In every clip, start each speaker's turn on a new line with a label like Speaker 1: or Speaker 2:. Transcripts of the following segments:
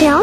Speaker 1: 聊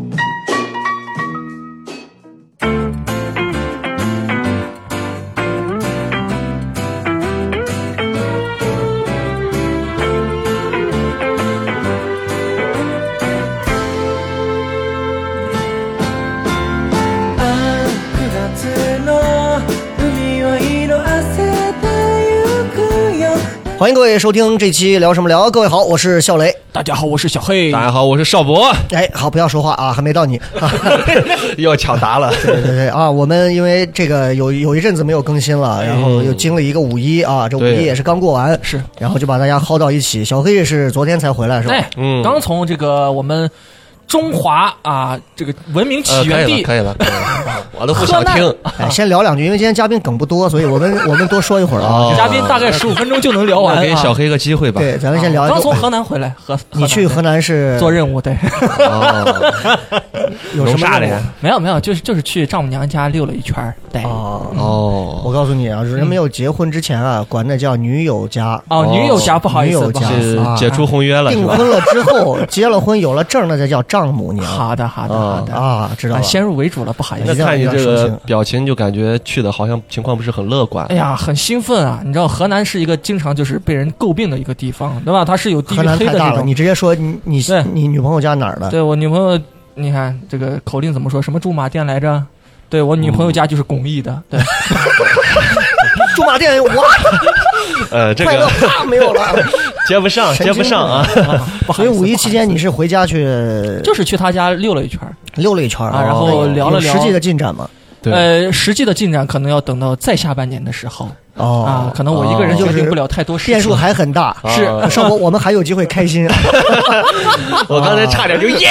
Speaker 2: あ9月の海は色あせてゆくよ
Speaker 3: 欢迎各位收听这期聊什么聊。各位好，我是笑雷。
Speaker 4: 大家好，我是小黑。
Speaker 5: 大家好，我是邵博，
Speaker 3: 哎，好，不要说话啊，还没到你啊。
Speaker 5: 又抢答了。
Speaker 3: 对对对啊，我们因为这个有有一阵子没有更新了，然后又经历一个五一啊，这五一
Speaker 5: 对
Speaker 3: 也是刚过完，
Speaker 4: 嗯是，
Speaker 3: 然后就把大家薅到一起。小黑是昨天才回来是吧？
Speaker 4: 哎，
Speaker 5: 嗯
Speaker 4: 刚从这个我们中华啊这个文明起
Speaker 5: 呃，可
Speaker 4: 源地
Speaker 5: 以了，可以了，可以 了，我都不想听。
Speaker 3: 哎，先聊两句，因为今天嘉宾梗不多，所以我 们我们多说一会儿啊
Speaker 5: 哦。
Speaker 4: 嘉宾，大概十五分钟就能聊完
Speaker 5: 那
Speaker 4: 啊。
Speaker 5: 给小黑个机会吧。
Speaker 3: 对，咱们先聊一
Speaker 4: 哦刚
Speaker 3: 个。
Speaker 4: 从河南回来，河
Speaker 3: 你去河
Speaker 4: 河
Speaker 3: 南是
Speaker 4: 南做任 务对？
Speaker 5: 哦，
Speaker 3: 有什么
Speaker 5: 弄啥的
Speaker 3: 任务
Speaker 5: 呀？
Speaker 4: 没有没有，就是就是去丈母娘家溜了一圈儿对。
Speaker 3: 哦，我
Speaker 5: 哦，
Speaker 3: 告诉你啊，人没有结婚之前啊，管那叫女友家。
Speaker 4: 哦，女友家
Speaker 3: 哦
Speaker 4: 不好意
Speaker 3: 女
Speaker 4: 思，
Speaker 3: 友
Speaker 4: 不好
Speaker 3: 家
Speaker 4: 意思
Speaker 5: 是
Speaker 3: 啊
Speaker 5: 解除婚约了是
Speaker 3: 订
Speaker 5: 吧？
Speaker 3: 婚了之后，结了婚有了证儿，那才叫丈母娘。
Speaker 4: 好的好的
Speaker 5: 哦
Speaker 4: 好的
Speaker 3: 啊，知道
Speaker 4: 啊
Speaker 3: 了。
Speaker 4: 先入为主了，不好意
Speaker 5: 那
Speaker 4: 思。
Speaker 5: 看你这
Speaker 3: 一定要
Speaker 5: 个
Speaker 3: 小心
Speaker 5: 表情，就感觉去的好像情况不是很乐观
Speaker 4: 哎。呀，很兴奋啊！你知道河南是一个经常就是被人诟病的一个地方，对吧？它是有地域
Speaker 3: 河南
Speaker 4: 黑
Speaker 3: 太
Speaker 4: 的
Speaker 3: 大
Speaker 4: 这
Speaker 3: 了，
Speaker 4: 种。
Speaker 3: 你直接说你你
Speaker 4: 对
Speaker 3: 你女朋友家哪儿的？
Speaker 4: 对我女朋友，你看这个口令怎么说？什么驻马店来着？对我女
Speaker 3: 嗯
Speaker 4: 朋友家就是巩义的，对，
Speaker 3: 驻马店哇，
Speaker 5: 呃，这
Speaker 3: 快乐
Speaker 5: 个
Speaker 3: 啪没有 了。
Speaker 5: 接不上，
Speaker 3: 神
Speaker 5: 接
Speaker 3: 经
Speaker 5: 不 上啊。
Speaker 4: 不好
Speaker 3: 所
Speaker 4: 意
Speaker 3: 以
Speaker 4: 思
Speaker 3: 五一
Speaker 4: 不好
Speaker 3: 期
Speaker 4: 意
Speaker 3: 间
Speaker 4: 思
Speaker 3: 你是回家去
Speaker 4: 就是去他家溜了一圈儿，
Speaker 3: 溜了一圈儿
Speaker 4: 啊然后
Speaker 3: 哦
Speaker 4: 聊了
Speaker 3: 有
Speaker 4: 聊
Speaker 3: 实际的进展嘛？
Speaker 5: 对，
Speaker 4: 呃，实际的进展可能要等到再下半年的时候啊
Speaker 3: 哦，，
Speaker 4: 可能我一个人决定不了太多事情。
Speaker 3: 变数还很大。
Speaker 4: 是
Speaker 5: 啊
Speaker 3: 邵 博，我们还有机会开心。啊
Speaker 5: 我刚才差点 就耶。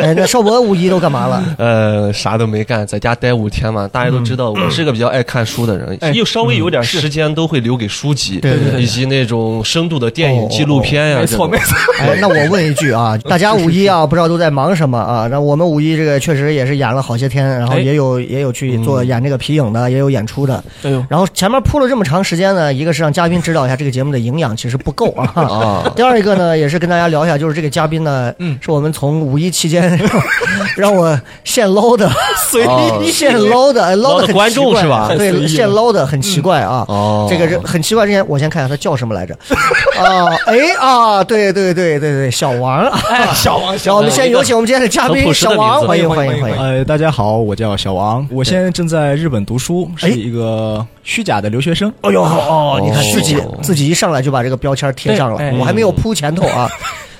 Speaker 3: 哎，那邵博五一都干嘛了？
Speaker 5: 呃，啥都没干，在家待五天嘛。大家都知道，
Speaker 3: 嗯
Speaker 5: 我是个比较爱看书的人
Speaker 4: 哎，
Speaker 5: 又稍微有点时间都会留给书籍，
Speaker 3: 对对对
Speaker 5: 以及那种深度的电
Speaker 3: 哦
Speaker 5: 影、纪录片呀。
Speaker 4: 没
Speaker 5: 这
Speaker 4: 错
Speaker 5: 种
Speaker 4: 没 错，
Speaker 3: 哎，那我问一句啊，大家五一啊，不知道都在忙什么啊？那我们五一这个确实也是演了好些天，然后
Speaker 4: 哎
Speaker 3: 也有也有去做演这个皮影的，也有演出的。
Speaker 4: 哎呦，
Speaker 3: 然后前面铺了这么长时间呢，一个是让嘉宾知道一下这个节目的营养其实不够啊。
Speaker 5: 啊，
Speaker 3: 第二一个呢，也是跟大家聊一下，就是这个嘉宾呢，
Speaker 4: 嗯
Speaker 3: 是我们从五一期间 让我现捞的，
Speaker 4: 随
Speaker 5: 哦
Speaker 4: 意
Speaker 3: 现捞的，哎
Speaker 5: 捞
Speaker 3: 的
Speaker 5: 的
Speaker 3: 很
Speaker 5: 观
Speaker 3: 奇
Speaker 5: 众
Speaker 3: 怪
Speaker 5: 是吧
Speaker 4: 太随意
Speaker 3: 对，
Speaker 4: 了
Speaker 3: 现捞的很奇怪啊。
Speaker 5: 哦，
Speaker 3: 这个人很奇怪，之前我先看一下他叫什么来着？啊，哎啊，对对对对对，小王啊，
Speaker 4: 哎，小王
Speaker 3: 然后我们先有请我们今天的嘉
Speaker 5: 很
Speaker 3: 宾
Speaker 5: 朴实
Speaker 3: 小
Speaker 5: 的名
Speaker 3: 王，
Speaker 5: 字
Speaker 3: 欢迎欢迎欢迎。
Speaker 6: 呃，大家好，我叫小王，我现在正在日本读书，
Speaker 3: 哎
Speaker 6: 是一个虚假的留学生。
Speaker 3: 哎呦哦，你看
Speaker 5: 哦
Speaker 3: 自己自己一上来就把这个标签贴上
Speaker 4: 对
Speaker 3: 了，
Speaker 4: 哎
Speaker 3: 我还没有铺前头啊。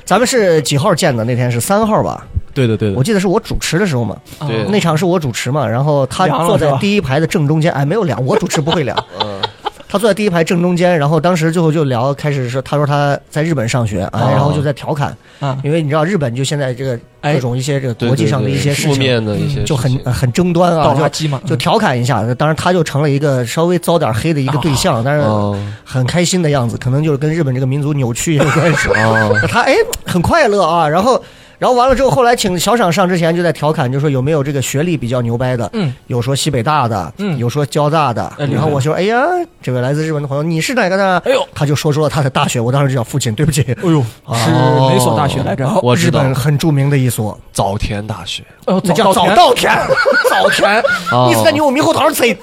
Speaker 3: 咱们是几号见的？那天是三号吧？
Speaker 6: 对的，对
Speaker 3: 我
Speaker 6: 的，
Speaker 3: 记得是我主持的时候嘛，
Speaker 5: 对
Speaker 3: 哦那场是我主持嘛，然后他
Speaker 4: 凉了
Speaker 3: 坐
Speaker 4: 是
Speaker 3: 在
Speaker 4: 吧
Speaker 3: 第一排的正中间，哎，没有凉，我主持不会凉。他坐在第一排正中间，然后当时最后就聊，开始说他说他在日本上学，哎，
Speaker 5: 哦
Speaker 3: 然后就在调侃，
Speaker 4: 啊，
Speaker 3: 因为你知道日本就现在这个
Speaker 4: 哎
Speaker 3: 各种一些这个
Speaker 5: 对
Speaker 3: 国际上的
Speaker 5: 对
Speaker 3: 一
Speaker 5: 对
Speaker 3: 些事
Speaker 5: 负
Speaker 3: 情，
Speaker 5: 面的一些
Speaker 3: 就
Speaker 5: 事
Speaker 3: 很
Speaker 5: 情
Speaker 3: 很争端啊，
Speaker 4: 倒
Speaker 3: 就
Speaker 4: 垃圾嘛，
Speaker 3: 就调侃一下。当然他就成了一个稍微遭点黑的一个对象，但是
Speaker 5: 哦
Speaker 3: 很开心的样子，可能就是跟日本这个民族扭曲也有关系。
Speaker 5: 哦，
Speaker 3: 他哎很快乐啊，然后然后完了之后，后来请小赏上之前就在调侃，就说有没有这个学历比较牛掰的，
Speaker 4: 嗯，
Speaker 3: 有说西北大的，
Speaker 4: 嗯
Speaker 3: 有说交大的，
Speaker 4: 哎厉害
Speaker 3: 然后我说哎呀，这位来自日本的朋友，你是哪个的？
Speaker 4: 哎呦，
Speaker 3: 他就说出了他的大学，我当时就叫父亲，对不起，
Speaker 4: 哎呦，是哪所大学
Speaker 3: 哦
Speaker 4: 来着？
Speaker 5: 我
Speaker 3: 日
Speaker 5: 知道
Speaker 3: 本很著名的一所，
Speaker 5: 早田大学
Speaker 4: 哦，
Speaker 3: 那叫早稻田，早 田，
Speaker 5: 哦
Speaker 3: 意思在你我猕猴桃贼，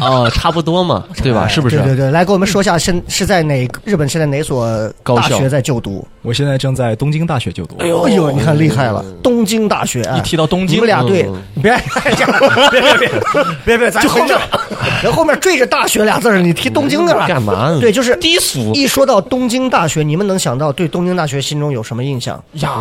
Speaker 5: 哦，差不多嘛，对吧？是 不
Speaker 3: 对对
Speaker 5: 是？
Speaker 3: 对，来给我们说一下，现是在哪日本现在哪所
Speaker 5: 高
Speaker 3: 大
Speaker 5: 校
Speaker 3: 学在就读？
Speaker 6: 我现在正在东京大学就读。哎
Speaker 3: 哎呦，你看厉害了，东京大学。哎
Speaker 4: 一提到东京
Speaker 3: 你们俩对，你别 别别别别别，咱后面，咱后面缀着大学俩字儿，你提东京的了
Speaker 5: 干？嘛嗯呢？
Speaker 3: 对，就是
Speaker 5: 低俗
Speaker 3: 一说到东京大学，你们能想到对东京大学心中有什么印象？
Speaker 4: 呀，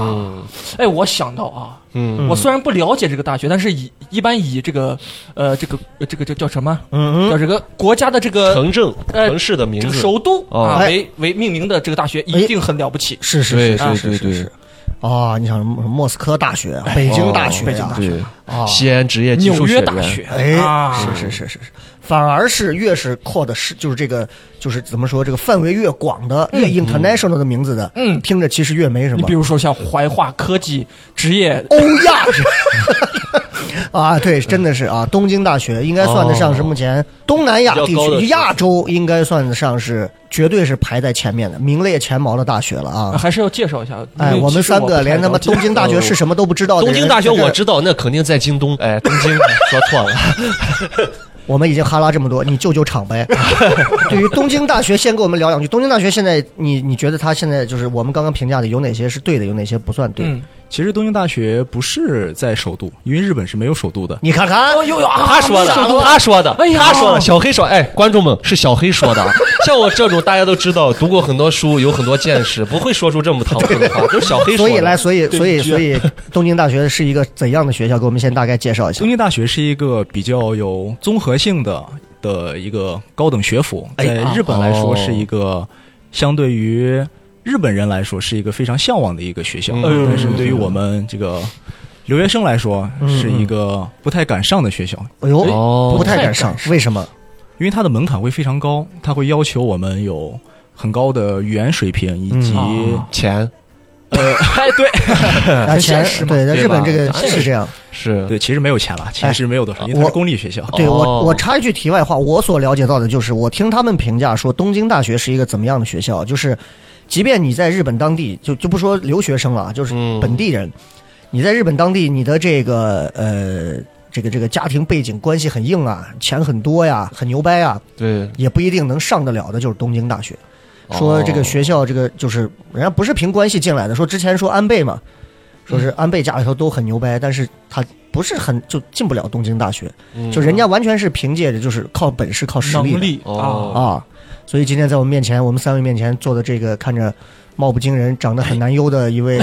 Speaker 4: 哎，我想到啊，
Speaker 5: 嗯
Speaker 4: 我虽然不了解这个大学，但是以一般以这个呃这个呃这个这叫什么？
Speaker 3: 嗯
Speaker 4: 叫这个国家的这个
Speaker 5: 城镇
Speaker 4: 呃
Speaker 5: 城市的名
Speaker 4: 这个
Speaker 5: 字，
Speaker 4: 首都
Speaker 5: 哦
Speaker 4: 啊
Speaker 3: 哎
Speaker 4: 为为命名的这个大学一定很了不起。
Speaker 3: 是是
Speaker 5: 对
Speaker 3: 是，
Speaker 4: 啊
Speaker 5: 对对对，
Speaker 3: 哦，你想什么莫斯科大学、啊北京大学、
Speaker 5: 哦北京
Speaker 3: 大
Speaker 5: 对，
Speaker 3: 啊，
Speaker 5: 西安职业技术
Speaker 4: 纽
Speaker 5: 学
Speaker 4: 约大
Speaker 5: 院，
Speaker 4: 学，
Speaker 3: 哎
Speaker 4: 啊，
Speaker 3: 是是是是是，反而是越是扩的是就是这个就是怎么说这个范围越广的越 international 的名字的，
Speaker 4: 嗯
Speaker 3: 听着其实越没什
Speaker 4: 你
Speaker 3: 么
Speaker 4: 比。如说像怀化科技职业，
Speaker 3: 欧亚是 啊，对，真的是啊，东京大学应该算得上是目
Speaker 4: 哦
Speaker 3: 前东南亚地
Speaker 5: 比较高的
Speaker 3: 区、
Speaker 5: 是
Speaker 3: 亚洲应该算得上是绝对是排在前面的，名列前茅的大学了啊。
Speaker 4: 还是要介绍一下。
Speaker 3: 哎，
Speaker 4: 因为
Speaker 3: 我们
Speaker 4: 其实
Speaker 3: 三
Speaker 4: 不
Speaker 3: 个
Speaker 4: 太
Speaker 3: 连他妈
Speaker 4: 了解哦
Speaker 3: 东京大学是什么都不知道的
Speaker 5: 东
Speaker 3: 人。
Speaker 5: 京大学
Speaker 3: 在这
Speaker 5: 我知道，那肯定在京东。哎，东 京说错了，
Speaker 3: 我们已经哈拉这么多，你救救场呗。对于东京大学，先跟我们聊两句。东京大学现在，你你觉得它现在就是我们刚刚评价的有哪些是对的，有哪些不算对？
Speaker 4: 嗯，
Speaker 6: 其实东京大学不是在首都，因为日本是没有首都的。
Speaker 3: 你看看，
Speaker 4: 又哦有啊
Speaker 5: 他说的，他说的，
Speaker 4: 哎呀
Speaker 5: 他说的，小黑说，哎，观众们是小黑 说的。啊像我这种大家都知道，读过很多书，有很多见识，不会说出这么唐突的话，都是小黑说
Speaker 3: 所
Speaker 5: 的。
Speaker 3: 以来，所以所以所以，东京大学是一个怎样的学校？给我们先大概介绍一下
Speaker 6: 东。京大学是一个比较有综合性的的一个高等学府，
Speaker 3: 哎
Speaker 6: 在
Speaker 3: 啊
Speaker 6: 日本来说
Speaker 5: 哦
Speaker 6: 是一个相对于日本人来说是一个非常向往的一个学校，
Speaker 5: 嗯
Speaker 6: 但是对于我们这个留学生来说
Speaker 3: 嗯
Speaker 6: 是一个不太敢上的学校，
Speaker 3: 哎呦，
Speaker 5: 哦
Speaker 3: 不太敢上，为什么？
Speaker 6: 因为它的门槛会非常高，它会要求我们有很高的语言水平以及、
Speaker 4: 嗯
Speaker 3: 哦
Speaker 5: 钱
Speaker 4: 哎，对，
Speaker 3: 啊，前对，在
Speaker 5: 对
Speaker 3: 日本
Speaker 5: 吧
Speaker 3: 这个
Speaker 5: 当然
Speaker 3: 是这样。
Speaker 5: 是
Speaker 6: 对，其实没有钱了，其实没有多少，因为它
Speaker 3: 哎我
Speaker 6: 是公立学校。
Speaker 3: 对我，
Speaker 5: 哦
Speaker 3: 我插一句题外话，我所了解到的就是，我听他们评价说，东京大学是一个怎么样的学校？就是，即便你在日本当地，就就不说留学生了啊，就是
Speaker 5: 嗯
Speaker 3: 本地人，你在日本当地，你的这个呃，这个这个家庭背景关系很硬啊，钱很多呀，很牛掰啊，
Speaker 5: 对，
Speaker 3: 也不一定能上得了的，就是东京大学。
Speaker 5: 哦
Speaker 3: 说这个学校，这个就是人家不是凭关系进来的。说之前说安倍嘛，说
Speaker 5: 嗯
Speaker 3: 是安倍家里头都很牛掰，但是他不是很就进不了东京大学。
Speaker 5: 嗯
Speaker 3: 就人家完全是凭借着就是靠本事、靠实力的
Speaker 4: 能力
Speaker 5: 哦
Speaker 4: 啊，
Speaker 3: 啊。所以今天在我们面前，我们三位面前坐的这个看着貌不惊人、长得很难优的一 位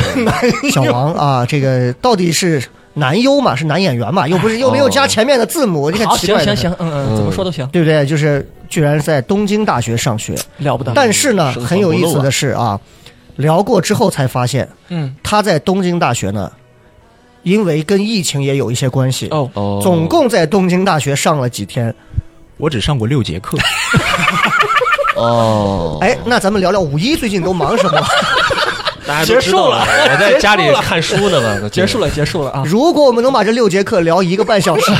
Speaker 3: 小王啊，这个到底是男优嘛？是男演员嘛？又不是又没有加前面的字母，你很
Speaker 4: 好，
Speaker 3: 奇
Speaker 4: 行
Speaker 3: 怪的
Speaker 4: 行行，嗯嗯，怎么说都行，
Speaker 3: 对不对？就是居然在东京大学上学，
Speaker 4: 了不得。
Speaker 3: 但是呢，
Speaker 5: 深藏
Speaker 3: 很有意思
Speaker 5: 不露
Speaker 3: 的
Speaker 5: 啊
Speaker 3: 是啊，聊过之后才发现
Speaker 4: 嗯，
Speaker 3: 他在东京大学呢，因为跟疫情也有一些关系，
Speaker 4: 哦，
Speaker 5: 哦，
Speaker 3: 总共在东京大学上了几天。
Speaker 6: 我只上过六节课，
Speaker 5: 哦，
Speaker 3: 哎，那咱们聊聊五一最近都忙 什么？
Speaker 5: 大家都知道了，我在家里看书呢嘛，都
Speaker 4: 结束了，结束了啊。
Speaker 3: 如果我们能把这六节课聊一个半 小时，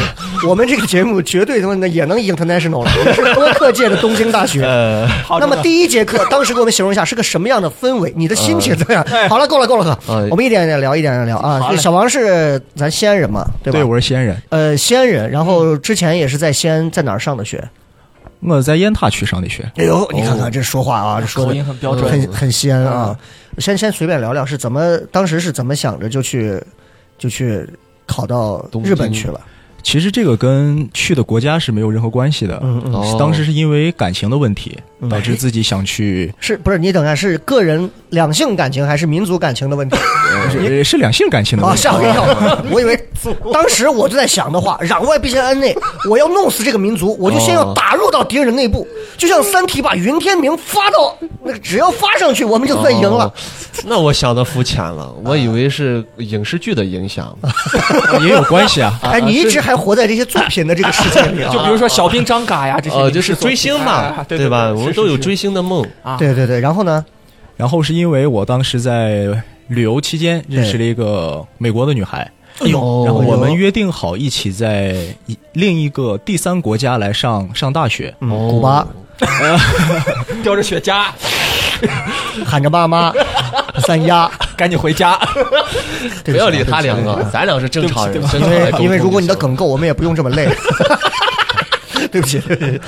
Speaker 3: 我们这个节目绝对他妈的也能 international 了，也是播客界的东京大 学。
Speaker 5: 呃，
Speaker 4: 哎好，
Speaker 3: 那么
Speaker 4: 这个
Speaker 3: 第一节课，当时给我们形容一下是个什么样的氛围？你的心情怎么样？好了，够了，够了，够了
Speaker 5: 哎，
Speaker 3: 我们一点一点聊，一点一点聊
Speaker 4: 哎好
Speaker 3: 啊。
Speaker 4: 嘞
Speaker 3: 小王是咱西安人嘛，对吧？
Speaker 6: 我是西安人，
Speaker 3: 呃，西安人，然后之前也是在西安，在哪儿上的学？
Speaker 6: 我在燕塔区上的学。
Speaker 3: 哎呦，你看看这说话啊，这说
Speaker 4: 口
Speaker 3: 的
Speaker 4: 音很标准，
Speaker 3: 很很西安啊。先先随便聊聊是怎么当时是怎么想着就去就去考到日本去了？
Speaker 6: 其实这个跟去的国家是没有任何关系的，
Speaker 3: 嗯嗯，
Speaker 5: 哦
Speaker 6: 当时是因为感情的问题
Speaker 3: 嗯，
Speaker 6: 导致自己想去，
Speaker 3: 是不是？你等下是个人两性感情还是民族感情的问题
Speaker 6: 是呃是两性感情的
Speaker 3: 哎啊？
Speaker 6: 问题。
Speaker 3: 吓我一跳！我以为当时我就在想的话，攘外必先安内，我要弄死这个民族，我就先要
Speaker 5: 哦
Speaker 3: 打入到敌人内部，就像《三体》把云天明发到那个，只要发上去，我们就算赢了
Speaker 5: 哦。那我想的肤浅了，我以为是影视剧的影响。
Speaker 3: 啊
Speaker 6: 也有关 系啊。
Speaker 3: 哎，你一直还活在这些作品的这个世界里啊！
Speaker 4: 就比如说小兵张嘎呀这些
Speaker 5: 呃，
Speaker 4: 影
Speaker 5: 就
Speaker 4: 视
Speaker 5: 是
Speaker 4: 作品，
Speaker 5: 追星
Speaker 4: 哎
Speaker 5: 嘛
Speaker 3: 啊
Speaker 4: 哎，对
Speaker 5: 吧？
Speaker 4: 对
Speaker 5: 我们
Speaker 4: 是
Speaker 5: 都有
Speaker 4: 是
Speaker 5: 追星的梦。
Speaker 4: 啊，
Speaker 3: 对对对，然后呢？
Speaker 6: 然后是因为我当时在旅游期间认识了一个美国的女孩，
Speaker 3: 哎呦
Speaker 6: 然后我们约定好一起在一另一个第三国家来上上大学。
Speaker 3: 嗯古
Speaker 5: 哦
Speaker 3: 巴
Speaker 4: 叼着雪茄，
Speaker 3: 喊着爸妈， 三丫，
Speaker 4: 赶紧回 家。
Speaker 3: 对
Speaker 5: 不
Speaker 3: 起啊
Speaker 5: 要理他两个，咱俩是正常人，正常
Speaker 3: 对不
Speaker 5: 来沟 通
Speaker 3: 起因为因为如果你的
Speaker 5: 就行
Speaker 3: 梗够，我们也不用这么累。对不起，对不起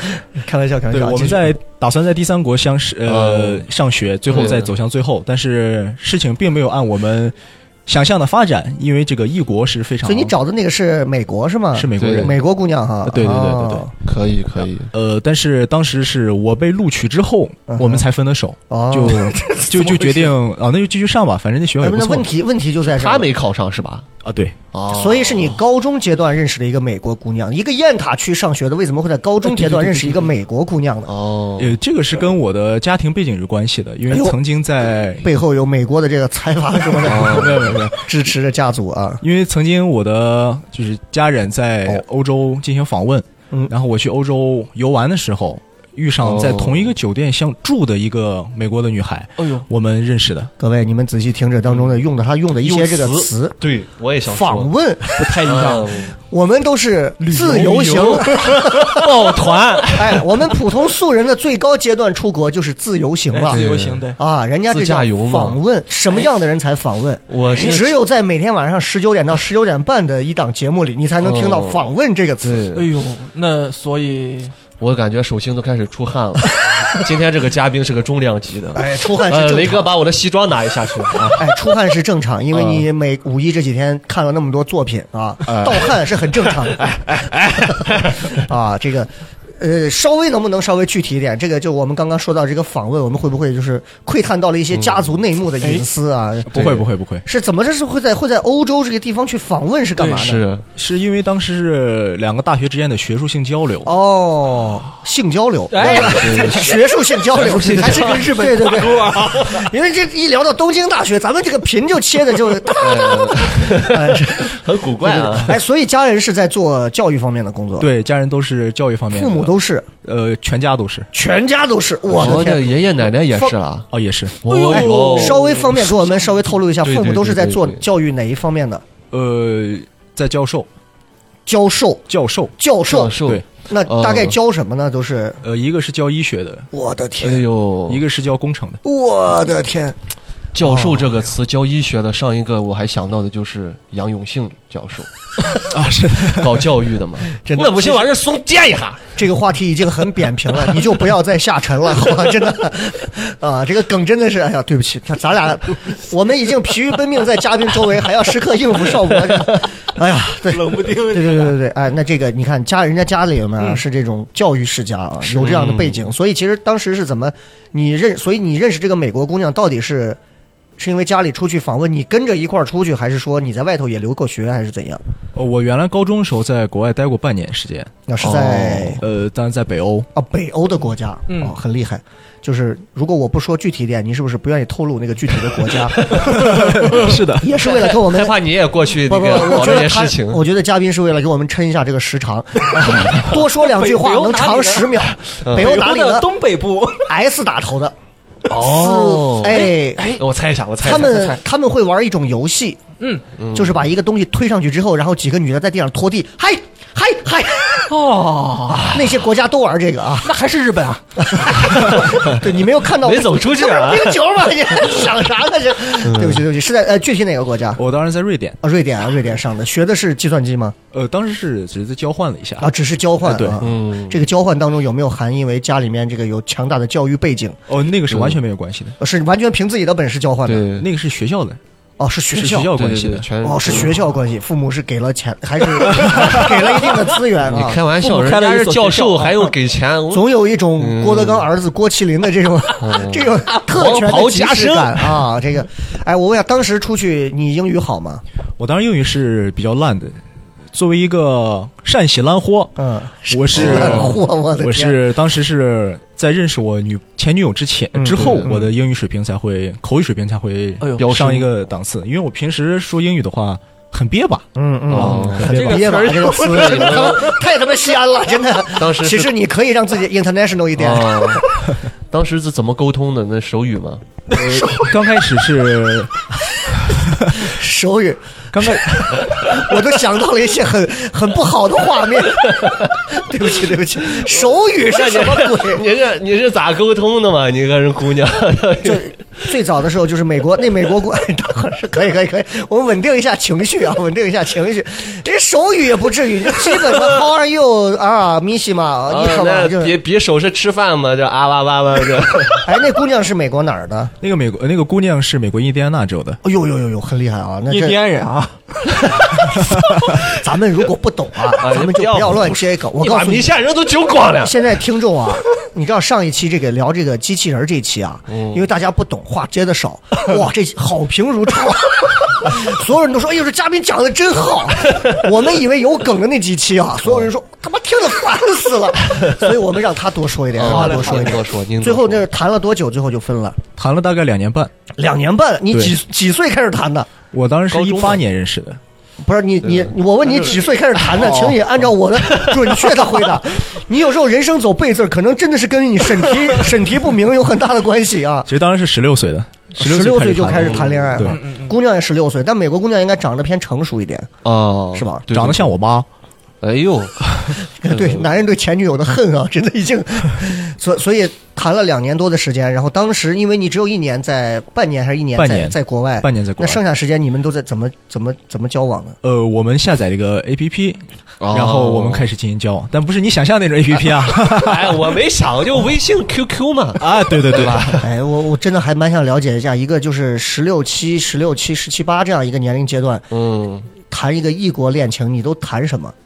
Speaker 3: 开玩笑，开玩
Speaker 6: 对，
Speaker 3: 笑。
Speaker 6: 我们
Speaker 3: 继续
Speaker 6: 在打算在第三国相识呃
Speaker 5: 哦
Speaker 6: 上学，最后再走向最后，但是事情并没有按我们想象的发展，因为这个异国是非常
Speaker 3: 所以你找的那个是美国是吗？
Speaker 6: 是美国人
Speaker 5: 对，
Speaker 3: 美国姑娘哈。
Speaker 6: 对对对对对
Speaker 3: 哦。
Speaker 5: 可以可以，
Speaker 6: 呃，但是当时是我被录取之后，
Speaker 3: 嗯哼
Speaker 6: 我们才分的手，
Speaker 3: 哦
Speaker 6: 就就就决定啊，那就继续上吧，反正那学校也
Speaker 3: 哎
Speaker 6: 不
Speaker 3: 那
Speaker 6: 错
Speaker 3: 问。题问题就在这儿
Speaker 5: 他没考上是吧？
Speaker 6: 啊，对，
Speaker 5: 哦，
Speaker 3: 所以是你高中阶段认识的一个美国姑娘，一个雁塔区上学的，为什么会在高中 阶段认识一个美国姑娘呢？
Speaker 5: 哦，
Speaker 6: 呃，这个是跟我的家庭背景有关系的，
Speaker 3: 哎
Speaker 6: 因为曾经在
Speaker 3: 背后有美国的这个财阀什么
Speaker 6: 哦没有没有没
Speaker 3: 的
Speaker 6: 有
Speaker 3: 支持着家族啊，
Speaker 6: 因为曾经我的就是家人在欧洲进行访问，
Speaker 3: 哦嗯哦
Speaker 6: 然后我去欧洲游玩的时候，遇上在同一个酒店相住的一个美国的女孩，
Speaker 4: 哎呦，
Speaker 6: 我们认识的。
Speaker 3: 各位你们仔细听着当中的用的他用的一些这个
Speaker 5: 用
Speaker 3: 词，
Speaker 5: 对我也想说
Speaker 3: 访问，
Speaker 5: 不太一样，
Speaker 3: 我们都是自由行，
Speaker 5: 抱团，
Speaker 3: 哎，我们普通素人的最高阶段出国就是自由行了
Speaker 4: 自由行对，
Speaker 3: 啊，人家这
Speaker 5: 哎自驾游
Speaker 3: 叫
Speaker 5: 嘛哎
Speaker 3: 访问，什么样的人才访问？
Speaker 5: 我是
Speaker 3: 只有在每天晚上十九点到十九点半的一档节目里，你才能听到
Speaker 5: 哦
Speaker 3: “访问”这个词。
Speaker 4: 哎呦，那所以
Speaker 5: 我感觉手心都开始出汗了。 今天这个嘉宾是个重量级的，
Speaker 3: 哎，出汗是正
Speaker 5: 呃，
Speaker 3: 常。
Speaker 5: 雷哥把我的西装拿一下去啊。
Speaker 3: 哎，出汗是正常，因为你每五一这几天看了那么多作品啊，盗汗是很正常的。哎啊，这个。呃，稍微能不能稍微具体一点？这个就我们刚刚说到这个访问，我们会不会就是窥探到了一些家族内幕的隐私啊？
Speaker 6: 不
Speaker 5: 对
Speaker 6: 会不会不会，
Speaker 3: 是怎么这是会在会在欧洲这个地方去访 问是干嘛呢？
Speaker 5: 是
Speaker 6: 是因为当时是两个大学之间的学术性交流。
Speaker 3: 哦，性交流，
Speaker 4: 哎
Speaker 3: 学术性交流，还是跟日本对对对， 因为这一聊到东京大学，咱们这个频就切的就哒哒哒哒哒， 哎是
Speaker 5: 很古怪
Speaker 3: 对对
Speaker 5: 啊
Speaker 3: 对。哎，所以家人是在做教育方面的工作，，
Speaker 6: 对，家人都是教育方面的，
Speaker 3: 父母都是，
Speaker 6: 呃，全家都是
Speaker 3: 全家都是，我的
Speaker 5: 的
Speaker 3: 天！
Speaker 5: 爷爷奶奶也是啊。
Speaker 6: 哦，也是
Speaker 5: 哦
Speaker 3: 哎
Speaker 5: 哟，
Speaker 3: 稍微方便给我们稍微透露一下，
Speaker 5: 对对
Speaker 3: 父母都是在做
Speaker 5: 对对对
Speaker 3: 教育哪一方面的？
Speaker 6: 呃，在教授
Speaker 3: 教授，
Speaker 6: 教授
Speaker 3: 教
Speaker 5: 教
Speaker 3: 授，
Speaker 5: 授
Speaker 6: 对，
Speaker 3: 那
Speaker 5: 哦
Speaker 3: 大概教什么呢？都是
Speaker 6: 呃，一个是教医学的，
Speaker 3: 我的
Speaker 5: 哎
Speaker 3: 天，
Speaker 5: 呦，
Speaker 6: 一个是教工程的。
Speaker 3: 我的天，
Speaker 5: 教授这个词，教医学的上一个我还想到的就是杨永信教 授啊，是搞教育的嘛，
Speaker 3: 真的
Speaker 5: 那不行，往这松垫一下，
Speaker 3: 这个话题已经很扁平了， 你就不要再下沉了， 好吧？真的，啊，这个梗真的是，哎呀，对不起，咱俩，我们已经疲于奔命在嘉宾周围，还要时刻应付少博， 哎呀，对，冷不丁，对对对对对，哎，那这个你看家人家家里面啊、是这种教育世家啊，有这样的背景，所以其实当时是怎么你认，所以你认识这个美国姑娘到底是？是因为家里出去访问，你跟着一块儿出去，还是说你在外头也留过学，还是怎样？
Speaker 6: 呃，我原来高中的时候在国外待过半年时间，
Speaker 3: 那是在、
Speaker 6: 呃，当然在北欧，
Speaker 3: 啊，北欧的国家，
Speaker 4: 嗯
Speaker 3: 哦，很厉害。就是如果我不说具体一点，你是不是不愿意透露那个具体的国 家？
Speaker 6: 是的，
Speaker 3: 也是为了跟我
Speaker 5: 害
Speaker 3: 们。
Speaker 5: 怕你也过 去
Speaker 3: 不
Speaker 5: 那
Speaker 3: 不，
Speaker 5: 个
Speaker 3: 我
Speaker 5: 搞
Speaker 3: 觉
Speaker 5: 这
Speaker 3: 得
Speaker 5: 些
Speaker 3: 他
Speaker 5: 事情，，
Speaker 3: 我觉得嘉宾是为了给我们抻一下这个时长，多说两句话
Speaker 4: 北欧
Speaker 3: 能
Speaker 4: 哪里
Speaker 3: 长
Speaker 4: 呢
Speaker 3: 十秒。北欧哪里
Speaker 4: 的
Speaker 3: 呢
Speaker 4: 东北部，
Speaker 3: ？S 打头的，
Speaker 5: 哦，
Speaker 3: 哎，
Speaker 5: 哎，我猜一下，我猜一
Speaker 3: 他
Speaker 5: 下，
Speaker 3: 们他们会玩一种游戏，
Speaker 4: 嗯，
Speaker 3: 就是把一个东西推上去之后，然后几个女的在地上拖地，嗨嗨嗨，
Speaker 4: 哦，
Speaker 3: 那些国家都玩这个啊。
Speaker 4: 那还是日本啊？
Speaker 3: 对你没有看到
Speaker 5: 没走出去
Speaker 3: 这
Speaker 5: 啊
Speaker 3: 不是冰球吗？你还想啥呢？这
Speaker 5: 嗯
Speaker 3: 对不起对不起，是在呃具体哪个国家？
Speaker 6: 我当时在瑞典，
Speaker 3: 啊，瑞典啊，瑞典上的，学的是计算机吗？
Speaker 6: 呃，当时是只是交换了一下
Speaker 3: 啊，只是交换、啊。
Speaker 6: 啊对
Speaker 5: 嗯
Speaker 3: 这个交换当中有没有含因为家里面这个有强大的教育背景，
Speaker 6: 哦，那个是完全没有关系的，
Speaker 3: 呃是完全凭自己的本事交换的？
Speaker 5: 对，
Speaker 6: 那个是学校的，
Speaker 3: 哦，是学
Speaker 6: 是
Speaker 3: 校
Speaker 6: 学。校
Speaker 5: 对
Speaker 6: 关
Speaker 5: 对
Speaker 6: 系
Speaker 5: 对，
Speaker 6: 的。
Speaker 5: 全嗯
Speaker 3: 哦，是学校关系，父母是给了钱，还是 给了一定的资源
Speaker 5: 你
Speaker 3: 啊？
Speaker 5: 开玩笑，
Speaker 4: 父母
Speaker 5: 人
Speaker 4: 开了
Speaker 5: 家
Speaker 4: 一
Speaker 5: 是
Speaker 4: 所
Speaker 5: 教
Speaker 4: 学校
Speaker 5: 授，
Speaker 4: 啊
Speaker 5: 还用给钱，我
Speaker 3: 总有一
Speaker 5: 嗯
Speaker 3: 种郭德纲儿子郭麒麟的这种、 这种特权的即视感啊！这个，哎，我问一下，当时出去你英语好吗？
Speaker 6: 我当时英语是比较烂的，作为一个善喜烂货，
Speaker 3: 嗯，
Speaker 6: 我是
Speaker 3: 烂货我的天
Speaker 6: 我是当时是在认识我女前女友之前
Speaker 3: 嗯
Speaker 6: 之后，
Speaker 3: 嗯嗯
Speaker 6: 我的英语水平才会口语水平才会
Speaker 4: 哎呦
Speaker 5: 飙升
Speaker 6: 上一个档次，因为我平时说英语的话很憋巴，
Speaker 3: 嗯
Speaker 5: 哦
Speaker 3: 嗯，很憋吧
Speaker 4: 这个词儿
Speaker 3: 这个词真的他妈 太他妈西安了，真的。
Speaker 5: 当时是
Speaker 3: 其实你可以让自己 international 一点，
Speaker 5: 哦，当时是怎么沟通的？那手语吗？
Speaker 6: 呃刚开始是
Speaker 3: 手语，
Speaker 6: 刚开
Speaker 3: 我都想到了一些很很不好的画面。 对不起，对不起，手语是什么鬼？
Speaker 5: 你是你是咋沟通的嘛？你跟人姑娘，
Speaker 3: 最最早的时候就是美国，那美国 国，当时可以可以可以，我们稳定一下情绪啊，稳定一下情绪。这手语也不至于，基本的 How are you 啊，米西嘛，你好
Speaker 5: 那
Speaker 3: 吗？就
Speaker 5: 比
Speaker 3: 是，
Speaker 5: 比手势吃饭嘛，这啊哇哇哇这。
Speaker 3: 哎，那姑娘是美国哪儿的？
Speaker 6: 那个美国那个姑娘是美国印第安纳州的，
Speaker 3: 哎呦呦呦呦，很厉害啊！那
Speaker 4: 印
Speaker 3: 这
Speaker 4: 第安人 啊，
Speaker 3: 咱们如果不懂啊，咱们就不要乱接梗。我
Speaker 5: 你
Speaker 3: 告
Speaker 5: 把
Speaker 3: 诉
Speaker 5: 米
Speaker 3: 你，
Speaker 5: 线人都揪光了。
Speaker 3: 现在听众啊， 你知道上一期这个聊这个嗯 机器人这一期啊，因为大家不懂，话接的少，哇，这好评如潮。 所有人都说：“哎呦，这嘉宾讲的真 好。”我们以为有梗的那几期啊，所有人说他妈听得烦死 了，所以我们让他多说一点，让他多说一
Speaker 5: 您
Speaker 3: 点
Speaker 5: 多。说，您多
Speaker 3: 最后
Speaker 5: 说
Speaker 3: 那谈了多久？最后就分了
Speaker 6: 谈了大概两年半，
Speaker 3: 两年半。你
Speaker 6: 对
Speaker 3: 几几岁开始谈的？
Speaker 6: 我当时是
Speaker 5: 高
Speaker 6: 一
Speaker 5: 中
Speaker 6: 八
Speaker 5: 嘛
Speaker 6: 年认识的，
Speaker 3: 不是你你我问你几岁开始谈的，请你按照我的准确的回 答。你有时候人生走背字儿，可能真的是跟你审 题审题不明有很大的关系啊
Speaker 6: 其。实当时是十六岁的，
Speaker 3: 十
Speaker 6: 六
Speaker 3: 六岁就开始谈恋爱
Speaker 6: 对
Speaker 3: 了，姑娘也十六岁，但美国姑娘应该长得偏成熟一点，
Speaker 5: 哦，
Speaker 3: 是吧？
Speaker 5: 对
Speaker 6: 长得像我妈，
Speaker 5: 哎呦，
Speaker 3: 对，男人对前女友的恨啊， 真的已经，所所以谈了两年多的时间，然后当时因为你只有一年在半年还是一年
Speaker 6: 半
Speaker 3: 在
Speaker 6: 年
Speaker 3: 在国外，
Speaker 6: 半年在国
Speaker 3: 那
Speaker 6: 外。
Speaker 3: 剩下时间你们都在怎么怎么怎么交往呢？
Speaker 6: 呃，我们下载了一个 A P P，
Speaker 5: 哦
Speaker 6: 然后我们开始进行交往，但不是你想象那种 A P P 啊
Speaker 5: 哎，我没想，就微信、QQ 嘛。
Speaker 6: 啊，对对对吧？
Speaker 3: 哎，我我真的还蛮想了解一下，一个就是十六七、十六七、十七八这样一个年龄阶段
Speaker 5: 嗯，
Speaker 3: 谈一个异国恋情，你都谈什么？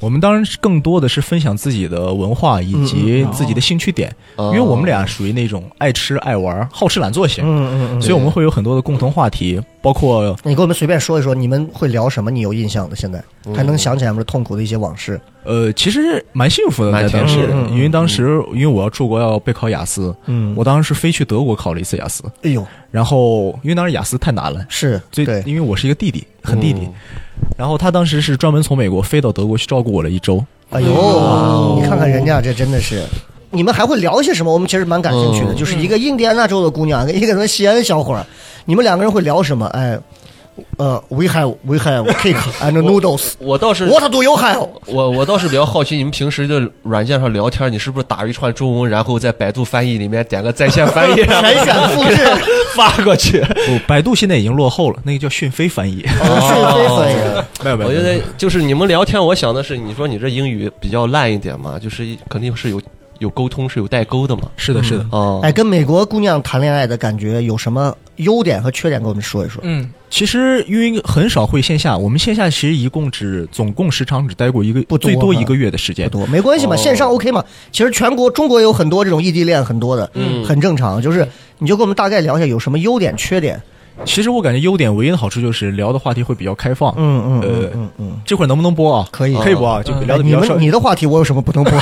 Speaker 6: 我们当然是更多的是分享自己的文化以及自己的兴趣点，
Speaker 5: 哦
Speaker 6: 因为我们俩属于那种爱吃爱玩、好吃懒做型，
Speaker 3: 嗯嗯嗯。
Speaker 6: 所以我们会有很多的共同话题，包括
Speaker 3: 你给我们随便说一说，你们会聊什么？你有印象的，现在还能想起来吗？痛苦的一些往事。
Speaker 6: 呃，其实蛮幸福的，
Speaker 5: 蛮
Speaker 6: 在当
Speaker 5: 幸
Speaker 6: 时
Speaker 5: 福的，
Speaker 6: 因为当时因为我要出国要备考雅思，
Speaker 3: 嗯
Speaker 6: 我当时飞去德国考了一次雅思，
Speaker 3: 哎呦，
Speaker 6: 然后因为当时雅思太难了，
Speaker 3: 是
Speaker 6: 最
Speaker 3: 对，
Speaker 6: 因为我是一个弟弟，很弟弟，然后他当时是专门从美国飞到德国去照顾我了一 周，
Speaker 3: 哎呦，你看看人家这真的是。你们还会聊一些什么？我们其实蛮感兴趣的，
Speaker 5: 嗯
Speaker 3: 就是一个印第安纳州的姑娘，跟一个什么西安小伙儿，你们两个人会聊什么？哎，呃，we have we have cake and noodles。
Speaker 5: 我倒是
Speaker 3: What do you have？
Speaker 5: 我我倒是比较好奇，你们平时的软件上聊天，你是不是打一串中文，然后在百度翻译里面点个在线翻译，然后
Speaker 3: 全选复制。
Speaker 5: 发过去？
Speaker 6: 不，哦百度现在已经落后了，那个叫讯飞 翻译，
Speaker 3: 哦，
Speaker 6: 没有没有，
Speaker 5: 我觉得就是你们聊天，我想的是，你说你这英语比较烂一点嘛，就是肯定是有有沟通是有代沟的嘛。
Speaker 6: 是的，是的，
Speaker 5: 哦，
Speaker 3: 哎，跟美国姑娘谈恋爱的感觉有什么优点和缺点？跟我们说一说。
Speaker 4: 嗯，
Speaker 6: 其实因为很少会线下，我们线下其实一共只总共时长只待过一个，
Speaker 3: 不多
Speaker 6: 最多
Speaker 3: 哈
Speaker 6: 一个月的时间
Speaker 3: 不。多没关系嘛，
Speaker 5: 哦
Speaker 3: 线上 OK 嘛。其实全国中国有很多这种异地恋，很多的，
Speaker 5: 嗯
Speaker 3: 很正常。就是你就跟我们大概聊一下有什么优点、缺点。
Speaker 6: 其实我感觉优点唯一的好处就是聊的话题会比较开放。
Speaker 3: 嗯
Speaker 6: 呃
Speaker 3: 嗯嗯，
Speaker 6: 这会儿能不能播啊？
Speaker 3: 可以
Speaker 6: 可以播啊，就聊
Speaker 3: 哎
Speaker 6: 的比
Speaker 3: 你
Speaker 6: 较少
Speaker 3: 们。 你的话题我有什么不能播？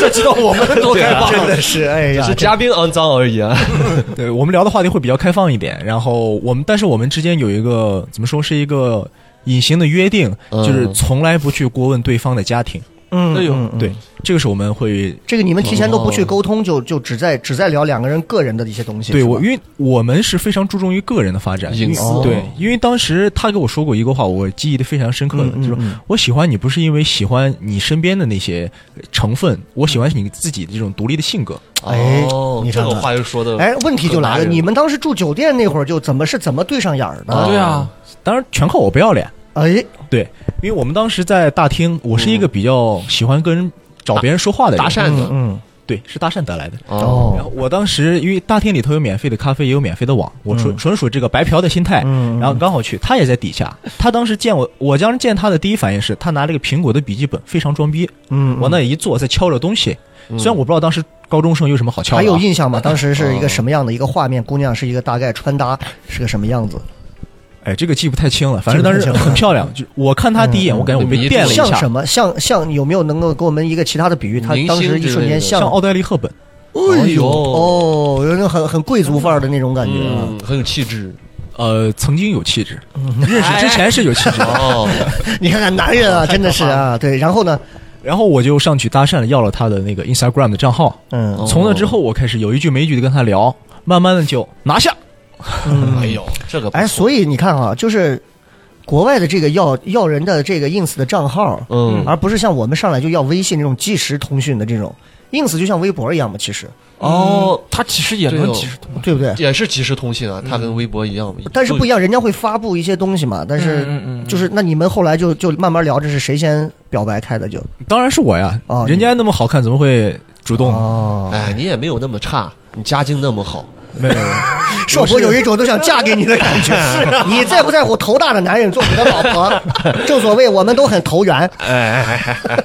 Speaker 5: 这知道我们 多开放，
Speaker 3: 真的是哎
Speaker 5: 只
Speaker 3: 呀
Speaker 5: 是，嘉宾肮脏而已啊。
Speaker 6: 对我们聊的话题会比较开放一点，然后我们但是我们之间有一个怎么说是一个隐形的约定，
Speaker 5: 嗯
Speaker 6: 就是从来不去过问对方的家庭。
Speaker 3: 嗯
Speaker 4: 哎呦
Speaker 3: 嗯嗯
Speaker 6: 对，这个是我们会
Speaker 3: 这个你们提前都不去沟通，就就只在只在聊两个人个人的一些东西。
Speaker 6: 对
Speaker 3: 是吧
Speaker 6: 我，因为我们是非常注重于个人的发展，
Speaker 5: 隐私
Speaker 6: 因为
Speaker 3: 哦
Speaker 6: 对，因为当时他给我说过一个话，我记忆的非常深刻的，
Speaker 3: 嗯嗯
Speaker 6: 就是说
Speaker 3: 嗯
Speaker 6: 我喜欢你不是因为喜欢你身边的那些成分，我喜欢你自己的这种独立的性格。
Speaker 3: 哎
Speaker 5: 哦
Speaker 3: 你
Speaker 5: 这
Speaker 3: 看看
Speaker 5: 个话又说的，
Speaker 3: 哎，问题就来了，
Speaker 5: 很拿人
Speaker 3: 你们当时住酒店那会儿就怎么是怎么对上眼儿呢？
Speaker 5: 哦
Speaker 4: 对啊，
Speaker 6: 当然，全靠我不要脸，
Speaker 3: 哎，
Speaker 6: 对，因为我们当时在大厅，我是一个比较喜欢跟人找别人说话的人，
Speaker 5: 搭讪的
Speaker 3: 嗯，
Speaker 6: 对，是搭讪得来的。
Speaker 5: 哦，
Speaker 6: 然后我当时因为大厅里头有免费的咖啡，也有免费的网，我纯、
Speaker 3: 嗯
Speaker 6: 纯属这个白嫖的心态，
Speaker 3: 嗯嗯
Speaker 6: 然后刚好去，他也在底下。他当时见我，我当时见他的第一反应是他拿了一个苹果的笔记本，非常装逼，
Speaker 3: 嗯
Speaker 6: 往那一坐在敲着东西。虽然我不知道当时高中生有什么好敲的、啊，
Speaker 3: 还有印象吗？当时是一个什么样的一个画面？姑娘是一个大概穿搭
Speaker 5: 嗯
Speaker 3: 是个什么样子？
Speaker 6: 哎，这个记不太清了，反正当时很漂 亮。就我看她第一眼，
Speaker 3: 嗯
Speaker 6: 我感觉我被电了一
Speaker 3: 像
Speaker 6: 下
Speaker 3: 什，么？像像有没有能够给我们一个其他的比喻？她
Speaker 5: 明星
Speaker 3: 当时一瞬间
Speaker 5: 之
Speaker 6: 像
Speaker 3: 像
Speaker 6: 奥黛丽赫本。
Speaker 5: 哎呦
Speaker 3: 哦，有那种很很贵族范儿的那种感觉。啊
Speaker 5: 嗯，很有气质
Speaker 6: 呃，曾经有气质，
Speaker 3: 嗯
Speaker 6: 认识之前是有气质的。
Speaker 3: 哎
Speaker 5: 哦，
Speaker 3: 你看看男人啊，真的是啊，对。然后呢，
Speaker 6: 然后我就上去搭讪了，要了她的那个 Instagram 的账号。
Speaker 3: 嗯，
Speaker 5: 哦
Speaker 6: 从那之后，我开始有一句没一句的跟她聊，慢慢的就拿下。
Speaker 5: 哎呦，这个不
Speaker 3: 嗯哎，
Speaker 5: 错
Speaker 3: 所以你看啊，就是国外的这个要要人的这个 ins 的账号，
Speaker 5: 嗯
Speaker 3: 而不是像我们上来就要微信那种即时通讯的这种 ins，就像微博一样嘛，其实
Speaker 5: 哦
Speaker 4: 嗯，他其实也
Speaker 5: 对哦
Speaker 4: 能其实通
Speaker 3: 对不对？
Speaker 5: 也是即时通信啊，它跟微博一样，
Speaker 3: 嗯但是不一样，人家会发布一些东西嘛。但是，
Speaker 4: 嗯嗯嗯
Speaker 3: 就是那你们后来就就慢慢聊，这是谁先表白开的就？
Speaker 6: 当然是我呀
Speaker 3: 哦，
Speaker 6: 人家那么好看，怎么会主动？
Speaker 3: 哦，
Speaker 5: 哎，你也没有那么差，你家境那么好，
Speaker 6: 没有，
Speaker 3: 少博有一种都想嫁给你的感觉。你在不在乎头大的男人做你的老婆？正所谓我们都很投缘。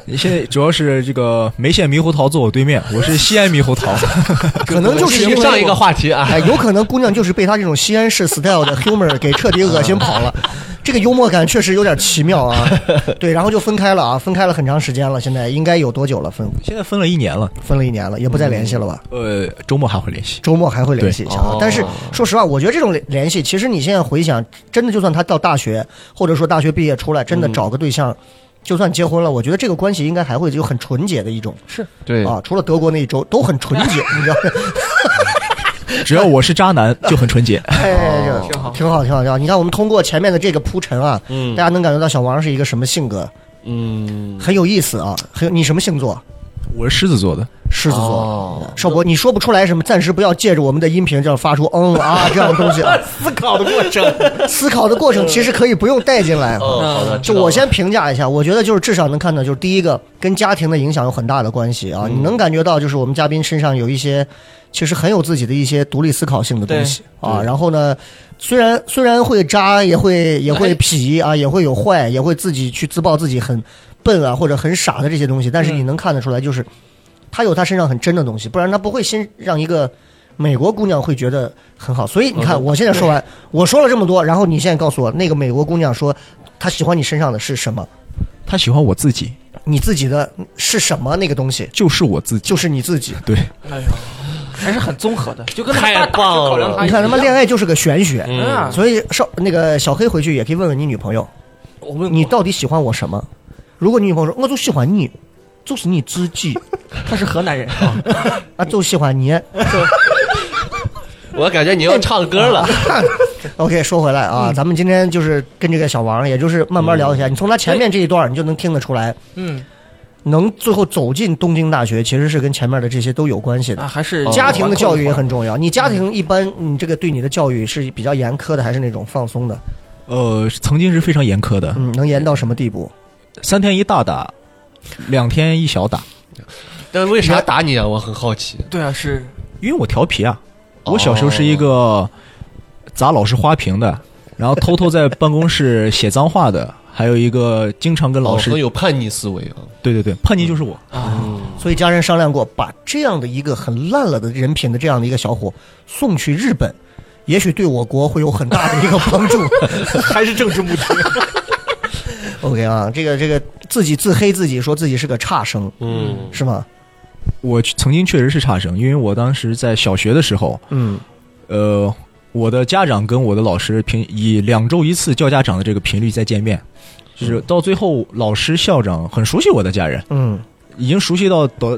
Speaker 6: 你现在主要是这个眉县猕猴桃坐我对面，我是西安猕猴桃，
Speaker 3: 可能就是因为
Speaker 5: 上一个话题啊，
Speaker 3: 哎，有可能姑娘就是被他这种西安式 style 的 humor 给彻底恶心跑了。这个幽默感确实有点奇妙啊。对，然后就分开了啊，分开了很长时间了，现在应该有多久了？分
Speaker 6: 现在分了一年了，
Speaker 3: 分了一年了，也不再联系了吧？
Speaker 6: 呃，周末还会联系。
Speaker 3: 周末还会联系一下啊
Speaker 5: 对哦。
Speaker 3: 但是说实话，我觉得这种联联系，其实你现在回想，真的就算他到大学，或者说大学毕业出来，真的
Speaker 5: 嗯
Speaker 3: 找个对象。就算结婚了，我觉得这个关系应该还会有很纯洁的一种
Speaker 5: 对
Speaker 3: 啊，除了德国那一周都很纯洁，你知道吗？
Speaker 6: 只要我是渣男，就很纯洁。
Speaker 3: 哎，这个
Speaker 4: 挺好
Speaker 3: 挺好，挺好，挺好。你看，我们通过前面的这个铺陈啊，
Speaker 5: 哦嗯
Speaker 3: 大家能感觉到小王是一个什么性格，
Speaker 5: 嗯，
Speaker 3: 很有意思啊。很有，你什么星座？
Speaker 6: 我是狮子座的，
Speaker 3: 狮子座。
Speaker 5: 哦，
Speaker 3: 少博，你说不出来什么，暂时不要借着我们的音频这样发出 嗯啊这样的东西啊。
Speaker 5: 思考的过 程。
Speaker 3: 思考的过程其实可以不用带进来啊。
Speaker 5: 哦，好的，
Speaker 3: 就
Speaker 5: 知道
Speaker 3: 我
Speaker 5: 了
Speaker 3: 先评价一下，我觉得就是至少能看到，就是第一个跟家庭的影响有很大的关系
Speaker 5: 嗯
Speaker 3: 啊。你能感觉到，就是我们嘉宾身上有一些其实很有自己的一些独立思考性的东西啊。然后呢，虽然虽然会渣，也会也会痞啊，也会有坏，也会自己去自曝自己很笨啊或者很傻的这些东西，但是你能看得出来，就是他有他身上很真的东西，不然他不会先让一个。美国姑娘会觉得很好，所以你看，我现在说完，我说了这么多，然后你现在告诉我，那个美国姑娘说她喜欢你身上的是什么？
Speaker 6: 他喜欢我自己，
Speaker 3: 你自己的是什么？那个东西
Speaker 6: 就是我自己。
Speaker 3: 就是你自己。
Speaker 6: 对，
Speaker 4: 哎呦，还是很综合的，就跟
Speaker 5: 太
Speaker 4: 他大
Speaker 5: 棒了
Speaker 4: 考量他
Speaker 3: 你看他妈恋
Speaker 4: 爱，
Speaker 3: 爱就是个玄学，
Speaker 4: 嗯，
Speaker 3: 所以少那个小黑回去也可以问问你女朋友，
Speaker 4: 我问
Speaker 3: 你
Speaker 4: 你，
Speaker 3: 到底喜欢我什么？如果你女朋友说我就喜欢你，就是你自己
Speaker 4: 他是河南人，
Speaker 5: 哦
Speaker 3: 啊，就喜欢你。
Speaker 5: 我感觉你要唱歌了，
Speaker 3: OK，说回来啊，咱们今天就是跟这个小王，也就是慢慢聊一下。你从他前面这一段，你就能听得出来，
Speaker 4: 嗯
Speaker 3: 能最后走进东京大学，其实是跟前面的这些都有关系的
Speaker 4: 啊，。还是
Speaker 5: 哦
Speaker 3: 家庭的教育也很重要。你家庭一般，你这个对你的教育是比较严苛的，还是那种放松的？
Speaker 6: 呃，曾经是非常严苛的，
Speaker 3: 嗯，能严到什么地步？
Speaker 6: 三天一大打，两天一小打，
Speaker 5: 但为啥打你啊？我很好奇。
Speaker 4: 对啊，是
Speaker 6: 因为我调皮啊。
Speaker 5: 哦
Speaker 6: 我小时候是一个砸老师花瓶的，然后偷偷在办公室写脏话的，还有一个经常跟老
Speaker 5: 老
Speaker 6: 师
Speaker 5: 师有叛逆思 维啊，
Speaker 6: 对对对叛逆就是我。
Speaker 3: 所以家人商量过，把这样的一个很烂了的人品的这样的一个小伙送去日本，也许对我国会有很大的一个帮助。
Speaker 4: 还是政治目的，
Speaker 3: OK 啊，这个这个自己自黑自己，说自己是个差生，
Speaker 5: 嗯，
Speaker 3: 是吗？
Speaker 6: 我曾经确实是差生，因为我当时在小学的时候，
Speaker 3: 嗯，
Speaker 6: 呃，我的家长跟我的老师频以两周一次叫家长的这个频率在见面，就是到最后，老师、校长很熟悉我的家人，
Speaker 3: 嗯，
Speaker 6: 已经熟悉到走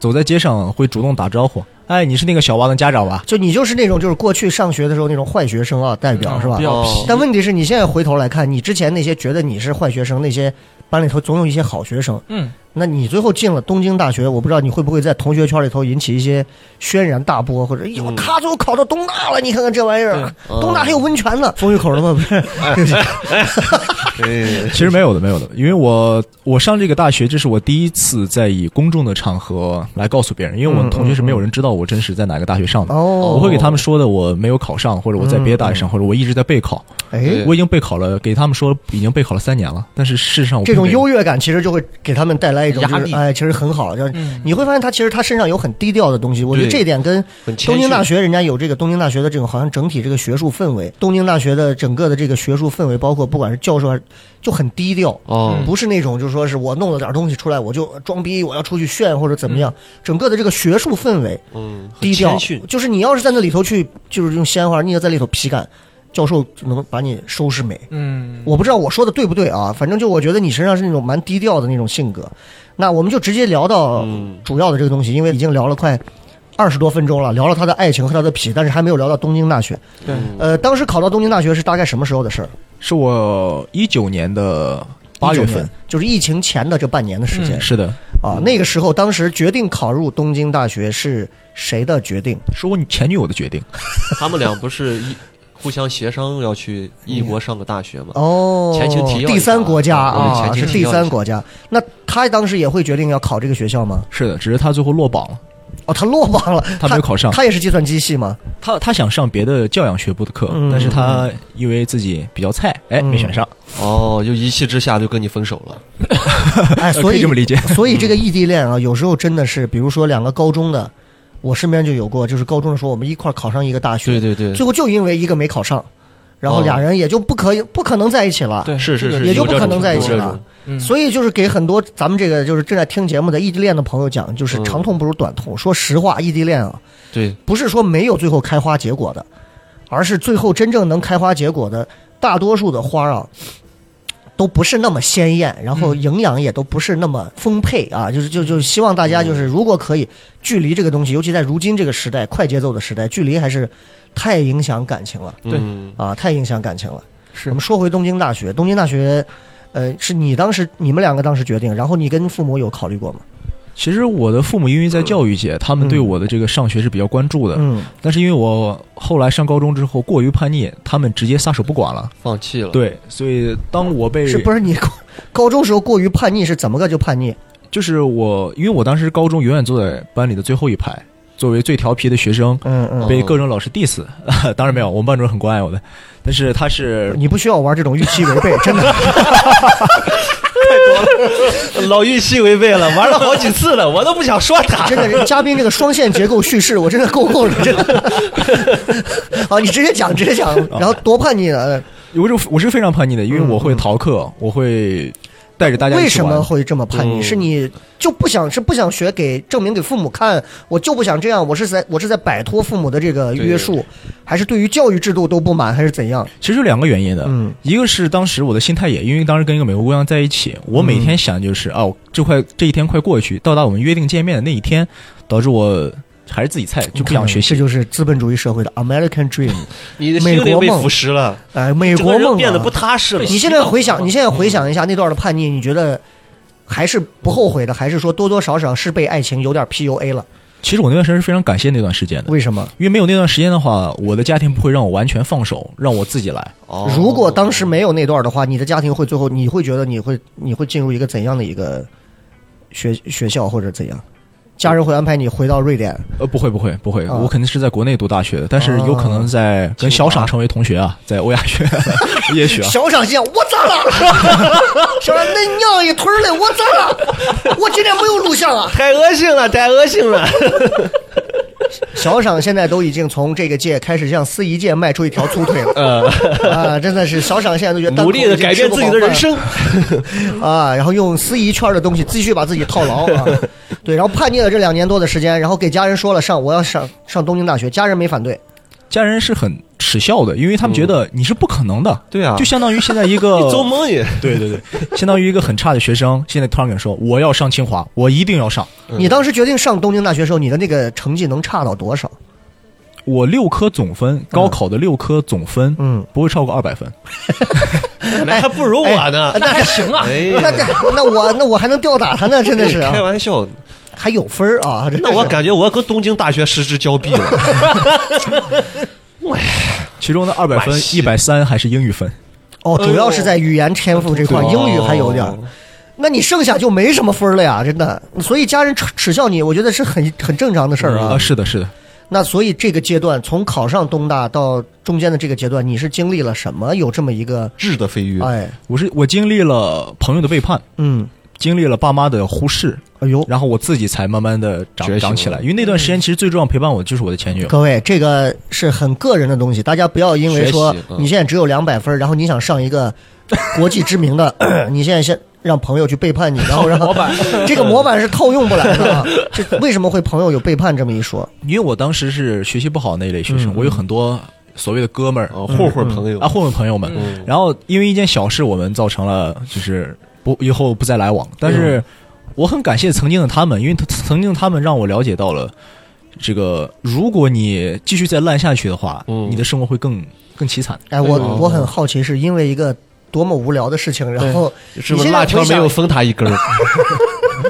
Speaker 6: 走在街上会主动打招呼，哎，你是那个小娃的家长吧？
Speaker 3: 就你就是那种就是过去上学的时候那种坏学生啊，代表是吧
Speaker 4: 嗯比？较
Speaker 5: 哦
Speaker 4: 皮，
Speaker 3: 但问题是你现在回头来看，你之前那些觉得你是坏学生，那些班里头总有一些好学生，
Speaker 4: 嗯，
Speaker 3: 那你最后进了东京大学，我不知道你会不会在同学圈里头引起一些轩然大波，或者哟，他最后考到东大了，你看看这玩意儿，啊东大还有温泉呢，风雨口的吗？不是，对不起
Speaker 5: 哎
Speaker 6: 其实没有的，没有的，因为我我上这个大学，这是我第一次在以公众的场合来告诉别人，因为我们同学是没有人知道我真实在哪个大学上的，我
Speaker 3: 哦，
Speaker 6: 会给他们说的我没有考上，或者我在别的大学上，或者我一直在备考，
Speaker 3: 哎，
Speaker 6: 我已经备考了，给他们说已经备考了三年了，但是事实上我
Speaker 3: 这种
Speaker 6: 并没
Speaker 3: 优
Speaker 6: 有
Speaker 3: 越感其实就会给他们带来一种
Speaker 5: 压
Speaker 3: 就
Speaker 5: 力
Speaker 3: 是哎，其实很好，就是
Speaker 4: 嗯
Speaker 3: 你会发现他其实他身上有很低调的东西，我觉得
Speaker 5: 对
Speaker 3: 这一点跟
Speaker 5: 很谦虚
Speaker 3: 东京大学人家有这个东京大学的这种好像整体这个学术氛围，东京大学的整个的这个学术氛围，包括不管是教授还是就很低调，
Speaker 5: 哦，
Speaker 3: 不是那种就是说是我弄了点东西出来我就装逼，我要出去炫或者怎么样，整个的这个学术氛围
Speaker 5: 嗯，很
Speaker 3: 低调
Speaker 5: 谦逊，
Speaker 3: 就是你要是在那里头去就是用西安话，你也在里头皮干，教授就能把你收拾美。
Speaker 4: 嗯，
Speaker 3: 我不知道我说的对不对啊，反正就我觉得你身上是那种蛮低调的那种性格。那我们就直接聊到
Speaker 5: 嗯
Speaker 3: 主要的这个东西，因为已经聊了快二十多分钟了，聊了他的爱情和他的痞，但是还没有聊到东京大学。
Speaker 4: 对，
Speaker 3: 呃，当时考到东京大学是大概什么时候的事儿？
Speaker 6: 是我一九年的八月
Speaker 3: 19
Speaker 6: 份嗯
Speaker 3: 年，就是疫情前的这半年的时间、
Speaker 6: 是的，
Speaker 3: 啊。那个时候，当时决定考入东京大学是谁的决定？
Speaker 6: 是我前女友的决定。
Speaker 5: 他们俩不是一互相协商要去异国上个大学吗？
Speaker 3: 哦，
Speaker 5: 前情提要一下
Speaker 3: 第三国家
Speaker 5: 我们
Speaker 3: 啊，
Speaker 5: 前
Speaker 3: 是
Speaker 5: 情提要一
Speaker 3: 第
Speaker 5: 下
Speaker 3: 三国家。那他当时也会决定要考这个学校吗？
Speaker 6: 是的，只是她最后落榜了。
Speaker 3: 哦，他落榜了，
Speaker 6: 他没有考上
Speaker 3: 他也是计算机系 嘛？
Speaker 6: 他他想上别的教养学部的课，
Speaker 3: 嗯
Speaker 6: 但是他因为自己比较菜，哎，
Speaker 3: 嗯
Speaker 6: 没选上。
Speaker 5: 哦，就一气之下就跟你分手了。
Speaker 3: 哎，所
Speaker 6: 可以
Speaker 3: 以
Speaker 6: 这么理解 嗯
Speaker 3: 所以这个异地恋啊，有时候真的是，比如说两个高中的，我身边就有过，就是高中的时候我们一块儿考上一个大学，
Speaker 5: 对对对，
Speaker 3: 最后就因为一个没考上，然后
Speaker 5: 哦
Speaker 3: 俩人也就不可以不可能在一起了。
Speaker 4: 对
Speaker 5: 是是
Speaker 4: 这
Speaker 5: 是，
Speaker 4: 个
Speaker 3: 也就
Speaker 5: 有
Speaker 3: 不
Speaker 5: 这
Speaker 3: 可
Speaker 5: 种
Speaker 3: 能在一起
Speaker 5: 有这
Speaker 3: 了
Speaker 5: 种。
Speaker 4: 嗯
Speaker 3: 所以就是给很多咱们这个就是正在听节目的异地恋的朋友讲，就是
Speaker 5: 嗯
Speaker 3: 长痛不如短痛。说实话，异地恋啊，
Speaker 5: 对，
Speaker 3: 不是说没有最后开花结果的，而是最后真正能开花结果的，大多数的花啊，都不是那么鲜艳，然后营养也都不是那么丰沛啊。就是就就希望大家就是，如果可以，距离这个东西，尤其在如今这个时代快节奏的时代，距离还是太影响感情了
Speaker 4: 对
Speaker 5: 嗯
Speaker 3: 啊，太影响感情了。
Speaker 4: 是
Speaker 3: 我们说回东京大学，东京大学。呃，是你当时你们两个当时决定，然后你跟父母有考虑过吗？
Speaker 6: 其实我的父母因为在教育界，他们对我的这个上学是比较关注的，
Speaker 3: 嗯，
Speaker 6: 但是因为我后来上高中之后过于叛逆，他们直接撒手不管了。
Speaker 5: 放弃了。，
Speaker 6: 对，所以当我被
Speaker 3: 嗯是不是你高高中时候过于叛逆是怎么个就叛逆？
Speaker 6: 就是我，因为我当时高中永远坐在班里的最后一排，作为最调皮的学生，
Speaker 3: 嗯嗯，
Speaker 6: 被各种老师 diss。当然 没有，我们班主任很关爱我的，但是他是
Speaker 3: 你不需要玩这种预期违背，真的。
Speaker 5: 老预期违背了，玩了好几次了，我都不想说他。
Speaker 3: 真的，人嘉宾这个双线结构叙事，我真的 够够了，真的。好，你直接讲，直接讲，然后多叛逆了。
Speaker 6: 我是我是非常叛逆的，因为
Speaker 3: 嗯
Speaker 6: 我会逃课，我会带着大家
Speaker 3: 为
Speaker 6: 一起
Speaker 3: 什
Speaker 6: 玩。
Speaker 3: 么会这么叛逆？
Speaker 5: 嗯
Speaker 3: 是你就不想是不想学给证明给父母看，我就不想这样，我是在我是在摆脱父母的这个约束，还是对于教育制度都不满，还是怎样？
Speaker 6: 其实有两个原因的，
Speaker 3: 嗯
Speaker 6: 一个是当时我的心态也，因为当时跟一个美国姑娘在一起，我每天想就是、啊，我这快这一天快过去，到达我们约定见面的那一天，导致我还是自己菜，就不想学
Speaker 3: 这
Speaker 6: 习。
Speaker 3: 就是资本主义社会的 American Dream，
Speaker 5: 你的心灵被腐蚀了，
Speaker 3: 哎，美
Speaker 5: 这个
Speaker 3: 国
Speaker 5: 人
Speaker 3: 梦
Speaker 5: 变得不
Speaker 3: 啊！
Speaker 5: 踏实了。
Speaker 3: 你现在回想，你现在回想一下那段的叛逆，你觉得还是不后悔的，还是说多多少少是被爱情有点 PUA 了？
Speaker 6: 其实我那段时间是非常感谢那段时间的，
Speaker 3: 为什么？
Speaker 6: 因为没有那段时间的话，我的家庭不会让我完全放手，让我自己来。
Speaker 5: 哦
Speaker 3: 如果当时没有那段的话，你的家庭会最后你会觉得你会你会进入一个怎样的一个学学校或者怎样？家人会安排你回到瑞典，
Speaker 6: 呃，不会不会不会，
Speaker 3: 啊
Speaker 6: 我肯定是在国内读大学的，但是有可能在跟小赏成为同学啊，在欧亚学院，也许啊。
Speaker 3: 小赏心想我咋 了？小赏那尿一腿儿了，我咋了？我今天没有录像啊！
Speaker 5: 太恶心了，太恶心了。
Speaker 3: 小赏现在都已经从这个界开始向司仪界迈出一条粗腿了
Speaker 5: 呃，
Speaker 3: 啊！真的是小赏现在都觉得单
Speaker 5: 努力的
Speaker 3: 口已经
Speaker 5: 改变
Speaker 3: 吃不
Speaker 5: 自己
Speaker 3: 饱
Speaker 5: 的
Speaker 3: 饭
Speaker 5: 人
Speaker 3: 了
Speaker 5: 生。
Speaker 3: 啊，然后用司仪圈的东西继续把自己套牢 啊。对，然后叛逆了这两年多的时间，然后给家人说了上我要上上东京大学，家人没反对，
Speaker 6: 家人是很耻笑的，因为他们觉得你是不可能的，
Speaker 5: 对啊
Speaker 6: 就相当于现在 一个
Speaker 5: 做梦 也，
Speaker 6: 对对对，相当于一个很差的学生，现在突然跟你说我要上清华，我一定要上。
Speaker 5: 嗯
Speaker 3: 你当时决定上东京大学的时候，你的那个成绩能差到多 少？
Speaker 6: 我六科总分，高考的六科总分，
Speaker 3: 嗯，
Speaker 6: 不会超过二百分。
Speaker 5: 那还不如我呢。
Speaker 4: 那还行啊，
Speaker 5: 哎
Speaker 3: 哎那
Speaker 5: 呀，
Speaker 3: 那那我那我还能吊打他呢，真的 是、啊
Speaker 5: 开，玩笑，
Speaker 3: 还有分儿啊！真的
Speaker 5: 那
Speaker 3: 是
Speaker 5: 我感觉我跟东京大学失之交臂了。
Speaker 6: 其中的二百分
Speaker 5: 惋，惜
Speaker 6: 一百三还是英语分。
Speaker 3: 哦，主要是在语言天赋这块，
Speaker 5: 哎
Speaker 3: 哦
Speaker 5: 对哦
Speaker 3: 英语还有点儿。那你剩下就没什么分儿了呀，真的。所以家人耻耻笑你，我觉得是很很正常的事儿啊。
Speaker 6: 啊，是的，是的。
Speaker 3: 那所以这个阶段，从考上东大到中间的这个阶段，你是经历了什么？有这么一个，
Speaker 5: 质的飞跃，
Speaker 3: 哎，
Speaker 6: 我是我经历了朋友的背叛，
Speaker 3: 嗯，
Speaker 6: 经历了爸妈的忽视，
Speaker 3: 哎呦，
Speaker 6: 然后我自己才慢慢的长
Speaker 5: 觉醒
Speaker 6: 长起来。
Speaker 5: 了嗯
Speaker 6: 因为那段时间其实最重要陪伴我的就是我的前女友。
Speaker 3: 各位，这个是很个人的东西，大家不要因为说
Speaker 5: 学习嗯
Speaker 3: 你现在只有两百分，然后你想上一个国际知名 的，你现在先让朋友去背叛你，然后让模板， 这个模板是套用不来的啊。这为什么会朋友有背叛这么一说？
Speaker 6: 因为我当时是学习不好那一类学生，
Speaker 3: 嗯
Speaker 6: 我有很多所谓的哥们儿、
Speaker 5: 哦，混混朋友
Speaker 6: 啊，混混朋友们。
Speaker 5: 嗯
Speaker 6: 然后因为一件小事，我们造成了就是不以后不再来往。但是我很感谢曾经的他们，因为他曾经的他们让我了解到了这个，如果你继续再烂下去的话，
Speaker 5: 嗯
Speaker 6: 你的生活会更更凄惨。
Speaker 3: 哎，我
Speaker 5: 对哦
Speaker 3: 我很好奇，是因为一个多么无聊的事情，然后
Speaker 5: 是不
Speaker 3: 你
Speaker 5: 是
Speaker 3: 现在
Speaker 5: 辣条
Speaker 3: 回
Speaker 5: 没
Speaker 3: 想
Speaker 5: 有分他一 根儿？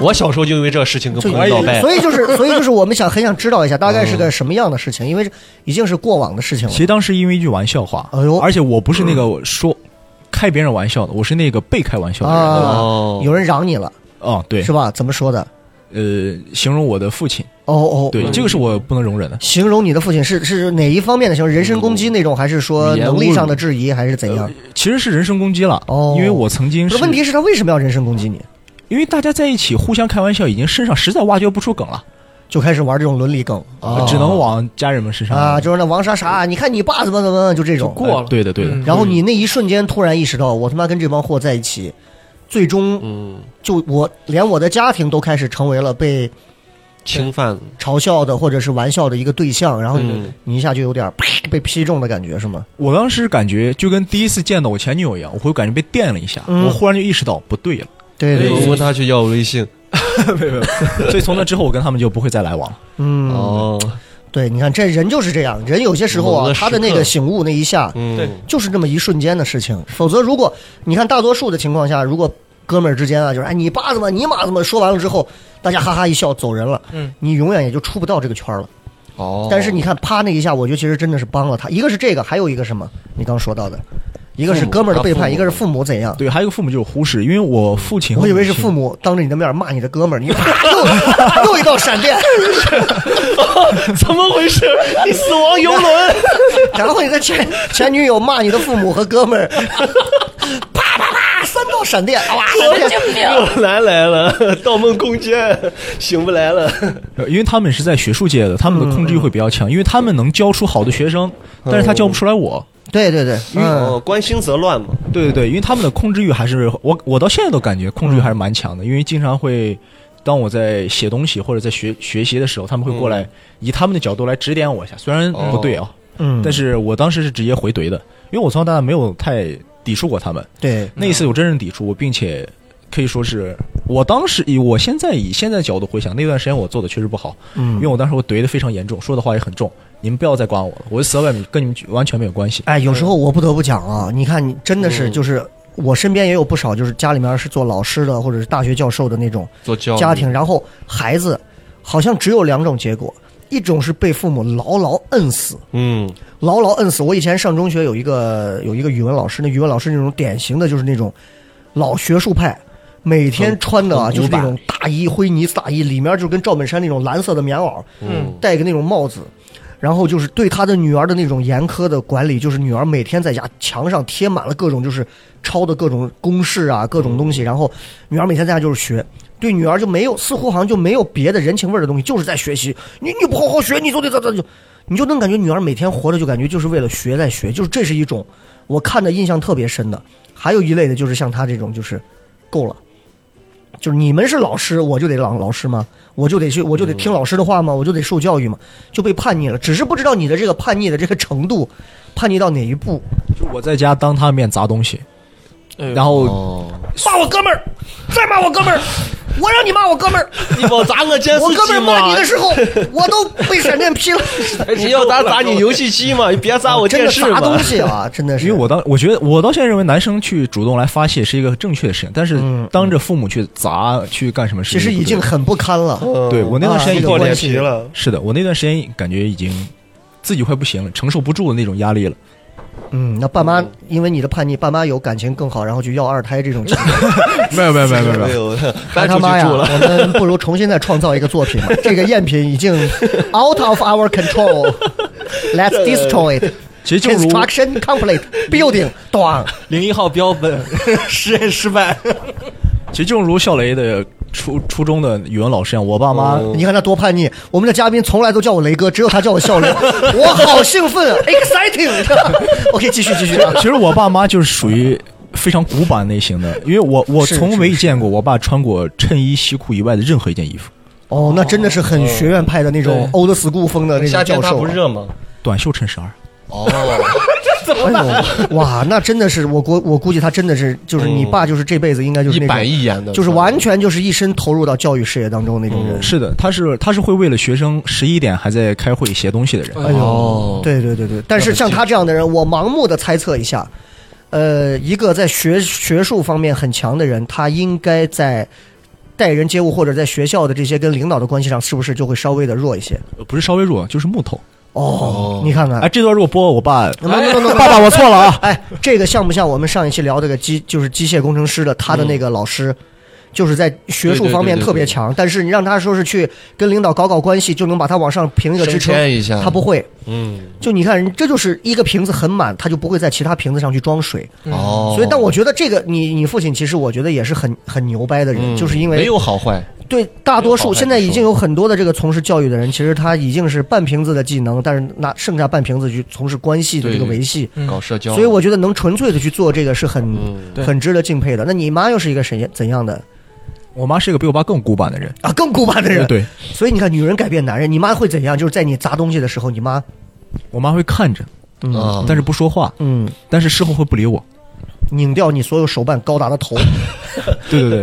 Speaker 5: 我小时候就因为这个事情跟
Speaker 3: 就
Speaker 5: 朋友闹掰。
Speaker 3: 所以就是，所以就是我们 想很想知道一下，大概是个什么样的事情，因为这已经是过往的事情了
Speaker 6: 嗯其。实当时因为一句玩笑话，
Speaker 3: 哎呦
Speaker 6: 而且我不是那个说开别人玩笑的，我是那个被开玩笑的人。
Speaker 3: 啊
Speaker 6: 啊、
Speaker 5: 哦
Speaker 3: 有人嚷你了，
Speaker 6: 哦，对
Speaker 3: 是，吧？怎么说的？
Speaker 6: 呃形容我的父亲，
Speaker 3: 哦哦，
Speaker 5: 嗯
Speaker 6: 对，这个是我不能容忍的。
Speaker 3: 形容你的父亲是是哪一方面的形容？人身攻击那种，还是说
Speaker 6: 语言
Speaker 3: 能
Speaker 6: 侮
Speaker 3: 力
Speaker 6: 辱
Speaker 3: 上的质疑，还是怎样？
Speaker 6: 其实是人身攻击了，
Speaker 3: 哦
Speaker 6: 因为我曾经
Speaker 3: 不
Speaker 6: 是
Speaker 3: 是，问题是他为什么要人身攻击你？
Speaker 6: 因为大家在一起互相开玩笑，已经身上实在挖掘不出梗了，
Speaker 3: 就开始玩这种伦理梗啊，
Speaker 6: 呃只能往家人们身上
Speaker 3: 啊，就是那王啥啥，你看你爸怎么怎么，就这种
Speaker 4: 就过了
Speaker 6: 呃对的，对的
Speaker 4: 嗯，
Speaker 3: 然后你那一瞬间突然意识到，我他妈跟这帮货在一起，最终
Speaker 5: 嗯，
Speaker 3: 就我连我的家庭都开始成为了被
Speaker 5: 侵犯，
Speaker 3: 嘲笑的或者是玩笑的一个对象，然后
Speaker 5: 嗯
Speaker 3: 你一下就有点啪被劈中的感觉是吗？
Speaker 6: 我当时感觉就跟第一次见到我前女友一样，我会感觉被电了一下，
Speaker 3: 嗯
Speaker 6: 我忽然就意识到不对了，
Speaker 3: 对对，
Speaker 5: 我
Speaker 3: 对
Speaker 5: 问他去要微信，
Speaker 6: 没有没有， 所以从那之后我跟他们就不会再来往了。
Speaker 3: 嗯，
Speaker 5: 哦，
Speaker 3: 对，你看这人就是这样，人有些时候
Speaker 5: 某
Speaker 3: 啊，
Speaker 5: 个
Speaker 3: 他的那
Speaker 5: 时
Speaker 3: 个
Speaker 5: 刻
Speaker 3: 醒悟那一下，
Speaker 5: 嗯，
Speaker 4: 对
Speaker 3: 就是这么一瞬间的事情。否则，如果你看大多数的情况下，如果哥们儿之间啊，就是哎你爸怎么你妈怎么说完了之后，大家哈哈一笑走人了，
Speaker 4: 嗯，
Speaker 3: 你永远也就出不到这个圈儿了。
Speaker 5: 哦，
Speaker 3: 但是你看啪那一下，我觉得其实真的是帮了他。一个是这个，还有一个什么？你刚说到的，一个是哥们儿的背
Speaker 5: 他父
Speaker 3: 叛，
Speaker 5: 母
Speaker 3: 一个是父母怎样。
Speaker 6: 对，还有一个父母就是忽视，因为我父亲，
Speaker 3: 我以为是父
Speaker 6: 母，
Speaker 3: 母当着你的面骂你的哥们儿，你 啪又又一道闪电，
Speaker 5: 怎么回事？你死亡 游轮，
Speaker 3: 然后你的前前女友骂你的父母和哥们儿，啪啪啪三道闪电，哇，闪电
Speaker 5: 又来来了，《盗梦空间》醒不来了，
Speaker 6: 呃因为他们是在学术界的，他们的控制欲会比较强，因为他们能教出好的学生，但是他教不出来我。
Speaker 3: 对对对，嗯
Speaker 5: 哦，关心则乱嘛，
Speaker 6: 对对对，因为他们的控制欲还是我，我到现在都感觉控制欲还是蛮强
Speaker 3: 嗯
Speaker 6: 的，因为经常会，当我在写东西或者在学学习的时候，他们会过来以他们的角度来指点我一下，虽然不对啊，
Speaker 3: 嗯，
Speaker 6: 但是我当时是直接回怼的，因为我从小到大没有太抵触过他们。
Speaker 3: 对，
Speaker 6: 那一次我真正抵触，并且可以说是我当时以我现在以现在的角度回想，那段时间我做的确实不好，
Speaker 3: 嗯
Speaker 6: 因为我当时我怼的非常严重，说的话也很重，你们不要再管我了，我就死在外面，跟你们完全没有关系。
Speaker 3: 哎，有时候我不得不讲啊，你看，你真的是就是。我身边也有不少，就是家里面是做老师的，或者是大学教授的那种
Speaker 5: 做教育
Speaker 3: 家庭，然后孩子好像只有两种结果，一种是被父母牢牢摁死，
Speaker 5: 嗯，
Speaker 3: 牢牢摁死。我以前上中学有一个有一个语文老师，那语文老师那种典型的就是那种老学术派，每天穿的啊
Speaker 5: 很
Speaker 3: 就是那
Speaker 5: 古
Speaker 3: 种大衣灰呢子大衣，里面就跟赵本山那种蓝色的棉袄，
Speaker 4: 嗯，
Speaker 3: 戴个那种帽子，然后就是对他的女儿的那种严苛的管理，就是女儿每天在家墙上贴满了各种就是抄的各种公式啊，各种东
Speaker 5: 嗯
Speaker 3: 西，然后女儿每天在家就是学。对女儿就没有，似乎好像就没有别的人情味儿的东西，就是在学习。你你不好好学，你就得咋咋就，你就能感觉女儿每天活着就感觉就是为了学在学，就是这是一种我看的印象特别深的。还有一类的就是像他这种，就是够了，就是你们是老师，我就得当老师吗？我就得去，我就得听
Speaker 5: 嗯
Speaker 3: 老师的话吗？我就得受教育吗？就被叛逆了，只是不知道你的这个叛逆的这个程度，叛逆到哪一步。
Speaker 6: 就我在家当他面砸东西，
Speaker 4: 哎呦
Speaker 6: 然后
Speaker 5: 哦，
Speaker 3: 骂我哥们儿，再骂我哥们儿，我让你骂我哥们儿，
Speaker 5: 你老砸我监
Speaker 3: 我
Speaker 5: 视
Speaker 3: 哥们
Speaker 5: 器
Speaker 3: 儿骂你
Speaker 5: 嘛
Speaker 3: 的， 时候，我都被闪电劈了。
Speaker 5: 你要砸砸你游戏机嘛，你别砸我
Speaker 3: 哦真
Speaker 5: 电
Speaker 3: 的
Speaker 5: 视
Speaker 3: 砸
Speaker 5: 嘛
Speaker 3: 东， 西啊，真 的是。
Speaker 6: 因为我当我觉得我到现在认为男生去主动来发泄是一个正确的事情，但是
Speaker 3: 嗯
Speaker 6: 当着父母去砸去干什么事
Speaker 3: 其
Speaker 6: 情
Speaker 3: 实
Speaker 6: 是
Speaker 3: 已
Speaker 6: 不对
Speaker 3: 经
Speaker 6: 的
Speaker 3: 很不堪了。
Speaker 6: 对我那段时
Speaker 3: 啊
Speaker 6: 间
Speaker 3: 这
Speaker 6: 已经
Speaker 3: 个
Speaker 5: 破脸
Speaker 3: 关系
Speaker 5: 皮了，
Speaker 6: 是的，我那段时间感觉已经自己快不行了，承受不住的那种 压力了。
Speaker 3: 嗯，那爸妈因为你的叛逆，爸妈有感情更好，然后去要二胎这种情况，
Speaker 6: 没有没有没有没有
Speaker 3: 哎
Speaker 5: 没有，
Speaker 3: 还
Speaker 5: 哎 搬
Speaker 3: 他
Speaker 5: 出去
Speaker 3: 妈呀，
Speaker 5: 住了。
Speaker 3: 我们不如重新再创造一个作 品吧。这个赝品已经 out of our control，let's destroy it。
Speaker 6: 其实就如
Speaker 3: Construction complete, building，咣，
Speaker 4: 零一号标本 实验失败，
Speaker 6: 其实就如笑雷的初初中的语文老师一样，我爸妈、
Speaker 5: 嗯
Speaker 3: 你看他多叛逆。我们的嘉宾从来都叫我雷哥，只有他叫我笑 雷，我好兴奋啊，exciting。OK，继续继续啊。
Speaker 6: 其实我爸妈就是属于非常古板类型的，因为我我
Speaker 3: 是
Speaker 6: 从
Speaker 3: 是
Speaker 6: 没见过我爸穿过衬衣西裤以外的任何一件衣服，
Speaker 3: 哦，那真的是很学院派的那种 old school 风的那
Speaker 5: 夏
Speaker 3: 种教
Speaker 5: 天他
Speaker 3: 授
Speaker 5: 不
Speaker 3: 啊。
Speaker 5: 热吗？
Speaker 6: 短袖衬衫。
Speaker 5: 哦，
Speaker 3: 哎呦，哇，那真的是我估我估计他真的是就是你
Speaker 5: 嗯
Speaker 3: 爸就是这辈子应该就是
Speaker 5: 一
Speaker 3: 那
Speaker 5: 板
Speaker 3: 种，
Speaker 5: 一眼的，
Speaker 3: 就是完全就是一身投入到教育事业当中那种人。
Speaker 6: 是的，他是他是会为了学生十一点还在开会写东西的人。
Speaker 4: 哎呦，
Speaker 5: 哦，
Speaker 3: 对对对对，但是像他这样的人，我盲目的猜测一下，呃，一个在学学术方面很强的人，他应该在待人接物或者在学校的这些跟领导的关系上，是不是就会稍微的弱一些？
Speaker 6: 呃不是稍微弱，就是木头。
Speaker 3: 哦，你看看
Speaker 6: 哎，，这段如果播我爸，
Speaker 3: 能能能能，
Speaker 6: 爸爸我错了啊！
Speaker 3: 哎，这个像不像我们上一期聊这个机就是机械工程师的他的那个老师？就是在学术方面
Speaker 5: 对对对对
Speaker 3: 特别
Speaker 5: 嗯对
Speaker 3: 强，但是你让他说是去跟领导搞搞关系就能把他往上评一个支
Speaker 5: 升
Speaker 3: 撑，
Speaker 5: 迁一啊下，
Speaker 3: 他不，会。
Speaker 5: 嗯，
Speaker 3: 就你看，这就是一个瓶子很满，他就不会在其他瓶子上去装水。
Speaker 4: 嗯
Speaker 5: 哦，
Speaker 3: 所以，但我觉得这个你你父亲其实我觉得也是很很牛掰的人，
Speaker 5: 嗯
Speaker 3: 就是因为
Speaker 5: 没有好坏，
Speaker 3: 对大多
Speaker 5: 没有好
Speaker 3: 数
Speaker 5: 坏
Speaker 3: 现在
Speaker 5: 之
Speaker 3: 已
Speaker 5: 说
Speaker 3: 经有很多的这个从事教育的人，其实他已经是半瓶子的技能，但是拿剩下半瓶子去从事关系的这个
Speaker 5: 对
Speaker 3: 维系。
Speaker 4: 嗯
Speaker 5: 搞社交，
Speaker 3: 所以我觉得能纯粹的去做这个是很、
Speaker 5: 嗯，
Speaker 4: 对
Speaker 3: 很值得敬佩的。那你妈又是一个谁怎样的
Speaker 6: 我妈是一个比我爸更古板的人，
Speaker 3: 啊？更古板的人。
Speaker 6: 对
Speaker 3: 所以你看，女人改变男人，你妈会怎样？就是在你砸东西的时候，你妈，
Speaker 6: 我妈会看着，
Speaker 3: 嗯、
Speaker 5: 啊，
Speaker 6: 但是不说话，
Speaker 3: 嗯，
Speaker 6: 但是事后会不理我。
Speaker 3: 拧掉你所有手办高达的头。
Speaker 6: 对对对，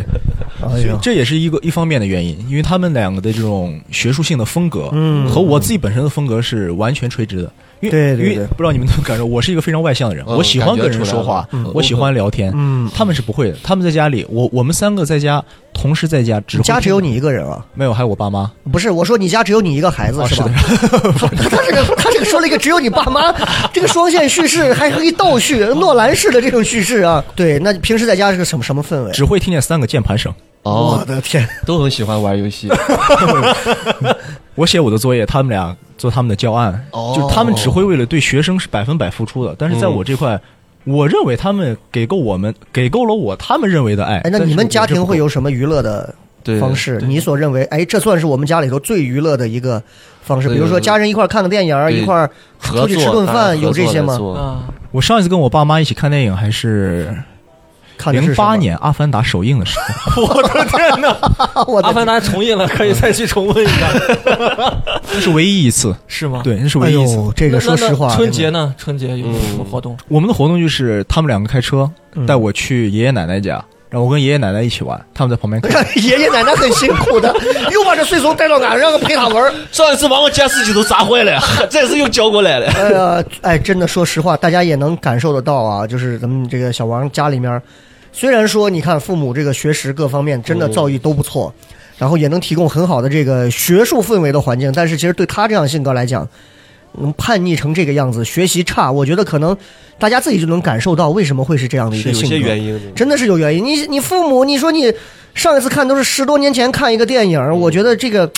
Speaker 3: 哎
Speaker 6: 所以
Speaker 3: 呀，
Speaker 6: 这也是一个一方面的原因，因为他们两个的这种学术性的风格，
Speaker 3: 嗯
Speaker 6: 和我自己本身的风格是完全垂直的。因为
Speaker 3: 对对
Speaker 6: 因
Speaker 3: 对
Speaker 6: 为不知道你们有没有感受，我是一个非常外向的人，
Speaker 5: 嗯
Speaker 6: 我喜欢
Speaker 5: 感
Speaker 6: 跟
Speaker 5: 觉
Speaker 6: 人
Speaker 5: 出来
Speaker 6: 说
Speaker 5: 了
Speaker 6: 话，
Speaker 5: 嗯
Speaker 6: 我喜欢聊天。
Speaker 3: 嗯
Speaker 6: 他们是不会的，他们在家里，我我们三个在家同时在家，只
Speaker 3: 你
Speaker 6: 会
Speaker 3: 家只有
Speaker 6: 听
Speaker 3: 你一个人啊？
Speaker 6: 没有，还有我爸妈。
Speaker 3: 不是，我说你家只有你一个孩子、
Speaker 6: 哦
Speaker 3: 吧？他 他这个他这个说了一个只有你爸妈， 这个双线叙事还是一倒叙，诺兰式的这种叙事啊。对，那平时在家是个什么什么氛围？
Speaker 6: 只会听见三个键盘声。
Speaker 3: 我
Speaker 5: 哦，
Speaker 3: 的天，
Speaker 5: 都很喜欢玩游 戏，
Speaker 6: 我写我的作业，他们俩做他们的教案，
Speaker 5: 哦
Speaker 6: 就是他们只会为了对学生是百分百付出的，但是在
Speaker 5: 嗯
Speaker 6: 我这块，我认为他们给够我们，给够了我他们认为的爱。
Speaker 3: 哎，那
Speaker 6: 但是
Speaker 3: 你们
Speaker 6: 我
Speaker 3: 家
Speaker 6: 这
Speaker 3: 庭
Speaker 6: 不
Speaker 3: 会
Speaker 6: 够
Speaker 3: 有什么娱乐的
Speaker 5: 对
Speaker 3: 方式？
Speaker 5: 对
Speaker 3: 你所认为，哎，这算是我们家里头最娱乐的一个方式，比如说
Speaker 5: 对对对
Speaker 3: 家人一块儿看个电影儿，
Speaker 5: 对
Speaker 3: 一块儿出
Speaker 5: 合
Speaker 3: 去
Speaker 5: 作
Speaker 3: 吃顿
Speaker 5: 哎
Speaker 3: 饭，有
Speaker 5: 合
Speaker 3: 这
Speaker 5: 作
Speaker 3: 些
Speaker 5: 来
Speaker 3: 吗？
Speaker 5: 做
Speaker 4: 啊，
Speaker 6: 我上一次跟我爸妈一起看电影还是
Speaker 3: 看的是
Speaker 6: 零
Speaker 3: 什么
Speaker 6: 八，年《阿凡达》首映的时 候，
Speaker 4: 我的天哪！
Speaker 3: 啊我
Speaker 4: 阿
Speaker 3: 的
Speaker 4: 凡达重映了，可以再去重温一下，
Speaker 6: 那是唯一一次，
Speaker 4: 是吗？
Speaker 6: 对，那是
Speaker 3: 哎
Speaker 6: 唯一一次。
Speaker 3: 呦，
Speaker 4: 那，
Speaker 3: 这个说
Speaker 4: 那
Speaker 3: 实
Speaker 4: 那
Speaker 3: 话，
Speaker 4: 春节呢？春节有什么
Speaker 5: 嗯
Speaker 4: 活动？
Speaker 6: 我们的活动就是他们两个开车
Speaker 3: 嗯
Speaker 6: 带我去爷爷奶奶家，然后我跟爷爷奶奶一起玩，他们在旁边看。
Speaker 3: 爷爷奶奶很辛苦的， 又把这岁数带到哪儿，让个陪他玩儿。
Speaker 5: 上一次把我家自己都砸坏了， 这次又交过来了。
Speaker 3: 哎呀， 哎，真的，说实话，大家也能感受得到啊，就是咱们这个小王家里面儿，虽然说你看父母这个学识各方面真的
Speaker 5: 嗯
Speaker 3: 造诣都不错，然后也能提供很好的这个学术氛围的环境，但是其实对他这样性格来讲，能叛逆成这个样子，学习差，我觉得可能大家自己就能感受到为什么会是这样的一
Speaker 5: 是
Speaker 3: 个
Speaker 5: 有
Speaker 3: 性格。
Speaker 5: 些原因的，
Speaker 3: 真的是有原因。你你父母，你说你上一次看都是十多年前看一个电
Speaker 4: 嗯
Speaker 3: 影，我觉得这个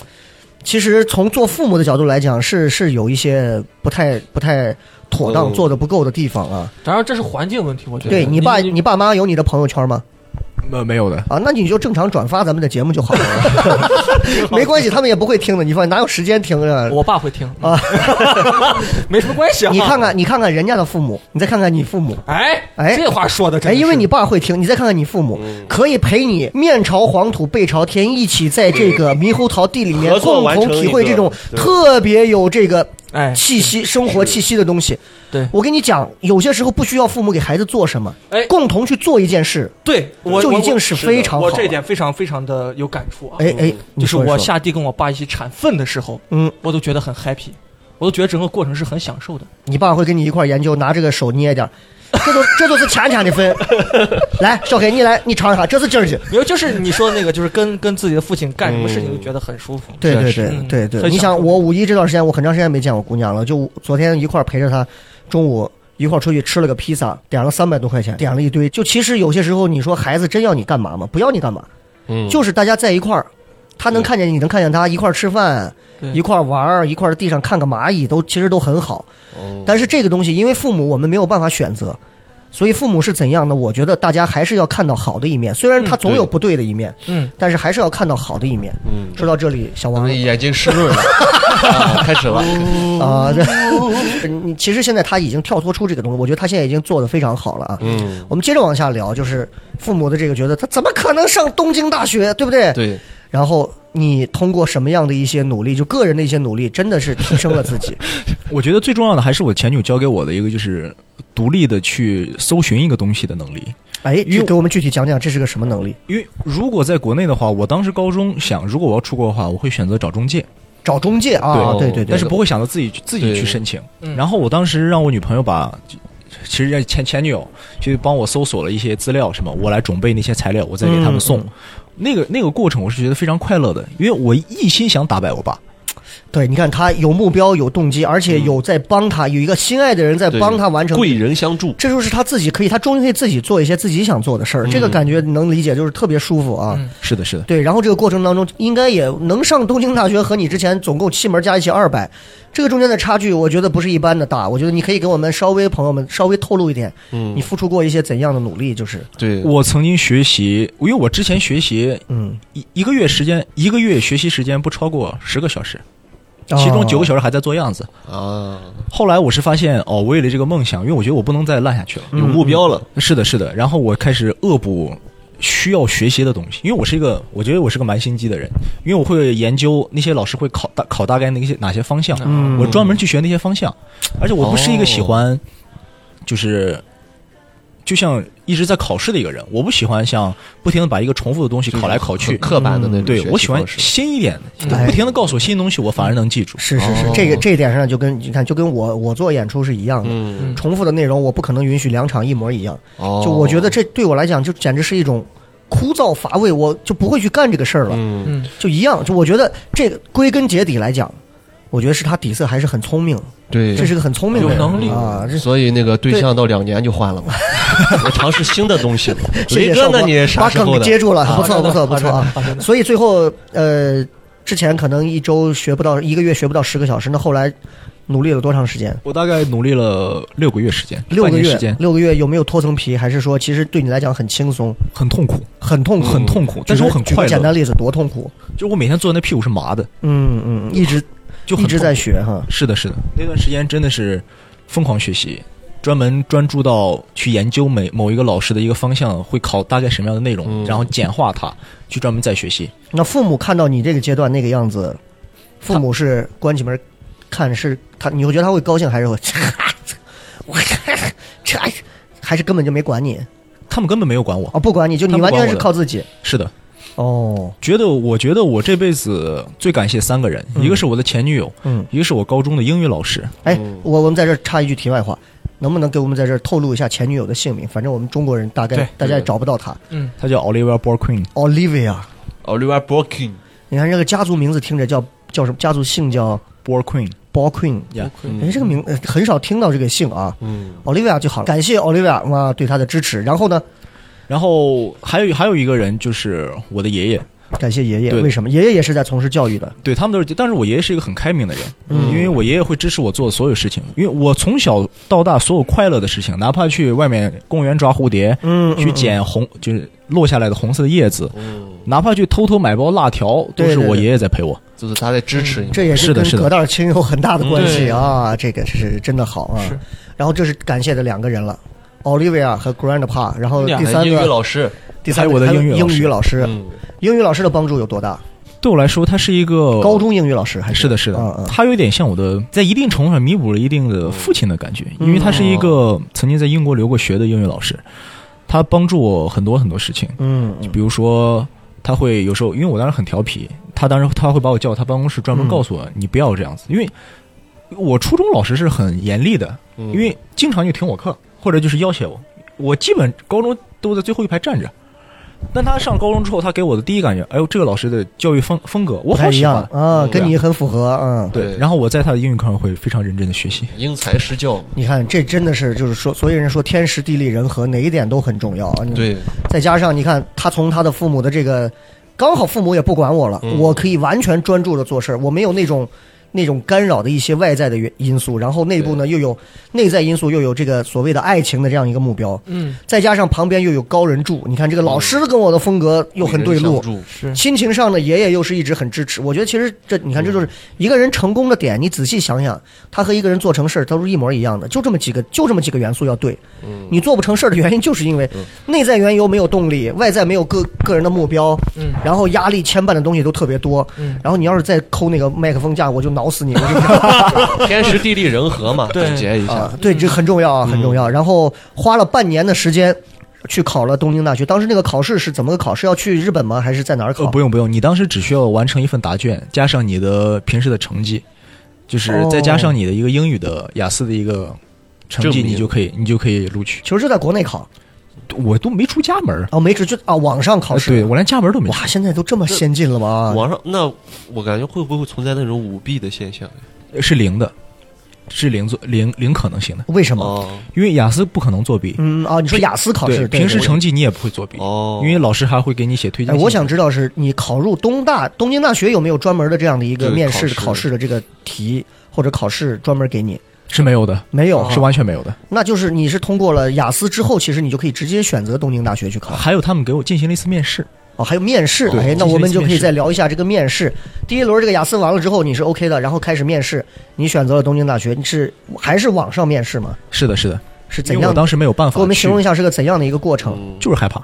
Speaker 3: 其实从做父母的角度来讲，是是有一些不太不太妥当、
Speaker 5: 嗯
Speaker 3: 做的不够的地方啊。
Speaker 4: 当然这是环境问题，我觉得。
Speaker 3: 对你爸，
Speaker 4: 你
Speaker 3: 你爸妈有你的朋友圈吗？
Speaker 6: 呃，没有的，
Speaker 3: 啊，那你就正常转发咱们的节目就好了， 没关系，他们也不会听的。你放心哪有时间听啊？
Speaker 4: 我爸会听啊，没什么关系啊。
Speaker 3: 你看，看，你看看人家的父母，你再看看你父母，
Speaker 4: 哎
Speaker 3: 哎
Speaker 4: 这话说的真
Speaker 3: 哎，
Speaker 4: 的是，嗯
Speaker 3: 因为你爸会听，你再看看你父母，可以陪你面朝黄土背朝天，一起在这个猕猴桃地里面
Speaker 5: 合作
Speaker 3: 共
Speaker 5: 完
Speaker 3: 同
Speaker 5: 成
Speaker 3: 体
Speaker 5: 一
Speaker 3: 会
Speaker 5: 个
Speaker 3: 这种
Speaker 5: 对
Speaker 3: 特别有这个
Speaker 4: 哎
Speaker 3: 气息、生活气息的东西。
Speaker 4: 对
Speaker 3: 我跟你讲，有些时候不需要父母给孩子做什么，
Speaker 4: 哎
Speaker 3: 共同去做一件事，
Speaker 4: 对我
Speaker 3: 就
Speaker 4: 我
Speaker 3: 已经
Speaker 4: 我
Speaker 3: 是非常好
Speaker 4: 我
Speaker 3: 了。
Speaker 4: 这一点非常非常的有感触啊。
Speaker 3: 哎哎，你
Speaker 4: 就是
Speaker 3: 说一说
Speaker 4: 我下地跟我爸一起铲粪的时候，
Speaker 3: 嗯，
Speaker 4: 我都觉得很 happy，我都觉得整个过程是很享受的。
Speaker 3: 你爸会跟你一块儿研究，拿这个手捏点儿。这都这都是浅浅的 分，来，小黑你来，你尝一下，这是劲儿劲。
Speaker 4: 没有，就是你说的那个，就是跟跟自己的父亲干什么事情
Speaker 5: 嗯
Speaker 4: 都觉得很舒服。
Speaker 3: 对对
Speaker 5: 是
Speaker 3: 对
Speaker 4: 嗯
Speaker 3: 对对，
Speaker 4: 很
Speaker 3: 你
Speaker 4: 享
Speaker 3: 想
Speaker 4: 受
Speaker 3: 我五一这段时间，我很长时间没见我姑娘了，就昨天一块儿陪着她，中午一块儿出去吃了个披萨，点了三百多块钱，点了一堆。就其实有些时候，你说孩子真要你干嘛吗？不要你干嘛，
Speaker 5: 嗯，
Speaker 3: 就是大家在一块儿，他能
Speaker 5: 对
Speaker 3: 看见你，能看见他，一块儿吃饭，
Speaker 4: 对
Speaker 3: 一块儿玩儿，一块儿在地上看个蚂蚁，都其实都很好。
Speaker 5: 哦
Speaker 3: 但是这个东西，因为父母我们没有办法选择，所以父母是怎样的，我觉得大家还是要看到好的一面，虽然他总有
Speaker 5: 嗯对
Speaker 3: 不对的一面，
Speaker 4: 嗯，
Speaker 3: 但是还是要看到好的一面。
Speaker 5: 嗯，
Speaker 3: 说到这里，小
Speaker 5: 我
Speaker 3: 王
Speaker 5: 们眼睛湿润了， 啊开始了，
Speaker 3: 啊，这 嗯你其实现在他已经跳脱出这个东西，我觉得他现在已经做得非常好了啊。
Speaker 5: 嗯，
Speaker 3: 我们接着往下聊，就是父母的这个觉得他怎么可能上东京大学，对不对？。
Speaker 5: 对，
Speaker 3: 然后你通过什么样的一些努力，就个人的一些努力，真的是提升了自己。
Speaker 6: 我觉得最重要的还是我前女友教给我的一个，就是独立的去搜寻一个东西的能力。
Speaker 3: 哎，
Speaker 6: 因为
Speaker 3: 就给我们具体讲讲这是个什么能力？
Speaker 6: 因为如果在国内的话，我当时高中想，如果我要出国的话，我会选择找中介，
Speaker 3: 找中介啊，对
Speaker 5: 对
Speaker 3: 对对。
Speaker 6: 但是不会想到自己去自己
Speaker 5: 对
Speaker 6: 去申请。
Speaker 4: 嗯
Speaker 6: 然后我当时让我女朋友把，其实前前女友去帮我搜索了一些资料，什么我来准备那些材料，我再给他们送。那个那个过程我是觉得非常快乐的，因为我一心想打败我爸，
Speaker 3: 对，你看他有目标、有动机，而且有在帮他，有一个心爱的人在
Speaker 5: 对
Speaker 3: 帮他完成。
Speaker 5: 贵人相助，
Speaker 3: 这就是他自己可以，他终于可以自己做一些自己想做的事儿，
Speaker 5: 嗯
Speaker 3: 这个感觉能理解，就是特别舒服啊。
Speaker 4: 嗯
Speaker 6: 是的，是的，
Speaker 3: 对，然后这个过程当中，应该也能上东京大学，和你之前总共七门加一起二百，这个中间的差距，我觉得不是一般的大。我觉得你可以给我们稍微朋友们稍微透露一点，
Speaker 5: 嗯
Speaker 3: 你，付出过一些怎样的努力？就是，
Speaker 5: 对，
Speaker 6: 我曾经学习，因为我之前学习
Speaker 3: 嗯，
Speaker 6: 一一个月时间，一个月学习时间不超过十个小时，其中九个小时还在做样子。
Speaker 5: 啊，
Speaker 6: 后来我是发现，哦，为了这个梦想，因为我觉得我不能再烂下去了。
Speaker 5: 有目标了，
Speaker 6: 是的，是的。然后我开始恶补需要学习的东西，因为我是一个，我觉得我是个蛮心机的人，因为我会研究那些老师会考大考大概那些哪些方向，
Speaker 3: 嗯
Speaker 6: 我专门去学那些方向，而且我不是一个喜欢，就是就像一直在考试的一个人，我不喜欢像不停的把一个重复的东西考来考去
Speaker 5: 很。
Speaker 6: 嗯
Speaker 5: 刻板的那种学
Speaker 6: 对
Speaker 5: 习，
Speaker 6: 我喜欢
Speaker 5: 方式
Speaker 6: 新一点的，
Speaker 3: 哎
Speaker 6: 就不停的告诉我新东西，我反而能记住。
Speaker 3: 是是是，
Speaker 5: 哦
Speaker 3: 这个这一点上就跟你看，就跟我我做演出是一样的。
Speaker 5: 嗯，
Speaker 4: 嗯
Speaker 3: 重复的内容我不可能允许两场一模一样，
Speaker 5: 哦
Speaker 3: 就我觉得，这对我来讲就简直是一种枯燥乏味，我就不会去干这个事儿了。
Speaker 5: 嗯，
Speaker 4: 嗯，
Speaker 3: 就一样，就我觉得这个归根结底来讲，我觉得是他底色还是很聪明，
Speaker 5: 对，
Speaker 3: 这是个很聪明的人
Speaker 4: 有能力
Speaker 3: 啊。这
Speaker 5: 所以那个对象到两年就换了嘛，我尝试新的东西了。
Speaker 3: 谢
Speaker 5: 雷
Speaker 3: 谢
Speaker 5: 哥
Speaker 3: 少
Speaker 5: 呢？
Speaker 3: 博
Speaker 5: 你啥
Speaker 3: 把
Speaker 5: 时候
Speaker 3: 梗
Speaker 5: 的？
Speaker 3: 接住了，不错
Speaker 4: 好
Speaker 3: 不
Speaker 4: 的
Speaker 3: 错不错
Speaker 4: 好的
Speaker 3: 啊
Speaker 4: 好的！
Speaker 3: 所以最后呃，之前可能一周学不到一个月学不到十个小时，那后来努力了多长时间？
Speaker 6: 我大概努力了六个月时间，
Speaker 3: 六个
Speaker 6: 半年
Speaker 3: 月
Speaker 6: 时间，
Speaker 3: 六个月有没有脱层皮？还是说其实对你来讲很轻松，
Speaker 6: 很痛苦，
Speaker 3: 很痛苦，
Speaker 6: 很痛苦，哦但是我很
Speaker 3: 嗯举个
Speaker 6: 快
Speaker 3: 简
Speaker 6: 乐。
Speaker 3: 单例子，多痛苦！
Speaker 6: 就我每天坐在那屁股是麻的，
Speaker 3: 嗯嗯，一直
Speaker 6: 就很
Speaker 3: 一直
Speaker 6: 痛
Speaker 3: 在学哈。
Speaker 6: 是的，是的，那段时间真的是疯狂学习，专门专注到去研究每某一个老师的一个方向会考大概什么样的内容，
Speaker 5: 嗯
Speaker 6: 然后简化它，去专门再学习。
Speaker 3: 那父母看到你这个阶段那个样子，父母是关起门看是他，你会觉得他会高兴还是会？我这还是根本就没管你
Speaker 6: 他们根本没有管我。
Speaker 3: 哦，不管你就
Speaker 6: 他
Speaker 3: 你
Speaker 6: 不
Speaker 3: 完
Speaker 6: 管
Speaker 3: 全
Speaker 6: 我
Speaker 3: 是
Speaker 6: 的
Speaker 3: 靠自己
Speaker 6: 是的，
Speaker 3: 哦，
Speaker 6: 觉得我觉得我这辈子最感谢三个人，一个是我的前女友，
Speaker 3: 嗯，
Speaker 6: 一个是我高中的英语老师，
Speaker 3: 哎，我我们在这儿插一句题外话，能不能给我们在这儿透露一下前女友的姓名？反正我们中国人大概
Speaker 4: 对
Speaker 3: 大家也找不到她
Speaker 6: 她叫 Olivia Borquin，
Speaker 3: ，Olivia。
Speaker 5: 哦 Oliver Brokin，
Speaker 3: 你看这个家族名字听着叫叫什么？家族姓叫
Speaker 6: Borquin，
Speaker 3: Ball Queen，
Speaker 6: 呀，
Speaker 3: 哎，这个名呃很少听到这个姓啊。
Speaker 5: 嗯，
Speaker 3: Olivia 就好了，感谢 Olivia 哇对她的支持。然后呢，
Speaker 6: 然后还有还有一个人就是我的爷爷，
Speaker 3: 感谢爷爷，
Speaker 6: 对
Speaker 3: 为什么？爷爷也是在从事教育的，
Speaker 6: 对他们都是，但是我爷爷是一个很开明的人，
Speaker 3: 嗯
Speaker 6: 因为我爷爷会支持我做所有事情，因为我从小到大所有快乐的事情，哪怕去外面公园抓蝴蝶，
Speaker 3: 嗯哦
Speaker 6: 去捡红就是落下来的红色的叶子，哪怕去偷偷买包辣条，都
Speaker 3: 对
Speaker 6: 是
Speaker 3: 对
Speaker 6: 我
Speaker 3: 对
Speaker 6: 爷爷在陪我。
Speaker 5: 就是他在支持你，
Speaker 3: 这也
Speaker 6: 是的
Speaker 3: 跟
Speaker 6: 是的
Speaker 3: 葛大清有很大的关系
Speaker 4: 嗯
Speaker 3: 啊。这个是真的好啊
Speaker 4: 是。
Speaker 3: 然后这是感谢的两个人了。Olivia 和 Grandpa，然
Speaker 5: 嗯
Speaker 3: 后
Speaker 4: 两
Speaker 3: 第
Speaker 4: 个
Speaker 3: 三
Speaker 5: 英语
Speaker 3: 个，
Speaker 5: 老师，
Speaker 3: 第三
Speaker 6: 还
Speaker 3: 个
Speaker 6: 有我的
Speaker 3: 还有
Speaker 6: 英语老
Speaker 3: 英
Speaker 6: 师
Speaker 3: 语老师，
Speaker 5: 嗯，
Speaker 3: 英语老师的帮助有多大？
Speaker 6: 对我来说，他是一个
Speaker 3: 高。中英语老师还
Speaker 6: 哦是的，是
Speaker 3: 嗯
Speaker 6: 的
Speaker 3: 嗯，
Speaker 6: 他有点像我的，在一定程度上弥补了一定的父亲的感觉，
Speaker 3: 嗯
Speaker 6: 因为他是一个曾经在英国留过学的英语老师，他帮助我很多很多事情。
Speaker 3: 嗯嗯
Speaker 6: 比如说，他会有时候，因为我当时很调皮，他当时他会把我叫到他办公室，专
Speaker 3: 嗯
Speaker 6: 门告诉我、你不要这样子，因为我初中老师是很严厉的，
Speaker 5: 嗯
Speaker 6: 因为经常就停我课，或者就是要挟我。我基本高中都在最后一排站着，但他上高中之后，他给我的第一感觉，哎呦，这个老师的教育风风格我
Speaker 3: 不太
Speaker 6: 好
Speaker 3: 一
Speaker 6: 喜
Speaker 3: 样
Speaker 6: 欢。
Speaker 3: 啊，
Speaker 5: 嗯
Speaker 3: 跟你很符合啊。
Speaker 5: 对
Speaker 6: 对，然后我在他的英语课上会非常认真的学习。
Speaker 5: 因材施教嘛，
Speaker 3: 你看，这真的是就是说，所以人说天时地利人和哪一点都很重要啊。你
Speaker 5: 对，
Speaker 3: 再加上你看，他从他的父母的这个，刚好父母也不管我了，
Speaker 5: 嗯
Speaker 3: 我可以完全专注的做事儿，我没有那种那种干扰的一些外在的原因素，然后内部呢又有内在因素，又有这个所谓的爱情的这样一个目标，
Speaker 4: 嗯，
Speaker 3: 再加上旁边又有高人助，你看这个
Speaker 5: 嗯
Speaker 3: 老师跟我的风格又很对路。
Speaker 5: 与人相助
Speaker 4: 是
Speaker 3: 亲情上呢，爷爷又是一直很支持。我觉得其实这，你看，这就是一个人成功的点。你仔细想想，他和一个人做成事儿都是一模一样的，就这么几个，就这么几个元素要对。你做不成事儿的原因，就是因为内在缘由没有动力，外在没有个个人的目标，
Speaker 4: 嗯
Speaker 3: 然后压力牵绊的东西都特别多。
Speaker 4: 嗯
Speaker 3: 然后你要是再抠那个麦克风架，我就挠死你！我就
Speaker 5: 天时地利人和嘛，
Speaker 4: 对
Speaker 5: 总结一下
Speaker 3: 啊，，对，这很重要啊，很重要。然后花了半年的时间去考了东京大学，当时那个考试是怎么个考试？要去日本吗？还是在哪儿
Speaker 6: 呃，
Speaker 3: 考？
Speaker 6: 不用不用，你当时只需要完成一份答卷，加上你的平时的成绩，就是
Speaker 3: 哦
Speaker 6: 再加上你的一个英语的雅思的一个成
Speaker 5: 证
Speaker 6: 绩，
Speaker 5: 明
Speaker 6: 你就可以你就可以录取。
Speaker 3: 其实就在国内考，
Speaker 6: 我都没出家门儿，呃
Speaker 3: 哦，没准就啊，网上考试。
Speaker 6: 对我连家门儿都没出。
Speaker 3: 哇，现在都这么先进了吗？
Speaker 5: 网上那我感觉会不会存在那种舞弊的现象？
Speaker 6: 是零的，是零作零零可能性的，
Speaker 3: 为什么？
Speaker 5: 哦
Speaker 6: 因为雅思不可能作弊，
Speaker 3: 嗯啊，你说雅思考试，
Speaker 6: 对，
Speaker 3: 对
Speaker 6: 呃平时
Speaker 3: 对
Speaker 6: 成绩你也不会作弊，
Speaker 5: 哦，
Speaker 6: 因为老师还会给你写推荐
Speaker 3: 哎，
Speaker 6: 信。
Speaker 3: 我想知道是你考入东大、东京大学有没有专门的这样的一个
Speaker 5: 对
Speaker 3: 面试
Speaker 5: 考试
Speaker 3: 考试的这个题或者考试专门给你？
Speaker 6: 是没有的，
Speaker 3: 没有，
Speaker 6: 是完全没有的。
Speaker 3: 那就是你是通过了雅思之后，其实你就可以直接选择东京大学去考。
Speaker 6: 还有他们给我进行了一次面试，
Speaker 3: 哦，还有面试，
Speaker 6: 对
Speaker 3: 哎，
Speaker 6: 进行
Speaker 3: 那我们就可
Speaker 6: 面
Speaker 3: 以
Speaker 6: 试
Speaker 3: 再聊一下这个面试。第一轮这个雅思完了之后，你是 OK 的，然后开始面试，你选择了东京大学，你是还是网上面试吗？
Speaker 6: 是的，是的，
Speaker 3: 是
Speaker 6: 因
Speaker 3: 怎
Speaker 6: 为我
Speaker 3: 样？
Speaker 6: 当时没有办法
Speaker 3: 给我们形容一
Speaker 6: 下，
Speaker 3: 下是个怎样的一个过程？
Speaker 5: 嗯
Speaker 6: 就是害怕，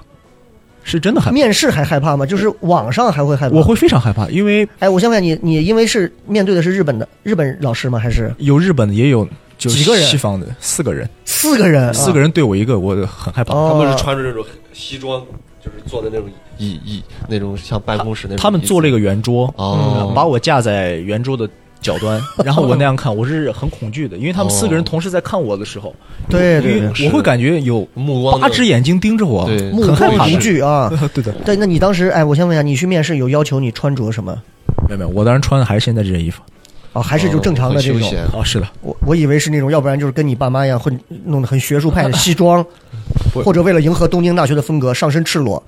Speaker 6: 是真的害怕，
Speaker 3: 面试还害怕吗？就是网上还会害怕？
Speaker 6: 我会非常害怕，因为
Speaker 3: 哎，我想问你，你因为是面对的是日本的日本老师吗？还是
Speaker 6: 有日本的，也有就
Speaker 3: 几个人
Speaker 6: 西方的，四个人，
Speaker 3: 四个人？
Speaker 6: 四个人对我一个，我很害怕。
Speaker 3: 哦
Speaker 5: 他们是穿着那种西装，就是坐的那种椅椅，那种像办公室那种椅子。
Speaker 6: 他们做了一个圆桌，
Speaker 5: 哦
Speaker 6: 嗯把我架在圆桌的角 端，然后我那样看，我是很恐惧的，因为他们四个人同时在看我的时候，
Speaker 3: 对
Speaker 6: 因
Speaker 3: 对
Speaker 6: 为
Speaker 3: 对，
Speaker 6: 我会感觉有
Speaker 5: 目光的
Speaker 6: 八只眼睛盯着我，
Speaker 5: 对
Speaker 3: 目
Speaker 6: 很害
Speaker 3: 光
Speaker 6: 怕的
Speaker 3: 无。惧啊。
Speaker 6: 对的，
Speaker 3: 对，那你当时哎，我先问一下，你去面试有要求你穿着什么？
Speaker 6: 没有没有，我当时穿的还是现在这件衣服。
Speaker 3: 哦，还是就正常的这
Speaker 5: 很
Speaker 3: 种
Speaker 5: 休？闲
Speaker 6: 哦，是的，
Speaker 3: 我我以为是那种，要不然就是跟你爸妈一样，会弄得很学术派的西装，
Speaker 6: 不
Speaker 3: 或者为了迎合东京大学的风格，上身赤裸，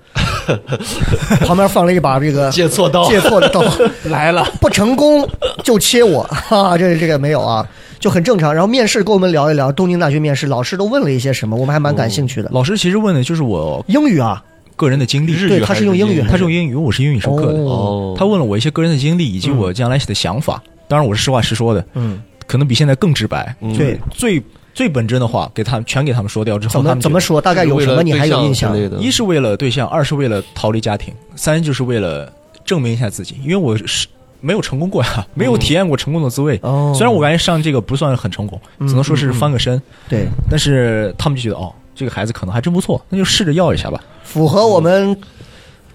Speaker 3: 旁边放了一把这个
Speaker 5: 借错刀，
Speaker 3: 借错的 刀，
Speaker 4: 来了，
Speaker 3: 不成功就切我， 哈、哈，这这个没有啊，就很正常。然后面试跟我们聊一聊东京大学面试，老师都问了一些什么，我们还蛮感兴趣的。
Speaker 6: 老师其实问的就是我
Speaker 3: 英语啊，
Speaker 6: 个人的经历，
Speaker 5: 哦日
Speaker 3: 对，
Speaker 5: 语
Speaker 3: 他
Speaker 5: 还
Speaker 3: 是
Speaker 5: 是
Speaker 3: 用英语
Speaker 5: 英
Speaker 3: 还
Speaker 5: 语
Speaker 3: 是，
Speaker 6: 他是用英语，我是英语授课的。
Speaker 5: 哦
Speaker 6: 他问了我一些个人的经历以及我将来的想法，当然我是实话实说的，
Speaker 3: 嗯，
Speaker 6: 可能比现在更直白。
Speaker 5: 嗯
Speaker 3: 对，
Speaker 6: 最最本真的话给他们全给他们说掉之后，
Speaker 3: 怎
Speaker 6: 他
Speaker 3: 么
Speaker 6: 们
Speaker 3: 怎么
Speaker 6: 觉
Speaker 3: 说？大概有
Speaker 5: 为
Speaker 3: 什
Speaker 5: 了
Speaker 3: 么你还有
Speaker 5: 对
Speaker 3: 印
Speaker 5: 象
Speaker 3: 象
Speaker 5: 之？类的
Speaker 6: 得？一是为了对象，二是为了逃离家庭，三就是为了证明一下自己，因为我是。没有成功过呀、没有体验过成功的滋味。
Speaker 3: 嗯哦嗯
Speaker 6: 虽然我感觉上这个不算很成功，只能说是翻个身，
Speaker 3: 对，
Speaker 6: 但是他们就觉得哦，这个孩子可能还真不错，那就试着要一下吧。
Speaker 3: 符合我们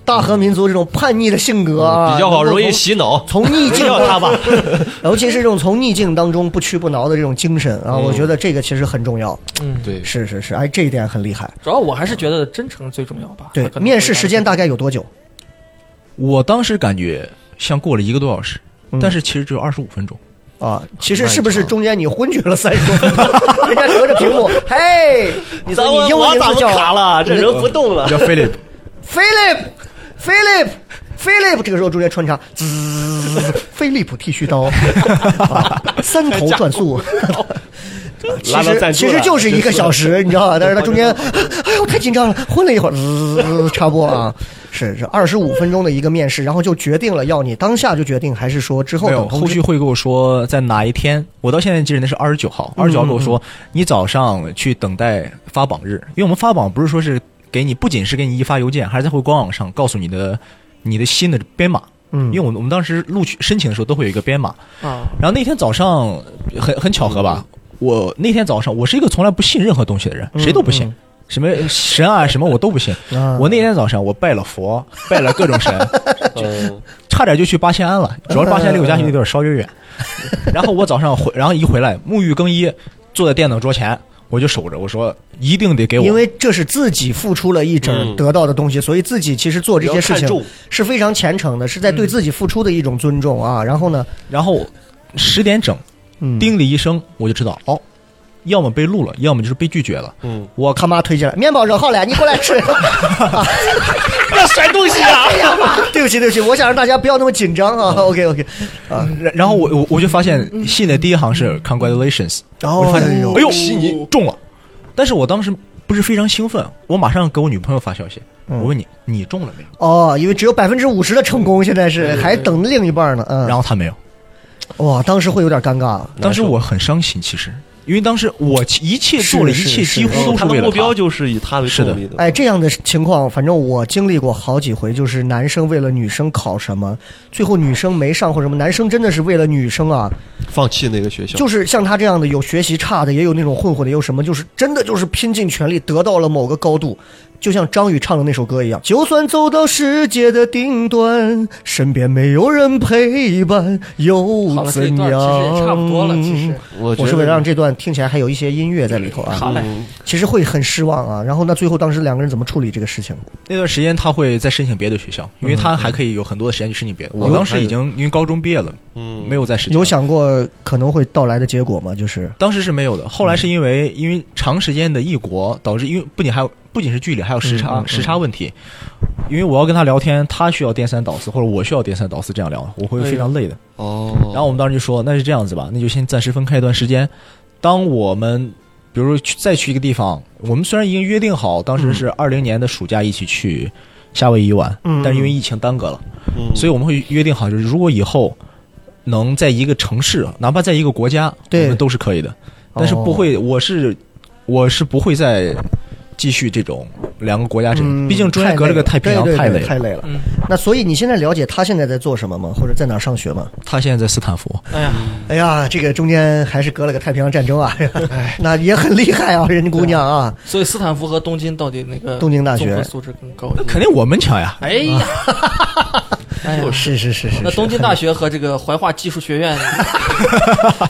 Speaker 3: 大和民族这种叛逆的性格啊，
Speaker 5: 哦比较
Speaker 3: 能
Speaker 5: 好，
Speaker 3: 够
Speaker 5: 容易
Speaker 3: 从
Speaker 5: 洗脑。
Speaker 3: 从逆境
Speaker 5: 要他吧，
Speaker 3: 尤其是这种从逆境当中不屈不挠的这种精神啊，我觉得这个其实很重要。
Speaker 4: 嗯，
Speaker 5: 嗯对，
Speaker 3: 是是是，哎，这一点很厉害。
Speaker 4: 主要我还是觉得真诚最重要吧。
Speaker 3: 对
Speaker 4: 他，可能
Speaker 3: 面试
Speaker 4: 会让
Speaker 3: 时间
Speaker 4: 你
Speaker 3: 大概有多久？
Speaker 6: 我当时感觉像过了一个多小时，
Speaker 3: 嗯
Speaker 6: 但是其实只有二十五 分钟。
Speaker 3: 啊，其实是不是中间你昏厥了三十多分 钟？人家隔着屏幕，嘿，你说你英文名字叫
Speaker 5: 了？这人不动了。
Speaker 6: 叫 Philip，
Speaker 3: Philip，Philip。Philip，这个时候中间穿插，滋，飞利浦剃须刀，啊三头转速，其
Speaker 5: 拉到
Speaker 3: 实
Speaker 5: 赞助
Speaker 3: 其
Speaker 5: 了嗯
Speaker 3: 实就是 一个小时，你知道吧？但是他中间，哎呦，太紧张了，昏了一会儿，滋，插播啊，是是二十五分钟的一个面试，然后就决定了要你当下就决定，还是说之后
Speaker 6: 没有
Speaker 3: 等通
Speaker 6: 后
Speaker 3: 知
Speaker 6: 续会跟我说在哪一天。我到现在记着那是二十九号，二
Speaker 3: 嗯
Speaker 6: 十九号跟我说你早上去等待发榜日，因为我们发榜不是说是给你，不仅是给你一发邮件，还是在会官网上告诉你的你的新的编码。
Speaker 3: 嗯
Speaker 6: 因为我们我们当时录取申请的时候都会有一个编码，
Speaker 4: 啊，
Speaker 6: 然后那天早上很很巧合吧，我那天早上我是一个从来不信任何东西的人，谁都不信，什么神啊什么我都不信。
Speaker 3: 嗯啊
Speaker 6: 我那天早上我拜了佛，拜了各种神，
Speaker 5: 嗯
Speaker 6: 差点就去八仙庵了，主要是八仙离我家有点稍微 远。然后我早上回，然后一回来沐浴更衣，坐在电脑桌前，我就守着，我说一定得给我，
Speaker 3: 因为这是自己付出了一整儿
Speaker 5: 嗯
Speaker 3: 得到的东西，所以自己其实做这些事
Speaker 5: 不要
Speaker 3: 情
Speaker 5: 看重
Speaker 3: 是非常虔诚的，是在对自己付出的一种尊重啊。然后呢，
Speaker 6: 然后十点整
Speaker 3: 嗯，
Speaker 6: 叮了一声，我就知道哦，要么被录了，要么就是被拒绝了。
Speaker 5: 嗯，
Speaker 3: 我他妈推进来，面包惹号了，你过 来吃。
Speaker 5: 要甩东西啊！
Speaker 3: 对不起，对不起，我想让大家不要那么紧张啊。OK
Speaker 6: 嗯
Speaker 3: OK，
Speaker 6: 然然后我我我就发现信的第一行是 congratulations，
Speaker 3: 然后
Speaker 6: 我就发现
Speaker 3: 嗯哎呦
Speaker 6: 哎呦悉尼中了，但是我当时不是非常兴奋，我马上给我女朋友发消息，
Speaker 3: 嗯
Speaker 6: 我问你你中了没有？
Speaker 3: 哦，因为只有百分之五十的成功，现在是还等另一半呢。嗯，
Speaker 6: 然后她没有，
Speaker 3: 哇，当时会有点尴尬。啊
Speaker 6: 当时我很伤心，其实因为当时我一切做了一
Speaker 3: 是是
Speaker 6: 切
Speaker 3: 是
Speaker 6: 几乎都
Speaker 5: 嗯他
Speaker 6: 是
Speaker 5: 的
Speaker 6: 为了
Speaker 5: 目
Speaker 6: 她
Speaker 5: 标就是以他为动力的。
Speaker 3: 哎，这样的情况，反正我经历过好几回，就是男生为了女生考什么，最后女生没上或什么，男生真的是为了女生啊，
Speaker 5: 放弃那个学校，
Speaker 3: 就是像他这样的，有学习差的，也有那种混混的，也有什么，就是真的就是拼尽全力得到了某个高度，就像张宇唱的那首歌一样，就算走到世界的顶端，身边没有人陪伴，又
Speaker 4: 好了，这
Speaker 3: 怎
Speaker 4: 一段
Speaker 3: 样？
Speaker 4: 其实也差不多了，其实。
Speaker 5: 我觉
Speaker 3: 我嗯
Speaker 5: 得
Speaker 3: 是为了让这段听起来还有一些音乐在里头啊，
Speaker 4: 好嘞，
Speaker 3: 其实会很失望啊。然后那最后当时两个人怎么处理这个事情？
Speaker 6: 那段时间他会再申请别的学校，
Speaker 3: 嗯
Speaker 6: 因为他还可以有很多的时间去申请别的。我
Speaker 5: 有
Speaker 6: 当时已经因为高中毕业了，
Speaker 5: 嗯
Speaker 6: 没有再申请。
Speaker 3: 有，想过可能会到来的结果吗？就是
Speaker 6: 当时是没有的。后
Speaker 3: 嗯
Speaker 6: 来是因为因为长时间的异国，导致因为不仅还有不仅是距离，还有时差、
Speaker 3: 嗯嗯
Speaker 6: 时差问题。因为我要跟他聊天，他需要颠三倒四，或者我需要颠三倒四这样聊，我会非常累的。
Speaker 5: 哦，
Speaker 6: 然后我们当时就说，那是这样子吧，那就先暂时分开一段时间。当我们比如说去再去一个地方，我们虽然已经约定好，当时是二零年的暑假一起去夏威夷玩，
Speaker 3: 嗯
Speaker 6: 但是因为疫情耽搁了，
Speaker 5: 嗯
Speaker 6: 所以我们会约定好，就是如果以后能在一个城市，哪怕在一个国家，
Speaker 3: 对哦
Speaker 6: 我们都是可以的，但是不会，我是我是不会再继续这种两个国家这种，
Speaker 3: 嗯
Speaker 6: 毕竟中间隔了个太平洋，
Speaker 3: 对对对
Speaker 6: 太累
Speaker 3: 太
Speaker 6: 了。
Speaker 3: 累了。
Speaker 4: 嗯
Speaker 3: 那所以你现在了解他现在在做什么吗？或者在哪儿上学吗？
Speaker 6: 他现在在斯坦福，
Speaker 4: 哎呀，
Speaker 3: 哎呀，这个中间还是隔了个太平洋战争啊， 那也很厉害啊，人家姑娘啊，
Speaker 4: 所以斯坦福和东京到底那个
Speaker 3: 东京大学
Speaker 4: 综合素质更高一点？
Speaker 6: 肯定我们强呀。
Speaker 4: 哎 呀，哎呀，
Speaker 3: 是是是是。
Speaker 4: 那东京大学和这个怀化技术学 院，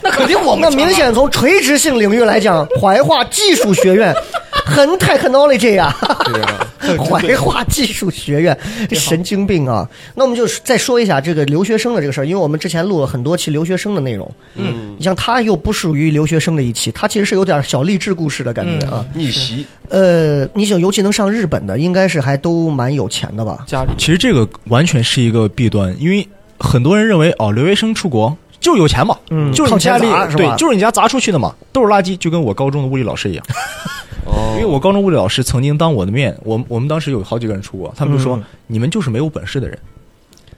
Speaker 4: 那肯定我
Speaker 6: 哦
Speaker 4: 们
Speaker 3: 那明显从垂直性领域来讲，怀化技术学院很 technology 呀、
Speaker 6: 啊
Speaker 3: 怀化技术学院，这神经病啊！那我们就是再说一下这个留学生的这个事儿，因为我们之前录了很多期留学生的内容。嗯，你像他又不属于留学生的一期，他其实是有点小励志故事的感觉
Speaker 6: 嗯
Speaker 3: 啊。
Speaker 5: 逆袭，
Speaker 3: 呃，你想，尤其能上日本的，应该是还都蛮有钱的吧？
Speaker 4: 家里
Speaker 6: 其实这个完全是一个弊端，因为很多人认为哦，留学生出国就是有钱嘛，
Speaker 3: 嗯
Speaker 6: 就是你家里
Speaker 3: 靠钱砸是吧
Speaker 6: 对，就是你家砸出去的嘛，都是垃圾，就跟我高中的物理老师一样。
Speaker 5: 哦
Speaker 6: 因为我高中物理老师曾经当我的面，我们我们当时有好几个人出国，他们就说、
Speaker 3: 嗯
Speaker 6: 你们就是没有本事的人，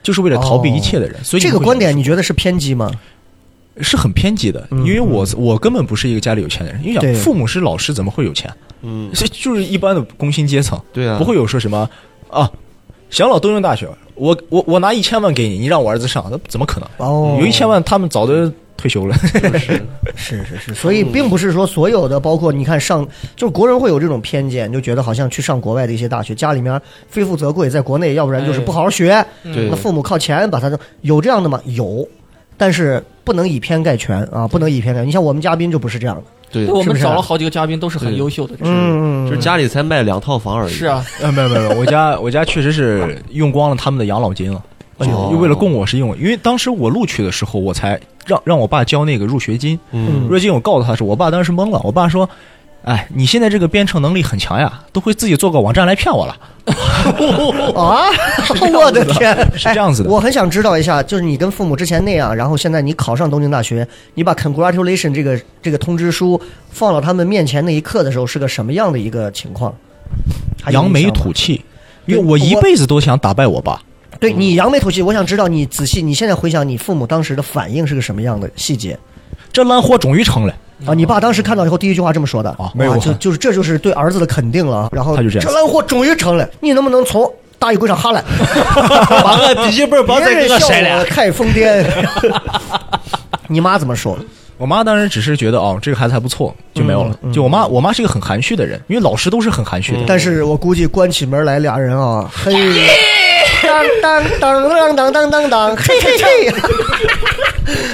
Speaker 6: 就是为了逃避一切的人。所
Speaker 3: 哦
Speaker 6: 以
Speaker 3: 这个
Speaker 6: 你会
Speaker 3: 观点
Speaker 6: 想
Speaker 3: 你觉得是偏激吗？
Speaker 6: 是很偏激的，因为我我根本不是一个家里有钱的人，因为
Speaker 3: 对
Speaker 6: 想父母是老师怎么会有钱？
Speaker 5: 嗯，
Speaker 6: 所以就是一般的工薪阶层，
Speaker 5: 对啊
Speaker 6: 不会有说什么啊，养老东用大学，我我我拿一千万给你，你让我儿子上，那怎么可能？
Speaker 3: 哦，
Speaker 6: 有一千万，他们早都退休了。
Speaker 3: 是是是，所以并不是说所有的，包括你看上，就是国人会有这种偏见，就觉得好像去上国外的一些大学，家里面非富则贵，在国内要不然就是不好好学，
Speaker 5: 对
Speaker 3: 那父母靠钱把他的有这样的吗？有，但是不能以偏概全啊，不能以偏概全。你像我们嘉宾就不是这样的，
Speaker 5: 对
Speaker 4: 对，我
Speaker 3: 是不
Speaker 4: 们
Speaker 3: 是
Speaker 4: 找了好几个嘉宾都是很
Speaker 5: 对
Speaker 4: 优秀的，这是
Speaker 3: 嗯，
Speaker 5: 就是家里才卖两套房而已。
Speaker 4: 是， 啊，
Speaker 6: 呃，没有没有，没有我家我家确实是用光了他们的养老金了，
Speaker 5: 哦
Speaker 6: 就哎为了供我是用，因为当时我录取的时候，我才让让我爸交那个入学金，
Speaker 5: 嗯
Speaker 6: 入学金我告诉他是，我爸当时懵了，我爸说。哎，你现在这个编程能力很强呀，都会自己做个网站来骗我了。
Speaker 3: 啊，我的天，
Speaker 6: 是这样子的
Speaker 3: 哎我很想知道一下，就是你跟父母之前那样，然后现在你考上东京大学，你把 congratulation 这个这个通知书放到他们面前那一刻的时候，是个什么样的一个情况？还有
Speaker 6: 扬眉
Speaker 3: 印象吗
Speaker 6: 吐，气，因
Speaker 3: 对
Speaker 6: 为我一
Speaker 3: 我
Speaker 6: 辈子都想打败我爸。
Speaker 3: 对你扬眉吐气，我想知道你仔细，你现在回想你父母当时的反应是个什么样的细节
Speaker 6: 这烂货终于成了，
Speaker 3: 啊？你爸当时看到以后第一句话这么说的
Speaker 6: 啊没有
Speaker 3: 哇
Speaker 6: 啊
Speaker 3: 就就是这就是对儿子的肯定了啊。然后
Speaker 6: 他就这样
Speaker 3: 烂货终于成了，你能不能从大衣柜上哈来？
Speaker 5: 把我哎笔记本绑
Speaker 3: 别
Speaker 5: 在
Speaker 3: 人
Speaker 5: 这个
Speaker 3: 笑
Speaker 5: 谁
Speaker 3: 我
Speaker 5: 了？
Speaker 3: 太疯 癫。你妈怎么说？
Speaker 6: 我妈当时只是觉得哦，这个孩子还不错，就没有了。
Speaker 3: 嗯
Speaker 6: 就我妈，我妈是一个很含蓄的人，因为老师都是很含蓄的。
Speaker 3: 但是我估计关起门来俩人啊，嘿，当当当当当当当，嘿嘿嘿。哎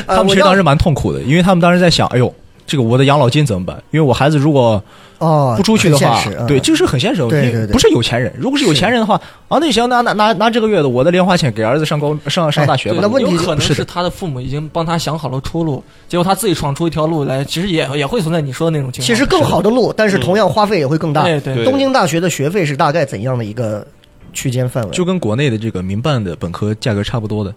Speaker 3: 啊
Speaker 6: 他们其实当时蛮痛苦的，因为他们当时在想，哎呦，这个我的养老金怎么办？因为我孩子如果
Speaker 3: 哦
Speaker 6: 不出去的话，对，这
Speaker 3: 就是
Speaker 6: 很现实的，
Speaker 3: 对对
Speaker 6: 因为
Speaker 3: 对
Speaker 6: 不是有钱人。如果是有钱人的话，啊，那行，拿拿拿拿这个月的我的零花钱给儿子上高上上大学吧。
Speaker 3: 哎那问题
Speaker 4: 有
Speaker 3: 是
Speaker 4: 可能
Speaker 6: 是的
Speaker 4: 是他的父母已经帮他想好了出路，结果他自己闯出一条路来，其实也也会存在你说的那种情况。
Speaker 3: 其实更好的路，但是同样花费也会更大。
Speaker 4: 对哎对
Speaker 3: 东京大学的学费是大概怎样的一个区间范围？
Speaker 6: 就跟国内的这个民办的本科价格差不多的，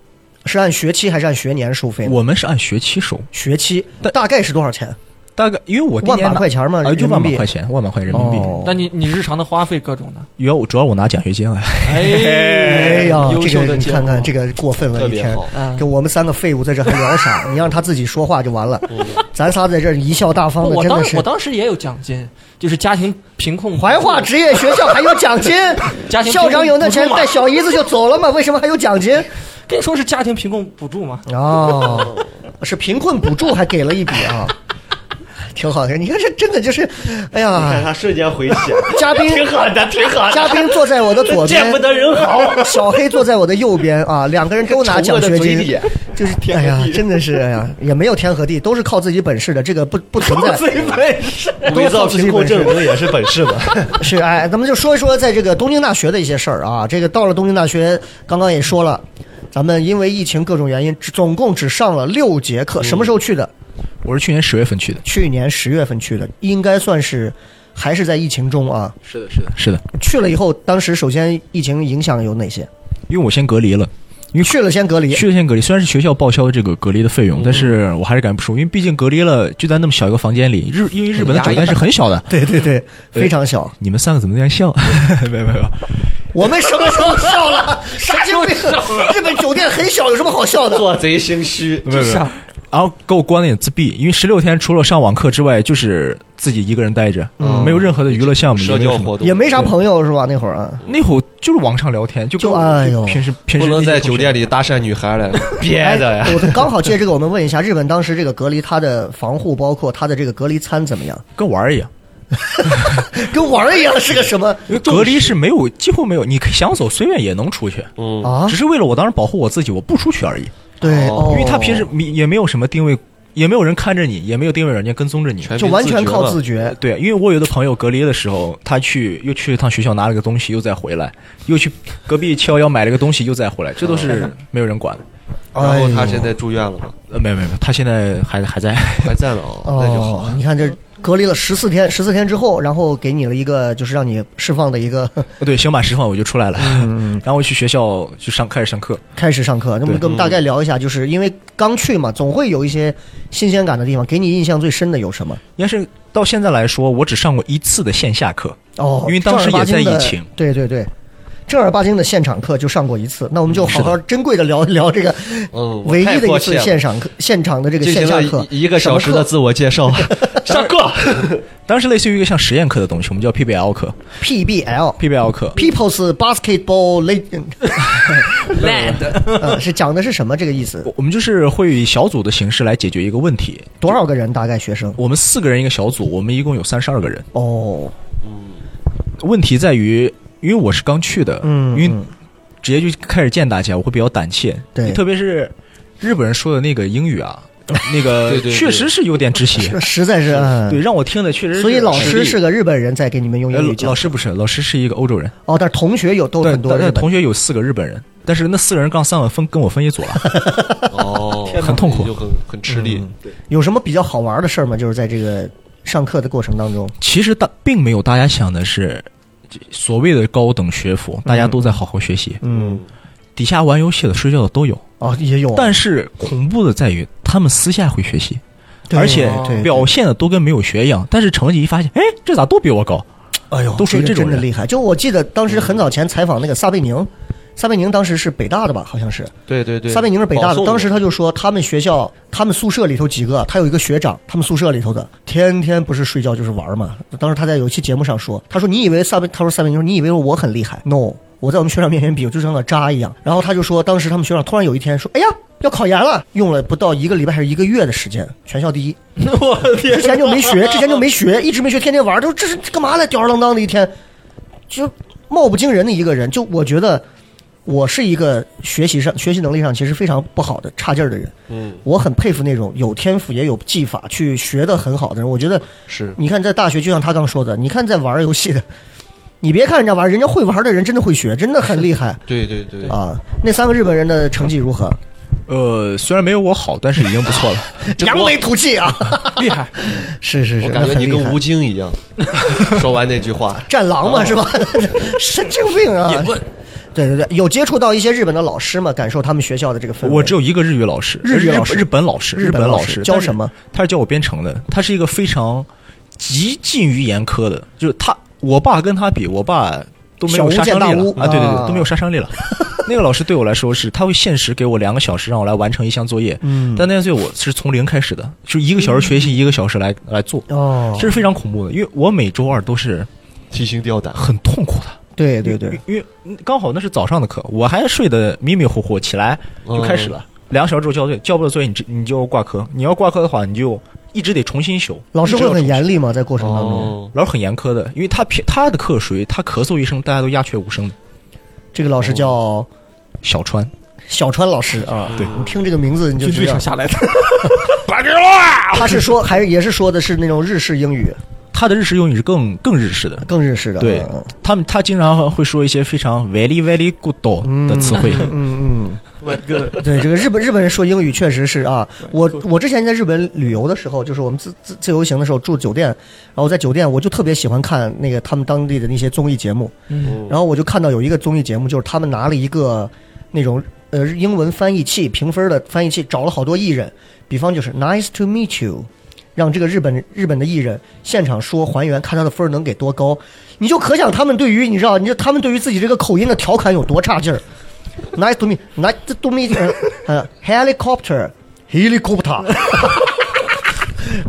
Speaker 3: 是按学期还是按学年收费呢？
Speaker 6: 我们是按学期收，
Speaker 3: 学期
Speaker 6: 但
Speaker 3: 大概是多少钱？
Speaker 6: 大概因为我第一
Speaker 3: 万
Speaker 6: 年
Speaker 3: 把
Speaker 6: 拿
Speaker 3: 块钱吗？
Speaker 6: 啊，就万把块
Speaker 3: 钱
Speaker 6: 钱，万把块人民币。
Speaker 3: 哦
Speaker 4: 但你你日常的花费各种的，
Speaker 6: 主要我主要我拿奖学金哎。
Speaker 3: 哎
Speaker 4: 哎
Speaker 3: 呀，
Speaker 4: 优
Speaker 3: 这
Speaker 4: 秀
Speaker 3: 个
Speaker 4: 的
Speaker 3: 你
Speaker 4: 节
Speaker 3: 看看，
Speaker 4: 目
Speaker 3: 这个过分了
Speaker 5: 特
Speaker 3: 一
Speaker 5: 别
Speaker 3: 天
Speaker 5: 好。
Speaker 4: 嗯
Speaker 3: 就我们三个废物在这还聊啥？你让他自己说话就完了。咱仨在这儿一笑大方的，
Speaker 4: 我
Speaker 3: 真
Speaker 4: 当
Speaker 3: 的是
Speaker 4: 我。当时也有奖金，就是家庭贫困
Speaker 3: 怀化职业学校还有奖金
Speaker 4: 家，庭
Speaker 3: 校长有那钱
Speaker 4: 补助嘛
Speaker 3: 带小姨子就走了嘛？为什么还有奖金？
Speaker 4: 跟你说是家庭贫困补助嘛，
Speaker 3: 哦，是贫困补助还给了一笔啊。挺好的。你看这真的就是，哎呀，
Speaker 7: 他瞬间回血，
Speaker 3: 嘉宾
Speaker 7: 挺狠的，挺狠
Speaker 3: 嘉
Speaker 7: 的，
Speaker 3: 宾坐在我的左
Speaker 7: 见
Speaker 3: 边
Speaker 7: 不，得人好。
Speaker 3: 小黑坐在我的右边啊，两个人都拿奖学
Speaker 7: 丑恶的嘴啊
Speaker 3: 金
Speaker 7: 脸，
Speaker 3: 就是哎呀，真的是哎呀，也没有天和地，都是靠自己本事的，这个不不存在。
Speaker 7: 最本事，
Speaker 3: 都
Speaker 5: 伪
Speaker 3: 是靠
Speaker 5: 造
Speaker 3: 自己本
Speaker 5: 出过
Speaker 3: 事
Speaker 5: 证明也是本事嘛。
Speaker 3: 是哎，咱们就说一说在这个东京大学的一些事儿啊。这个到了东京大学，刚刚也说了，咱们因为疫情各种原因，只总共只上了六节
Speaker 7: 嗯
Speaker 3: 课。什么时候去的？
Speaker 6: 我是去年十月份去的，
Speaker 3: 去年十月份去的，应该算是还是在疫情中啊。
Speaker 6: 是的，是的，是的，
Speaker 3: 去了以后，当时首先疫情影响有哪些？
Speaker 6: 因为我先隔离了。
Speaker 3: 你去了先隔离，
Speaker 6: 去了先隔离，虽然是学校报销这个隔离的费用，但是我还是感觉不舒服，因为毕竟隔离了就在那么小一个房间里，日因为日本的酒店是很小 的。
Speaker 3: 对对对，非常小。
Speaker 6: 你们三个怎么这样笑？ 没有没有，
Speaker 3: 我们什么时候笑了？啥时候笑了？日本酒店很小，有什么好笑的？
Speaker 7: 做贼心虚，
Speaker 6: 没有
Speaker 5: 啊
Speaker 6: 没有。
Speaker 3: 啊
Speaker 6: 然后给我关了也自闭，因为十六天除了上网课之外，就是自己一个人待着，没有任何的娱乐项目，
Speaker 5: 社
Speaker 6: 也没有
Speaker 5: 交
Speaker 6: 什么
Speaker 5: 活动
Speaker 3: 也没啥朋友是吧？那会儿啊，
Speaker 6: 那会儿就是网上聊天，就啊
Speaker 3: 就
Speaker 6: 跟我
Speaker 3: 哎呦
Speaker 6: 平时平
Speaker 5: 不
Speaker 6: 时
Speaker 5: 能在酒店
Speaker 6: 里。
Speaker 5: 里搭讪女孩了，憋的呀
Speaker 3: 哎。我刚好借这个，我们问一下日本当时这个隔离，它的防护包括它的这个隔离餐怎么样？
Speaker 6: 跟玩儿一样，
Speaker 3: 跟玩儿一样是个什么
Speaker 6: 因为隔离是没有几乎没有，你可以想走随便也能出去，
Speaker 5: 嗯，
Speaker 3: 啊
Speaker 6: 只？是为了我当时保护我自己，我不出去而已。
Speaker 3: 对，
Speaker 5: 哦
Speaker 3: 哦
Speaker 6: 哦因为他平时没也没有什么定位，也没有人看着你，也没有定位软件跟踪着你。
Speaker 5: 全
Speaker 3: 就
Speaker 5: 凭
Speaker 3: 完全
Speaker 5: 觉
Speaker 3: 靠
Speaker 5: 嘛
Speaker 3: 自觉。
Speaker 6: 对，因为我有的朋友隔离的时候，他去又去一趟学校拿了个东西，又再回来，又去隔壁七幺幺买了个东西，又再回来，这都
Speaker 3: 嗯
Speaker 6: 是没有人管的。
Speaker 5: 然后他现
Speaker 3: 在
Speaker 5: 在住院了嘛，
Speaker 6: 呃，没有没有，没有他现在还还在。
Speaker 5: 还在呢，哦那就好
Speaker 3: 哦，。你看这隔离了十四天，十四天之后，然后给你了一个就是让你释放的一个
Speaker 6: 对，刑满释放我就出来了，
Speaker 3: 嗯
Speaker 6: 然后我去学校去上开始上课。
Speaker 3: 开始上课。那么
Speaker 6: 对
Speaker 3: 跟我们大
Speaker 5: 嗯
Speaker 3: 概聊一下，就是因为刚去嘛，总会有一些新鲜感的地方。给你印象最深的有什么？
Speaker 6: 但是到现在来说，我只上过一次的线下课，
Speaker 3: 哦，
Speaker 6: 因为当时
Speaker 3: 正儿八经
Speaker 6: 也在疫
Speaker 3: 的
Speaker 6: 情
Speaker 3: 对对对，正儿八经的现场课就上过一次。那我们就好好珍贵的聊 一聊这个
Speaker 5: 嗯，我
Speaker 3: 唯一
Speaker 5: 太
Speaker 3: 的一
Speaker 5: 迫
Speaker 3: 次
Speaker 5: 切了
Speaker 3: 现场课，现场的这个
Speaker 5: 进
Speaker 3: 线
Speaker 5: 行
Speaker 3: 下
Speaker 5: 了
Speaker 3: 课，
Speaker 5: 一一个小时的自我介绍， 上课。
Speaker 6: 当时类似于一个像实验课的东西，我们叫 PBL 课
Speaker 3: PBL。
Speaker 5: 嗯
Speaker 6: ，PBL 课
Speaker 3: People's Basketball Legend，呃，是讲的是什么这个意思？
Speaker 6: 我我们就是会以小组的形式来解决一个问题。
Speaker 3: 多少个人大概学生？
Speaker 6: 我们四个人一个小组，我们一共有三十二个人。
Speaker 3: 哦，
Speaker 6: 问题在于，因为我是刚去的，
Speaker 3: 嗯
Speaker 6: 因为
Speaker 3: 嗯
Speaker 6: 直接就开始见大家，我会比较胆怯。
Speaker 3: 对
Speaker 6: 特别是日本人说的那个英语 啊，那个
Speaker 5: 对对对
Speaker 6: 确实是有点窒息。
Speaker 3: 那实在是，嗯
Speaker 6: 对，让我听的确实是吃
Speaker 3: 所
Speaker 6: 力。
Speaker 3: 以老师是个日本人在给你们用
Speaker 6: 呃。
Speaker 3: 英语讲
Speaker 6: 老师不是，老师是一个欧洲人，
Speaker 3: 哦，但是同学有都
Speaker 6: 对，
Speaker 3: 很多
Speaker 6: 但
Speaker 3: 日
Speaker 6: 是
Speaker 3: 本
Speaker 6: 同学有四个日本人，但是那四个人杠三个分跟我分一组了。
Speaker 5: 哦，
Speaker 6: 很痛苦嗯
Speaker 5: 就很很吃力。
Speaker 3: 有什么比较好玩的事儿吗？就是在这个上课的过程当中，
Speaker 6: 其实大并没有大家想的是，所谓的高等学府，大家都在好好学习，
Speaker 3: 嗯，
Speaker 6: 底下玩游戏的、睡觉的都有。
Speaker 3: 哦，也有，
Speaker 6: 但是恐怖的在于，他们私下会学习，
Speaker 3: 对
Speaker 6: 而且
Speaker 3: 对
Speaker 6: 表现的都跟没有学一样。但是成绩一发现，哎，这咋都比我高？
Speaker 3: 哎呦，
Speaker 6: 都属于
Speaker 3: 这
Speaker 6: 这
Speaker 3: 个
Speaker 6: 种
Speaker 3: 真的
Speaker 6: 人
Speaker 3: 厉害。就我记得当时很早前采访那个撒贝宁，撒贝宁当时是北大的吧？好像是
Speaker 5: 对对对，
Speaker 3: 撒贝宁是北
Speaker 5: 保
Speaker 3: 大的
Speaker 5: 送，
Speaker 3: 当时他就说他们学校他们宿舍里头几个，他有一个学长，他们宿舍里头的天天不是睡觉就是玩嘛。当时他在有一期节目上说，他说你以为撒贝，他说撒贝宁说你以为我很厉害？No，我在我们学长面前比，我就像个渣一样。然后他就说，当时他们学长突然有一天说，哎呀。要考研了，用了不到一个礼拜还是一个月的时间，全校第一。
Speaker 5: 我的天
Speaker 3: 之，前就没学，之前就没学，一直没学，天天玩，都这是干嘛呢？吊儿郎当的一天，就貌不惊人的一个人。就我觉得，我是一个学习上、学习能力上其实非常不好的差劲儿的人。
Speaker 5: 嗯，
Speaker 3: 我很佩服那种有天赋也有技法去学的很好的人。我觉得，
Speaker 5: 是
Speaker 3: 你看在大学，就像他刚说的，你看在玩游戏的， 你别看人家玩，人家会玩的人真的会学，真的很厉 害
Speaker 5: 对对对，
Speaker 3: 啊！那三个日本人的成绩如何？
Speaker 6: 呃，虽然没有我好，但是已经不错了。
Speaker 3: 扬眉吐气啊！
Speaker 4: 厉害，
Speaker 3: 是是是，
Speaker 5: 我感觉
Speaker 3: 那很
Speaker 5: 你
Speaker 3: 厉害哦
Speaker 5: 跟吴京一 样。说完那句话，
Speaker 3: 战狼嘛，是吧？ 神经病啊！对对对，有接触到一些日本的老师嘛，感受他们学校的这个氛围。
Speaker 6: 我只有一个日语老师，
Speaker 3: 日语老师
Speaker 6: 日本老师，
Speaker 3: 日
Speaker 6: 日
Speaker 3: 本
Speaker 6: 本
Speaker 3: 老师
Speaker 6: 师
Speaker 3: 教
Speaker 6: 但是
Speaker 3: 什么？
Speaker 6: 他是教我编程的，他是一个非常极近于严苛的，就是他，我爸跟他比，我爸都没有
Speaker 3: 小巫
Speaker 6: 杀
Speaker 3: 见
Speaker 6: 伤
Speaker 3: 大
Speaker 6: 力了
Speaker 3: 巫
Speaker 6: 啊，对对
Speaker 3: 啊
Speaker 6: 对，都没有杀伤 力了。那个老师对我来说是，他会限时给我两个小时，让我来完成一项作业。
Speaker 3: 嗯
Speaker 6: 但那项作业我是从零开始的，就是一个小时学习，一个小时来来做，
Speaker 3: 哦
Speaker 6: 这，是非常恐怖的，因为我每周二都是
Speaker 5: 提心 吊胆。
Speaker 6: 很痛苦的。
Speaker 3: 对对对，
Speaker 6: 因为因为刚好那是早上的课，我还睡得迷迷糊
Speaker 3: 哦
Speaker 5: 嗯
Speaker 6: 糊，起来就开始了。两个小时之后交作业，交不了作业你这你就挂科。你要挂科的话，你就一直得重新修。
Speaker 3: 老师
Speaker 6: 一直
Speaker 3: 会
Speaker 6: 要
Speaker 3: 很
Speaker 6: 重
Speaker 3: 严厉吗？在过程当中，
Speaker 5: 哦，
Speaker 6: 老师很严苛的，因为他平他的课属于他咳嗽一声，大家都鸦雀无声的。
Speaker 3: 这个老师叫
Speaker 6: 小川，
Speaker 3: 小川老师啊。
Speaker 6: 哦对
Speaker 3: 你听这个名字你就
Speaker 4: 军
Speaker 3: 知
Speaker 4: 队
Speaker 3: 道
Speaker 4: 上，下来的，
Speaker 3: 他是说还是也是说的是那种日式英语，
Speaker 6: 他的日式英语是更更日式的，
Speaker 3: 更日式的。
Speaker 6: 对
Speaker 3: 嗯
Speaker 6: 他们他经常会说一些非常 very very good 的词汇。
Speaker 3: 嗯嗯，
Speaker 4: 我个
Speaker 3: 对，这个日本日本人说英语确实是啊，我我之前在日本旅游的时候，就是我们自自自由行的时候住酒店，然后在酒店我就特别喜欢看那个他们当地的那些综艺节目，
Speaker 4: 嗯
Speaker 3: 然后我就看到有一个综艺节目，就是他们拿了一个那种呃英文翻译器评分的翻译器，找了好多艺人，比方就是 Nice to meet you，让这个日本日本的艺人现场说还原，看他的分儿能给多高，你就可想他们对于你知道，你就他们对于自己这个口音的调侃有多差劲儿。Nice to meet, nice to meet, 呃、helicopter, helicopter。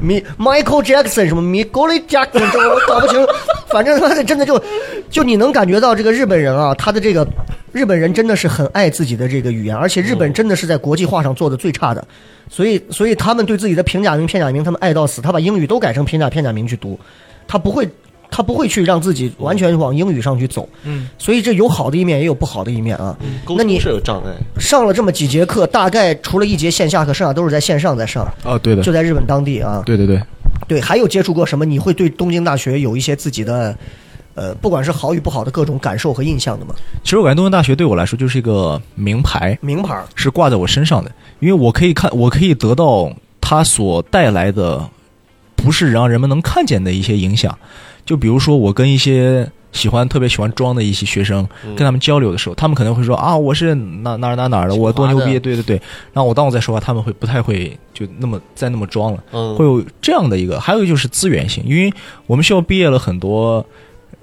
Speaker 3: 米 Michael Jackson 什么 Michael Jackson，这我搞不清，反正他妈的真的就，就你能感觉到这个日本人啊，他的这个日本人真的是很爱自己的这个语言，而且日本真的是在国际化上做的最差的，所以所以他们对自己的平假名、片假名，他们爱到死，他把英语都改成平假片假名去读，他不会。他不会去让自己完全往英语上去走，
Speaker 4: 嗯，
Speaker 3: 所以这有好的一面，也有不好的一面啊。
Speaker 5: 沟
Speaker 3: 那你
Speaker 5: 通是有障碍，
Speaker 3: 上了这么几节课，大概除了一节线下课，剩下都是在线上在上，
Speaker 6: 啊，对的
Speaker 3: 就，在日本当地啊。
Speaker 6: 对对对，
Speaker 3: 对，还有接触过什么？你会对东京大学有一些自己的，呃，不管是好与不好的各种感受和印象的吗？
Speaker 6: 其实我感觉东京大学对我来说就是一个名牌，
Speaker 3: 名牌儿，
Speaker 6: 是挂在我身上的，因为我可以看，我可以得到它所带来的，不是让人们能看见的一些影响。就比如说，我跟一些喜欢特别喜欢装的一些学生，跟他们交流的时候，他们可能会说啊，我是哪哪儿哪儿哪儿的，我多牛
Speaker 5: 清华
Speaker 6: 逼，
Speaker 5: 的
Speaker 6: 对对对。然后我当我在说话，他们会不太会就那么再那么装了。
Speaker 5: 嗯，
Speaker 6: 会有这样的一个，还有就是资源性，因为我们学校毕业了很多，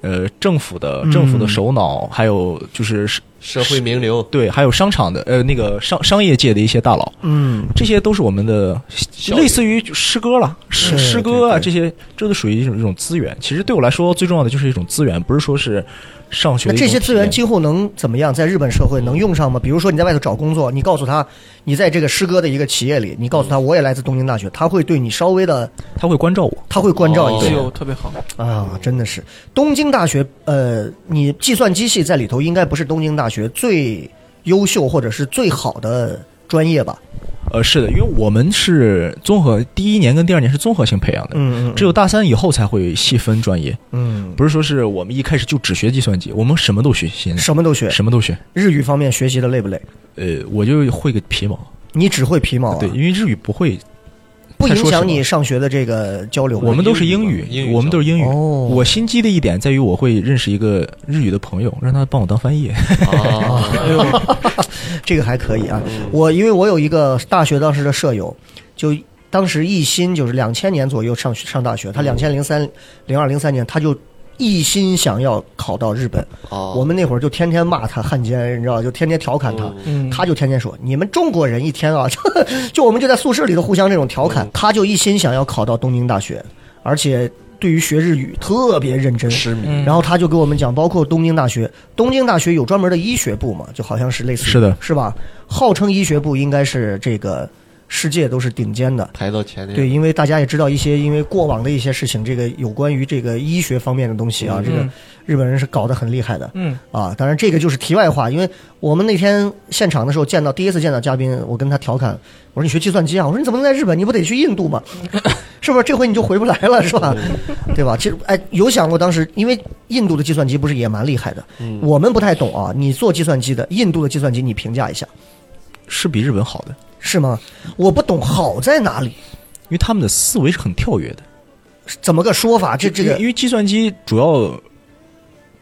Speaker 6: 呃，政府的政
Speaker 3: 嗯
Speaker 6: 府的首脑，还有就是
Speaker 5: 社会名流，
Speaker 6: 对，还有商场的呃那个商商业界的一些大佬，
Speaker 3: 嗯，
Speaker 6: 这些都是我们的
Speaker 5: 效益
Speaker 6: 类似于诗歌了，诗
Speaker 3: 对
Speaker 6: 诗歌
Speaker 3: 对
Speaker 6: 啊
Speaker 3: 对
Speaker 6: 这些，这都属于一种一种资源。其实对我来说，最重要的就是一种资源，不是说是上学
Speaker 3: 那
Speaker 6: 的一
Speaker 3: 这
Speaker 6: 种
Speaker 3: 些资源
Speaker 6: 体验
Speaker 3: 今后能怎么样？在日本社会能用上吗？比如说你在外头找工作，你告诉他你在这个师哥的一个企业里，你告诉
Speaker 6: 嗯
Speaker 3: 他我也来自东京大学，他会对你稍微的，
Speaker 6: 他会关照我。
Speaker 3: 他会关
Speaker 6: 哦
Speaker 3: 照一
Speaker 5: 对
Speaker 4: 自
Speaker 3: 下、
Speaker 4: 由特别好，
Speaker 3: 啊，真的是东京大学，呃，你计算机系在里头应该不是东京大学最优秀或者是最好的专业吧？
Speaker 6: 呃，是的，因为我们是综合第一年跟第二年是综合性培养的，
Speaker 3: 嗯
Speaker 6: 只有大三以后才会细分专业，
Speaker 3: 嗯，
Speaker 6: 不是说是我们一开始就只学计算机，我们什么都学，现在
Speaker 3: 什么都学。
Speaker 6: 什么都学。
Speaker 3: 日语方面学习的累不累？
Speaker 6: 呃，我就会个皮毛，
Speaker 3: 你只会皮毛、啊，
Speaker 6: 对，因为日语不会
Speaker 3: 不
Speaker 6: 太
Speaker 3: 影
Speaker 6: 说什
Speaker 3: 响
Speaker 6: 么
Speaker 3: 你上学的这个交流吗。
Speaker 6: 我们都是英
Speaker 5: 语
Speaker 6: 语
Speaker 5: 嘛，英语
Speaker 6: 我们都是英语。
Speaker 3: 哦
Speaker 6: 我心机的一点在于，我会认识一个日语的朋友，让他帮我当翻译。
Speaker 5: 啊，
Speaker 3: 这个还可以
Speaker 6: 嗯
Speaker 3: 啊。我因为我有一个大学当时的舍友，就当时一心就是两千年左右上学上大学，他两千零三、零二、零三年他就。一心想要考到日本，
Speaker 5: 哦
Speaker 3: 我们那会儿就天天骂他汉奸，你知道，就天天调侃他。
Speaker 4: 嗯，
Speaker 3: 他就天天说：“你们中国人一天啊， 就就我们就在宿舍里头互相这种调侃。”他就一心想要考到东京大学，而且对于学日语特别认真。
Speaker 5: 痴迷，
Speaker 4: 嗯
Speaker 3: 然后他就给我们讲，包括东京大学，东京大学有专门的医学部嘛，就好像是类似于
Speaker 6: 是的
Speaker 3: 是吧？号称医学部应该是这个世界都是顶尖的。
Speaker 5: 排到前列，
Speaker 3: 对，，因为大家也知道一些，因为过往的一些事情，这个有关于这个医学方面的东西啊，这个
Speaker 4: 嗯
Speaker 3: 日本人是搞得很厉害的。
Speaker 4: 嗯，
Speaker 3: 啊，当然这个就是题外话，因为我们那天现场的时候见到第一次见到嘉宾，我跟他调侃，我说你学计算机啊，我说你怎么能在日本，你不得去印度吗？是不是这回你就回不来了，是吧？对吧？其实哎，有想过当时，因为印度的计算机不是也蛮厉害的，我们不太懂啊。你做计算机的，印度的计算机你评价一下
Speaker 6: 是比日本好的，
Speaker 3: 是吗？我不懂好在哪里，
Speaker 6: 因为他们的思维是很跳跃的。
Speaker 3: 怎么个说法？这这
Speaker 6: 因为
Speaker 3: 个
Speaker 6: 因为计算机主要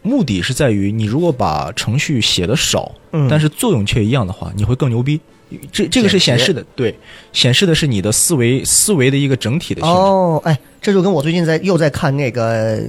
Speaker 6: 目的是在于，你如果把程序写的少，
Speaker 3: 嗯
Speaker 6: 但是作用却一样的话，你会更牛逼。这这个是显示的，对，显示的是你的思维思维的一个整体的性质。
Speaker 3: 哦，哎，这就跟我最近在又在看那个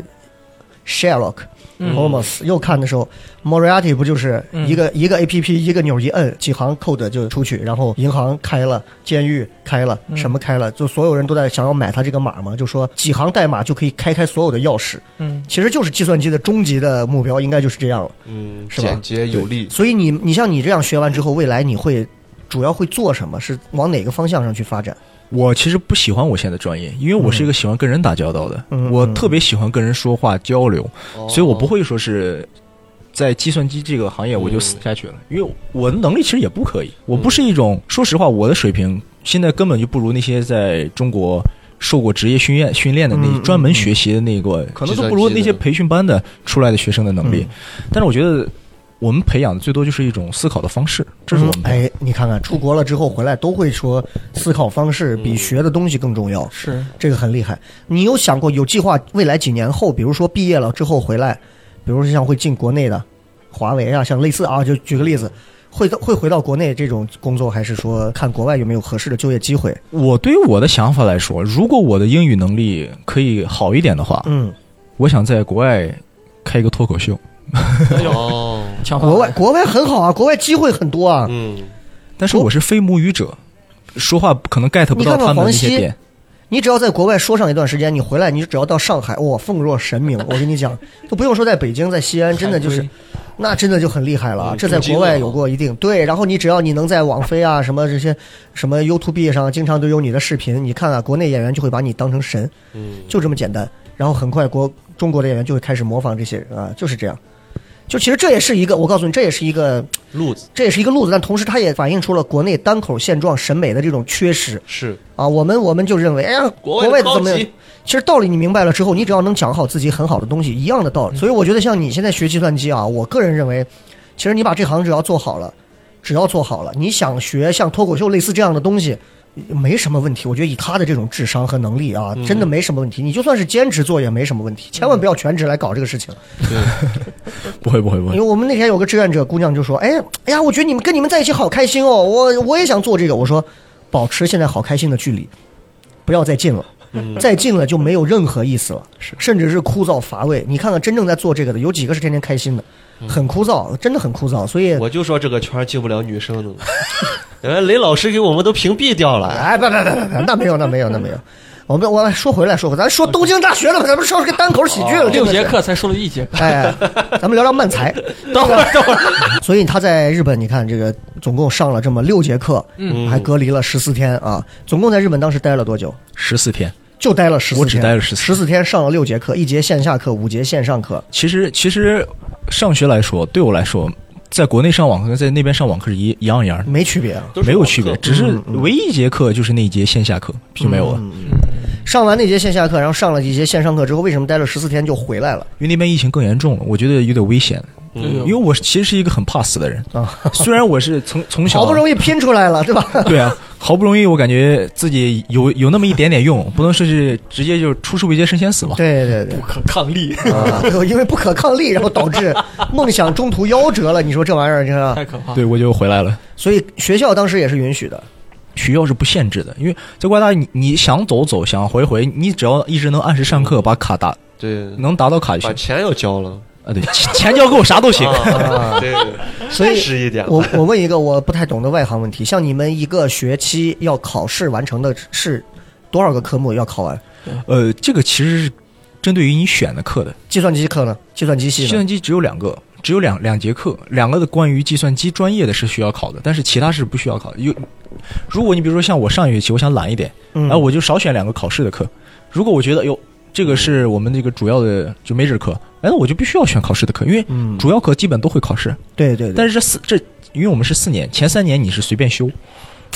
Speaker 3: Sherlock。Holmes 又看的时候，Moriarty 不就是一个、一个 A P P 一个钮一摁几行 code 就出去，然后银行开了，监狱开了，什么开了，就所有人都在想要买他这个码嘛，就说几行代码就可以开开所有的钥匙，
Speaker 4: 嗯，
Speaker 3: 其实就是计算机的终极的目标，应该就是这样了。
Speaker 5: 嗯，
Speaker 3: 是吧
Speaker 5: 简洁有力，
Speaker 3: 所以你你像你这样学完之后，未来你会主要会做什么？是往哪个方向上去发展？
Speaker 6: 我其实不喜欢我现在专业，因为我是一个喜欢跟人打交道的，
Speaker 3: 嗯
Speaker 6: 我特别喜欢跟人说话交流，所以我不会说是在计算机这个行业我就死下去了，因为我的能力其实也不可以，我不是一种，说实话，我的水平现在根本就不如那些在中国。受过职业训练训练的那
Speaker 3: 嗯嗯
Speaker 6: 专门学习的那个，嗯可能都不如那些培训班的出来的学生的能力。但是我觉得我们培养的最多就是一种思考的方式，这是我们培养的
Speaker 3: 哎，你看看出国了之后回来都会说思考方式比学的东西更重要，
Speaker 4: 是
Speaker 3: 这个很厉害。你有想过有计划未来几年后，比如说毕业了之后回来，比如说像会进国内的华为啊，像类似啊，就举个例子，会到会回到国内这种工作，还是说看国外有没有合适的就业机会？
Speaker 6: 我对于我的想法来说，如果我的英语能力可以好一点的话，
Speaker 3: 嗯，
Speaker 6: 我想在国外开一个脱口秀。
Speaker 5: 哦，
Speaker 4: 抢饭
Speaker 3: 国外
Speaker 4: 碗
Speaker 3: 国外很好啊，国外机会很多啊。
Speaker 5: 嗯，
Speaker 6: 但是我是非母语者，说话可能 get 不到他们的那些
Speaker 3: 你看看
Speaker 6: 点。
Speaker 3: 你只要在国外说上一段时间，你回来，你只要到上海，哇，奉若神明！我跟你讲，都不用说在北京，在西安，真的就是
Speaker 4: 海归，
Speaker 3: 那真的就很厉害了啊。
Speaker 5: 嗯
Speaker 3: 这在
Speaker 5: 镀金
Speaker 3: 国外
Speaker 5: 了
Speaker 3: 有过一定对，然后你只要你能在网飞啊什么这些什么 YouTube 上经常都有你的视频，你看啊，国内演员就会把你当成神，
Speaker 5: 嗯，
Speaker 3: 就这么简单。然后很快国中国的演员就会开始模仿这些人啊，就是这样。就其实这也是一个，我告诉你，这也是一个，
Speaker 5: 路子
Speaker 3: 这也是一个路子，但同时它也反映出了国内单口现状审美的这种缺失。
Speaker 5: 是
Speaker 3: 啊，我们我们就认为，哎呀，国
Speaker 5: 外
Speaker 3: 外的
Speaker 5: 的高
Speaker 3: 怎么样
Speaker 5: 级？
Speaker 3: 其实道理你明白了之后，你只要能讲好自己很好的东西，一样的道
Speaker 5: 嗯
Speaker 3: 理。所以我觉得像你现在学计算机啊，我个人认为，其实你把这行只要做好了，只要做好了，你想学像脱口秀类似这样的东西，没什么问题。我觉得以他的这种智商和能力
Speaker 5: 嗯
Speaker 3: 啊，真的没什么问题。你就算是兼职做也没什么问题，千万不要全职来搞这个事情。
Speaker 6: 不会不会不
Speaker 3: 因
Speaker 6: 会
Speaker 3: 为，我们那天有个志愿者姑娘就说：“哎，哎呀，我觉得你们跟你们在一起好开心哦，我我也想做这个。”我说：“保持现在好开心的距离，不要再近了，再近了就没有任何意思了，甚至是枯燥乏味。你看看真正在做这个的，有几个是天天开心的？很枯燥，真的很枯燥。所 以，
Speaker 5: 我就说这个圈儿进不了女生 的，原来雷老师给我们都屏蔽掉了。
Speaker 3: 哎，别别别别别，那没有，那没有，那没有。我们我说回来说回来，咱说东京大学了吧？咱们说这个单口喜剧了，这
Speaker 4: 六
Speaker 3: 个
Speaker 4: 节课才说了一节课，
Speaker 3: 哎，咱们聊聊漫才。
Speaker 4: 等会儿等会儿，
Speaker 3: 所以他在日本，你看这个总共上了这么六节课，
Speaker 4: 嗯
Speaker 3: 还隔离了十四天啊，总共在日本当时待了多久？
Speaker 6: 十四天。
Speaker 3: 就待了十四天，
Speaker 6: 我只待了14
Speaker 3: 十四天，上了六节课，一节线下课，五节线上课。
Speaker 6: 其实其实上学来说，对我来说，在国内上网课跟在那边上网课是一一样一样的。
Speaker 3: 没区别啊。
Speaker 5: 都是
Speaker 6: 没有
Speaker 5: 网课
Speaker 6: 区别，只
Speaker 3: 嗯
Speaker 6: 是唯一一节课就是那一节线下课就没有了，
Speaker 3: 上完那节线下课，然后上了一节线上课之后，为什么待了十四天就回来了
Speaker 6: 因为那边疫情更严重了，我觉得有点危险。
Speaker 4: 嗯
Speaker 6: 因为我其实是一个很怕死的人，
Speaker 3: 啊？
Speaker 6: 虽然我是从从小
Speaker 3: 好不容易拼出来了，对 吧？
Speaker 6: 对啊，好不容易我感觉自己有有那么一点点用，不能说是直接就出师未捷身先死吧。
Speaker 3: 对对对，
Speaker 4: 可抗力
Speaker 3: 啊，因为不可抗力，然后导致梦想中途夭折了。你说这玩意儿，你说，
Speaker 4: 太可怕。
Speaker 6: 对，我就回来了。
Speaker 3: 所以学校当时也是允许的。
Speaker 6: 学校是不限制的，因为在国外大你你想走走，想回回，你只要一直能按时上课，把卡打
Speaker 5: 对，
Speaker 6: 能达到卡就
Speaker 5: 把
Speaker 6: 行。
Speaker 5: 钱要交了，
Speaker 6: 啊，对，钱钱交给我啥都行。
Speaker 5: 啊对，
Speaker 3: 所以
Speaker 5: 现实一点 了
Speaker 3: 我我问一个我不太懂的外行问题，像你们一个学期要考试完成的是多少个科目要考完？
Speaker 6: 呃，这个其实是针对于你选的课的。
Speaker 3: 计算机课呢？计算机系
Speaker 6: 计
Speaker 3: 呢？
Speaker 6: 算机只有两个，只有两两节课，两个的关于计算机专业的是需要考的，但是其他是不需要考的。有，如果你比如说像我上一学期，我想懒一点，
Speaker 3: 嗯
Speaker 6: 然后我就少选两个考试的课。如果我觉得哟，这个是我们这个主要的就 major 课，哎，那我就必须要选考试的课，因为
Speaker 3: 嗯
Speaker 6: 主要课基本都会考试。
Speaker 3: 对对对，
Speaker 6: 但是这四这，因为我们是四年，前三年你是随便修，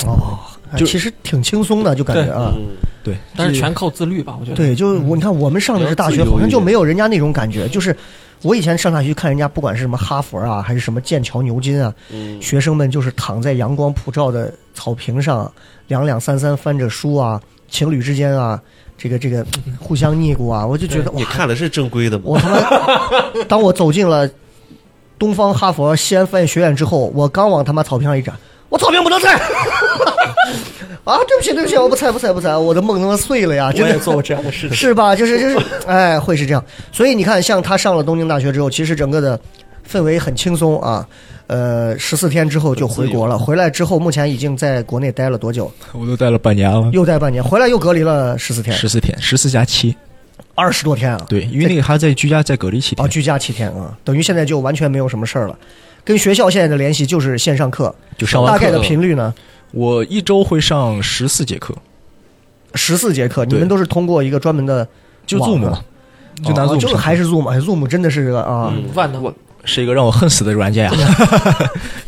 Speaker 3: 哦，哎
Speaker 6: 就
Speaker 3: 其实挺轻松的，就感觉啊，
Speaker 5: 嗯
Speaker 6: 对，
Speaker 4: 但是全靠自律吧，我觉得。
Speaker 3: 对，就我你看我们上的是大
Speaker 5: 比
Speaker 3: 学，
Speaker 5: 较自由
Speaker 3: 好像就
Speaker 5: 一点
Speaker 3: 没有人家那种感觉，就是。我以前上大学看人家，不管是什么哈佛啊，还是什么剑桥、牛津啊，
Speaker 5: 嗯
Speaker 3: 学生们就是躺在阳光普照的草坪上，两两三三翻着书啊，情侣之间啊，这个这个互相腻咕啊，我就觉得哇
Speaker 5: 你，看的是正规的吗？
Speaker 3: 我他妈，当我走进了东方哈佛西安翻译学院之后，我刚往他妈草坪上一站，我草坪不能 踩。啊，对不起，对不起，我不踩，不踩，不踩，我的梦他妈碎了呀！真的
Speaker 4: 做过这 样的事情。
Speaker 3: 是吧？就是就是，哎，会是这样。所以你看，像他上了东京大学之后，其实整个的氛围很轻松啊。呃，十四天之后就回国了。回来之后，目前已经在国内待了多久？
Speaker 6: 我都待了半年了，
Speaker 3: 又待半年，回来又隔离了十四天，
Speaker 6: 十四天，十四加七，
Speaker 3: 二十多天啊。
Speaker 6: 对，因为那个还在居家在隔离期
Speaker 3: 啊，
Speaker 6: 间，
Speaker 3: 居家七天啊，等于现在就完全没有什么事儿了。跟学校现在的联系就是线上课，
Speaker 6: 就上
Speaker 3: 大
Speaker 6: 完
Speaker 3: 概
Speaker 6: 课
Speaker 3: 的
Speaker 6: 了
Speaker 3: 频率呢？
Speaker 6: 我一周会上十四节课，
Speaker 3: 十四节课，你
Speaker 6: 对
Speaker 3: 们都是通过一个专门的
Speaker 6: 就
Speaker 3: 网
Speaker 6: Zoom，
Speaker 3: 啊
Speaker 6: 就拿
Speaker 3: 哦
Speaker 6: Zoom
Speaker 3: 就
Speaker 6: 上嗯
Speaker 3: 是还是 Zoom，哎 Zoom 真的是这个啊
Speaker 4: 嗯万能，
Speaker 6: 是一个让我恨死的软件呀、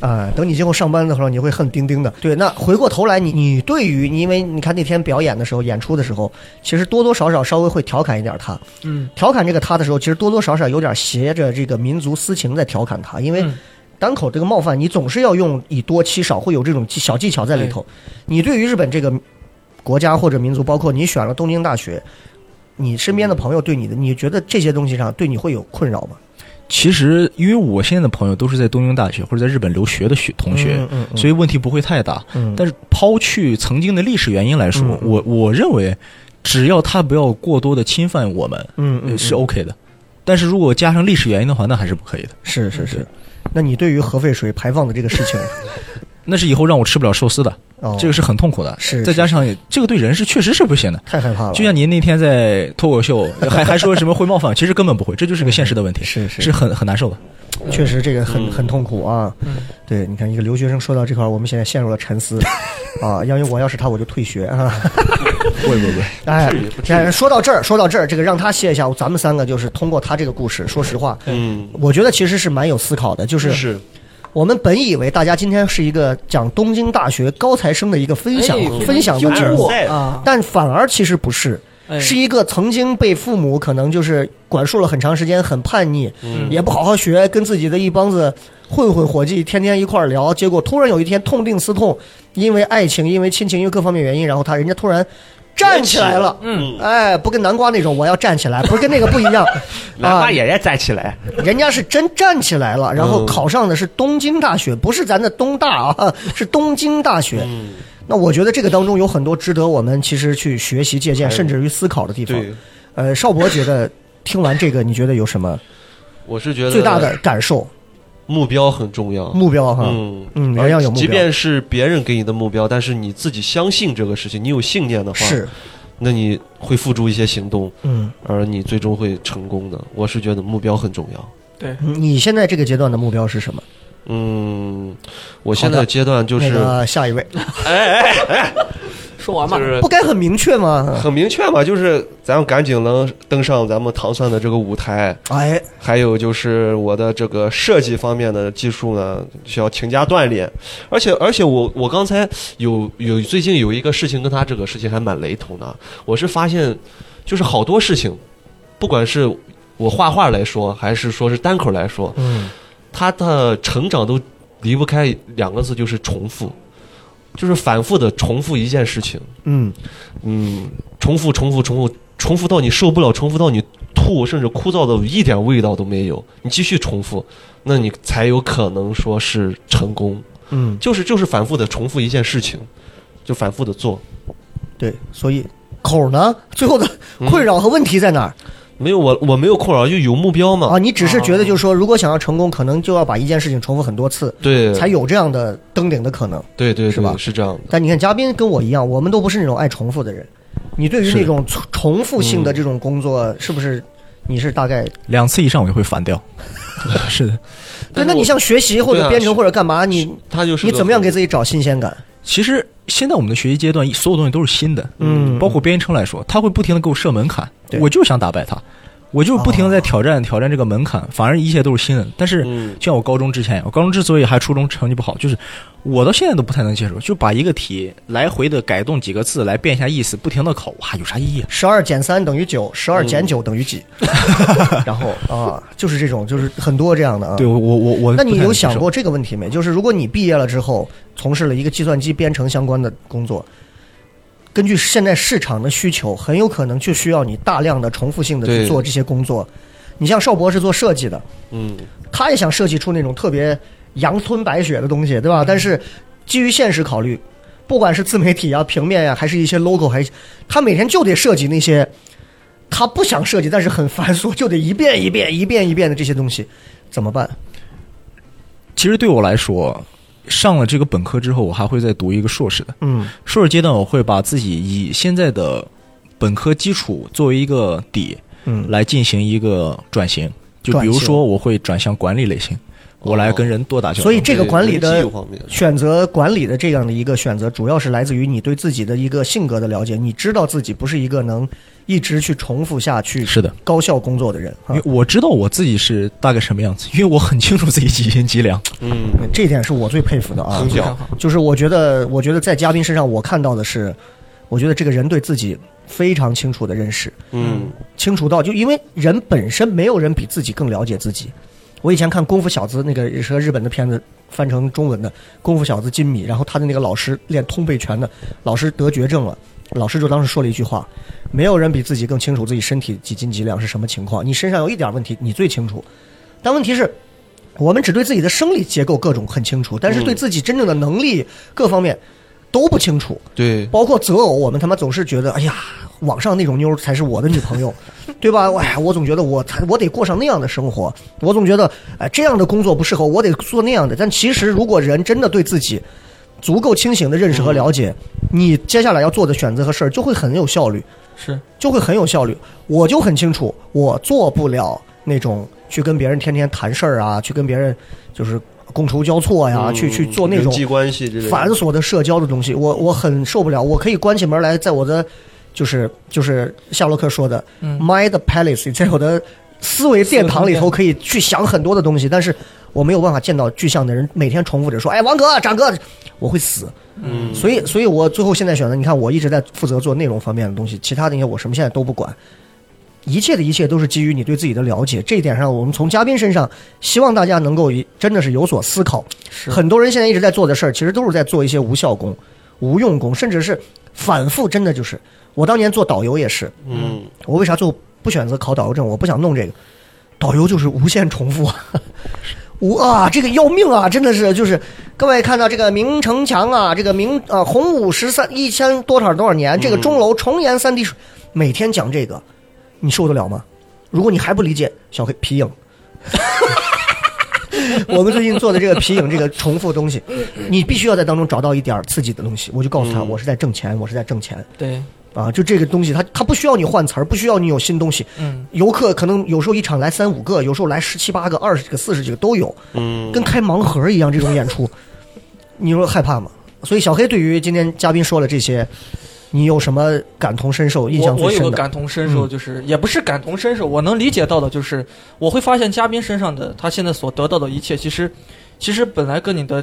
Speaker 3: 啊！等你今后上班的时候，你会恨钉钉的。对，那回过头来，你你对于你因为你看那天表演的时候，演出的时候，其实多多少少稍微会调侃一点他。
Speaker 4: 嗯，
Speaker 3: 调侃这个他的时候，其实多多少少有点携着这个民族私情在调侃他，因为
Speaker 4: 嗯
Speaker 3: 单口这个冒犯，你总是要用以多欺少，会有这种技小技巧在里头。你对于日本这个国家或者民族，包括你选了东京大学，你身边的朋友对你的，你觉得这些东西上对你会有困扰吗？
Speaker 6: 其实，因为我现在的朋友都是在东京大学或者在日本留学的学同学，
Speaker 3: 嗯嗯嗯
Speaker 6: 所以问题不会太大。
Speaker 3: 嗯
Speaker 6: 但是抛去曾经的历史原因来说，
Speaker 3: 嗯嗯
Speaker 6: 我我认为，只要他不要过多的侵犯我们，
Speaker 3: 嗯嗯，
Speaker 6: 是 OK 的。但是如果加上历史原因的话，那还是不可以的。
Speaker 3: 是是是。嗯那你对于核废水排放的这个 事情，
Speaker 6: 那是以后让我吃不了寿司的，
Speaker 3: 哦，
Speaker 6: 这个是很痛苦的。
Speaker 3: 是
Speaker 6: 再加上这个对人是确实是不行的。
Speaker 3: 太害怕了。
Speaker 6: 就像您那天在脱口秀还还说什么会 冒犯，其实根本不会，这就是个现实的问题，
Speaker 3: 是是
Speaker 6: 是很很难受的。
Speaker 3: 确实这个很很痛苦啊
Speaker 4: 嗯。
Speaker 3: 对，你看一个留学生说到这块儿，我们现在陷入了沉 思啊。要因为我要是他，我就退学啊。
Speaker 6: 不会不会，
Speaker 3: 哎，哎说到这儿，说到这儿，这个让他歇一下。咱们三个就是通过他这个故事，说实话，
Speaker 5: 嗯，
Speaker 3: 我觉得其实是蛮有思考的。就是
Speaker 5: 是
Speaker 3: 我们本以为大家今天是一个讲东京大学高材生的一个分享、
Speaker 4: 哎
Speaker 3: 分享的节目，
Speaker 7: 哎
Speaker 4: 啊，
Speaker 3: 但反而其实不是。
Speaker 4: 哎
Speaker 3: 是一个曾经被父母可能就是管束了很长时间，很叛逆，
Speaker 5: 嗯
Speaker 3: 也不好好学，跟自己的一帮子混混伙计天天一块儿聊，结果突然有一天痛定思痛，因为爱情，因为亲情，因为各方面原因，然后他人家突然站起来了，
Speaker 4: 嗯
Speaker 3: 哎，不跟南瓜那种我要站起来，不是跟那个不一样啊，
Speaker 7: 也要站起来，
Speaker 3: 人家是真站起来了，然后
Speaker 5: 嗯
Speaker 3: 考上的是东京大学，不是咱的东大啊， 是东京大学。
Speaker 5: 嗯，
Speaker 3: 那我觉得这个当中有很多值得我们其实去学习、借鉴，甚至于思考的地方。
Speaker 5: 哎对，
Speaker 3: 呃，邵博觉 得听完这个，你觉得有什么
Speaker 5: 我是觉得
Speaker 3: 最大的感受、
Speaker 5: 目标很重要，
Speaker 3: 目标哈？
Speaker 5: 嗯
Speaker 3: 嗯人要有目标
Speaker 5: 即便是别人给你的目标，但是你自己相信这个事情，你有信念的话，
Speaker 3: 是，
Speaker 5: 那你会付诸一些行动，
Speaker 3: 嗯，
Speaker 5: 而你最终会成功的。我是觉得目标很重要。
Speaker 3: 你现在这个阶段的目标是什么？
Speaker 5: 嗯，我现在
Speaker 3: 好的
Speaker 5: 的阶段就是呃
Speaker 3: 那个下一位，
Speaker 4: 说完吧
Speaker 5: 就，是
Speaker 3: 不该很明确吗？
Speaker 5: 很明确嘛，就是咱们赶紧能登上咱们糖蒜的这个舞台，
Speaker 3: 哎，
Speaker 5: 还有就是我的这个设计方面的技术呢，需要勤加锻炼。而且而且我我刚才有有最近有一个事情跟他这个事情还蛮雷同的，我是发现就是好多事情，不管是我画画来说，还是说是单口来说，
Speaker 3: 嗯，
Speaker 5: 他的成长都离不开两个字，就是重复，就是反复的重复一件事情。
Speaker 3: 嗯，
Speaker 5: 嗯，重复、重复、重复、重复到你受不了，重复到你吐，甚至枯燥的一点味道都没有，你继续重复，那你才有可能说是成功。
Speaker 3: 嗯，
Speaker 5: 就是就是反复的重复一件事情，就反复的做，
Speaker 3: 对，所以口呢，最后的
Speaker 5: 嗯
Speaker 3: 困扰和问题在哪儿、
Speaker 5: 没有我我没有困扰，就有目标嘛。
Speaker 3: 啊？你只是觉
Speaker 5: 哦
Speaker 3: 得就是说，如果想要成功，可能就要把一件事情重复很多次，
Speaker 5: 对，
Speaker 3: 才有这样的登顶的可能。
Speaker 5: 对对对
Speaker 3: 是吧
Speaker 5: 是这样的。
Speaker 3: 但你看，嘉宾跟我一样，我们都不是那种爱重复的人。你对于
Speaker 6: 是
Speaker 3: 那种重重复性的
Speaker 5: 嗯
Speaker 3: 这种工作，是不是你是大概？
Speaker 6: 两次以上我就会反掉。 是的，
Speaker 3: 对，
Speaker 5: 但是
Speaker 3: 那你
Speaker 5: 我
Speaker 3: 像学习或
Speaker 5: 对
Speaker 3: 者
Speaker 5: 啊
Speaker 3: 编程
Speaker 5: 是
Speaker 3: 或者干嘛，你
Speaker 5: 他就是
Speaker 3: 你
Speaker 5: 个
Speaker 3: 怎么样
Speaker 5: 很
Speaker 3: 给自己找新鲜感？
Speaker 6: 其实现在我们的学习阶段，所有东西都是新的，
Speaker 3: 嗯
Speaker 6: 包括编程来说，他会不停的给我设门槛
Speaker 3: 对，哦
Speaker 6: 我就是想打败他，我就不停的在挑战、挑战这个门槛，反而一切都是新的。但是
Speaker 5: 嗯
Speaker 6: 就像我高中之前，我高中之所以还初中成绩不好，就是我到现在都不太能接受，就把一个题来回的改动几个字来变一下意思，不停的考，哇，有啥意义啊？
Speaker 3: 十二减三等于九，十二减九等于 几？然后啊，就是这种，就是很多这样的啊。
Speaker 6: 对我我我我，
Speaker 3: 那你
Speaker 6: 不太能
Speaker 3: 有
Speaker 6: 接受
Speaker 3: 想过这个问题没？就是如果你毕业了之后，从事了一个计算机编程相关的工作，根据现在市场的需求，很有可能就需要你大量的重复性的去
Speaker 5: 对
Speaker 3: 做这些工作。你像邵博是做设计的，
Speaker 5: 嗯
Speaker 3: 他也想设计出那种特别阳春白雪的东西，对
Speaker 6: 嗯
Speaker 3: 吧？但是基于现实考虑，不管是自媒体啊、平面呀、还是一些 logo，还是他每天就得设计那些他不想设计但是很繁琐，就得一遍一遍、一遍一遍的这些东西，怎么办？
Speaker 6: 其实对我来说，上了这个本科之后，我还会再读一个硕士的。
Speaker 3: 嗯
Speaker 6: 硕士阶段，我会把自己以现在的本科基础作为一个底，
Speaker 3: 嗯
Speaker 6: 来进行一个转型。就
Speaker 3: 转型
Speaker 6: 比如说，我会转向管理类型，我来跟人多打交道。
Speaker 3: 所以这个管理
Speaker 5: 对
Speaker 3: 的
Speaker 5: 人际方面
Speaker 3: 选择管理的这样的一个选择，主要是来自于你对自己的一个性格的了解。你知道自己不是一个能一直去重复下去、
Speaker 6: 是的
Speaker 3: 高效工作的人。哈
Speaker 6: 因为我知道我自己是大概什么样子，因为我很清楚自己几斤几两。
Speaker 5: 嗯，
Speaker 3: 这一点是我最佩服的啊
Speaker 5: 很！
Speaker 4: 非常
Speaker 5: 小，
Speaker 4: 好。
Speaker 3: 就是我觉得，我觉得在嘉宾身上我看到的是，我觉得这个人对自己非常清楚的认识。
Speaker 5: 嗯，
Speaker 3: 清楚到，就因为人本身没有人比自己更了解自己。我以前看《功夫小子》那个也是个日本的片子，翻成中文的《功夫小子金米》，然后他的那个老师练通背拳的老师得绝症了，老师就当时说了一句话：没有人比自己更清楚自己身体几斤几两是什么情况，你身上有一点问题，你最清楚。但问题是，我们只对自己的生理结构各种很清楚，但是对自己真正的能力各方面都不清楚。
Speaker 5: 对，
Speaker 3: 包括择偶，我们他妈总是觉得，哎呀，网上那种妞儿才是我的女朋友，对吧？哎呀，我总觉得我才我得过上那样的生活，我总觉得哎这样的工作不适合，我得做那样的。但其实，如果人真的对自己足够清醒的认识和了解，你接下来要做的选择和事儿就会很有效率。
Speaker 4: 是
Speaker 3: 就会很有效率。我就很清楚，我做不了那种去跟别人天天谈事儿啊，去跟别人就是觥筹交错呀，
Speaker 5: 嗯
Speaker 3: 去去做那
Speaker 5: 人
Speaker 3: 种
Speaker 5: 际关系之类的
Speaker 3: 繁琐的社交的东西，我我很受不了。我可以关起门来，在我的就是就是夏洛克说的、
Speaker 4: 嗯
Speaker 3: “mind palace”，在我的思维殿堂里
Speaker 4: 思
Speaker 3: 头
Speaker 4: 维空间
Speaker 3: 可以去想很多的东西，但是我没有办法见到具象的人，每天重复着说：“哎，王哥，张哥，我会死。”
Speaker 5: 嗯，
Speaker 3: 所以，所以我最后现在选择，你看，我一直在负责做内容方面的东西，其他的那些我什么现在都不管。一切的一切都是基于你对自己的了解，这一点上，我们从嘉宾身上，希望大家能够一真的是有所思考。
Speaker 4: 是
Speaker 3: 很多人现在一直在做的事儿，其实都是在做一些无效功、无用功，甚至是反复。真的就是，我当年做导游也是，
Speaker 5: 嗯，
Speaker 3: 我为啥最后不选择考导游证？我不想弄这个，导游就是无限重复， 无啊，这个要命啊！真的是就是，各位看到这个明城墙啊，这个明啊洪武十三一千多少多少年，这个钟楼重檐三滴水，每天讲这个，你受得了吗？如果你还不理解，小黑皮影。 我们最近做的这个皮影，这个重复东西，你必须要在当中找到一点儿刺激的东西。我就告诉他，
Speaker 5: 嗯
Speaker 3: 我是在挣钱，我是在挣钱。
Speaker 4: 对，
Speaker 3: 啊，就这个东西，它它不需要你换词儿，不需要你有新东西。
Speaker 4: 嗯，
Speaker 3: 游客可能有时候一场来三五个，有时候来十七八个、二十几个、四十几个都有，
Speaker 5: 嗯，
Speaker 3: 跟开盲盒一样这种演出，你说害怕吗？所以小黑对于今天嘉宾说了这些，你有什么感同身受、印
Speaker 4: 我
Speaker 3: 象
Speaker 4: 我
Speaker 3: 最
Speaker 4: 有
Speaker 3: 深
Speaker 4: 个
Speaker 3: 的？嗯
Speaker 4: 感同身受，就是、也不是感同身受，我能理解到的就是，我会发现嘉宾身上的他现在所得到的一切，其实其实本来跟你的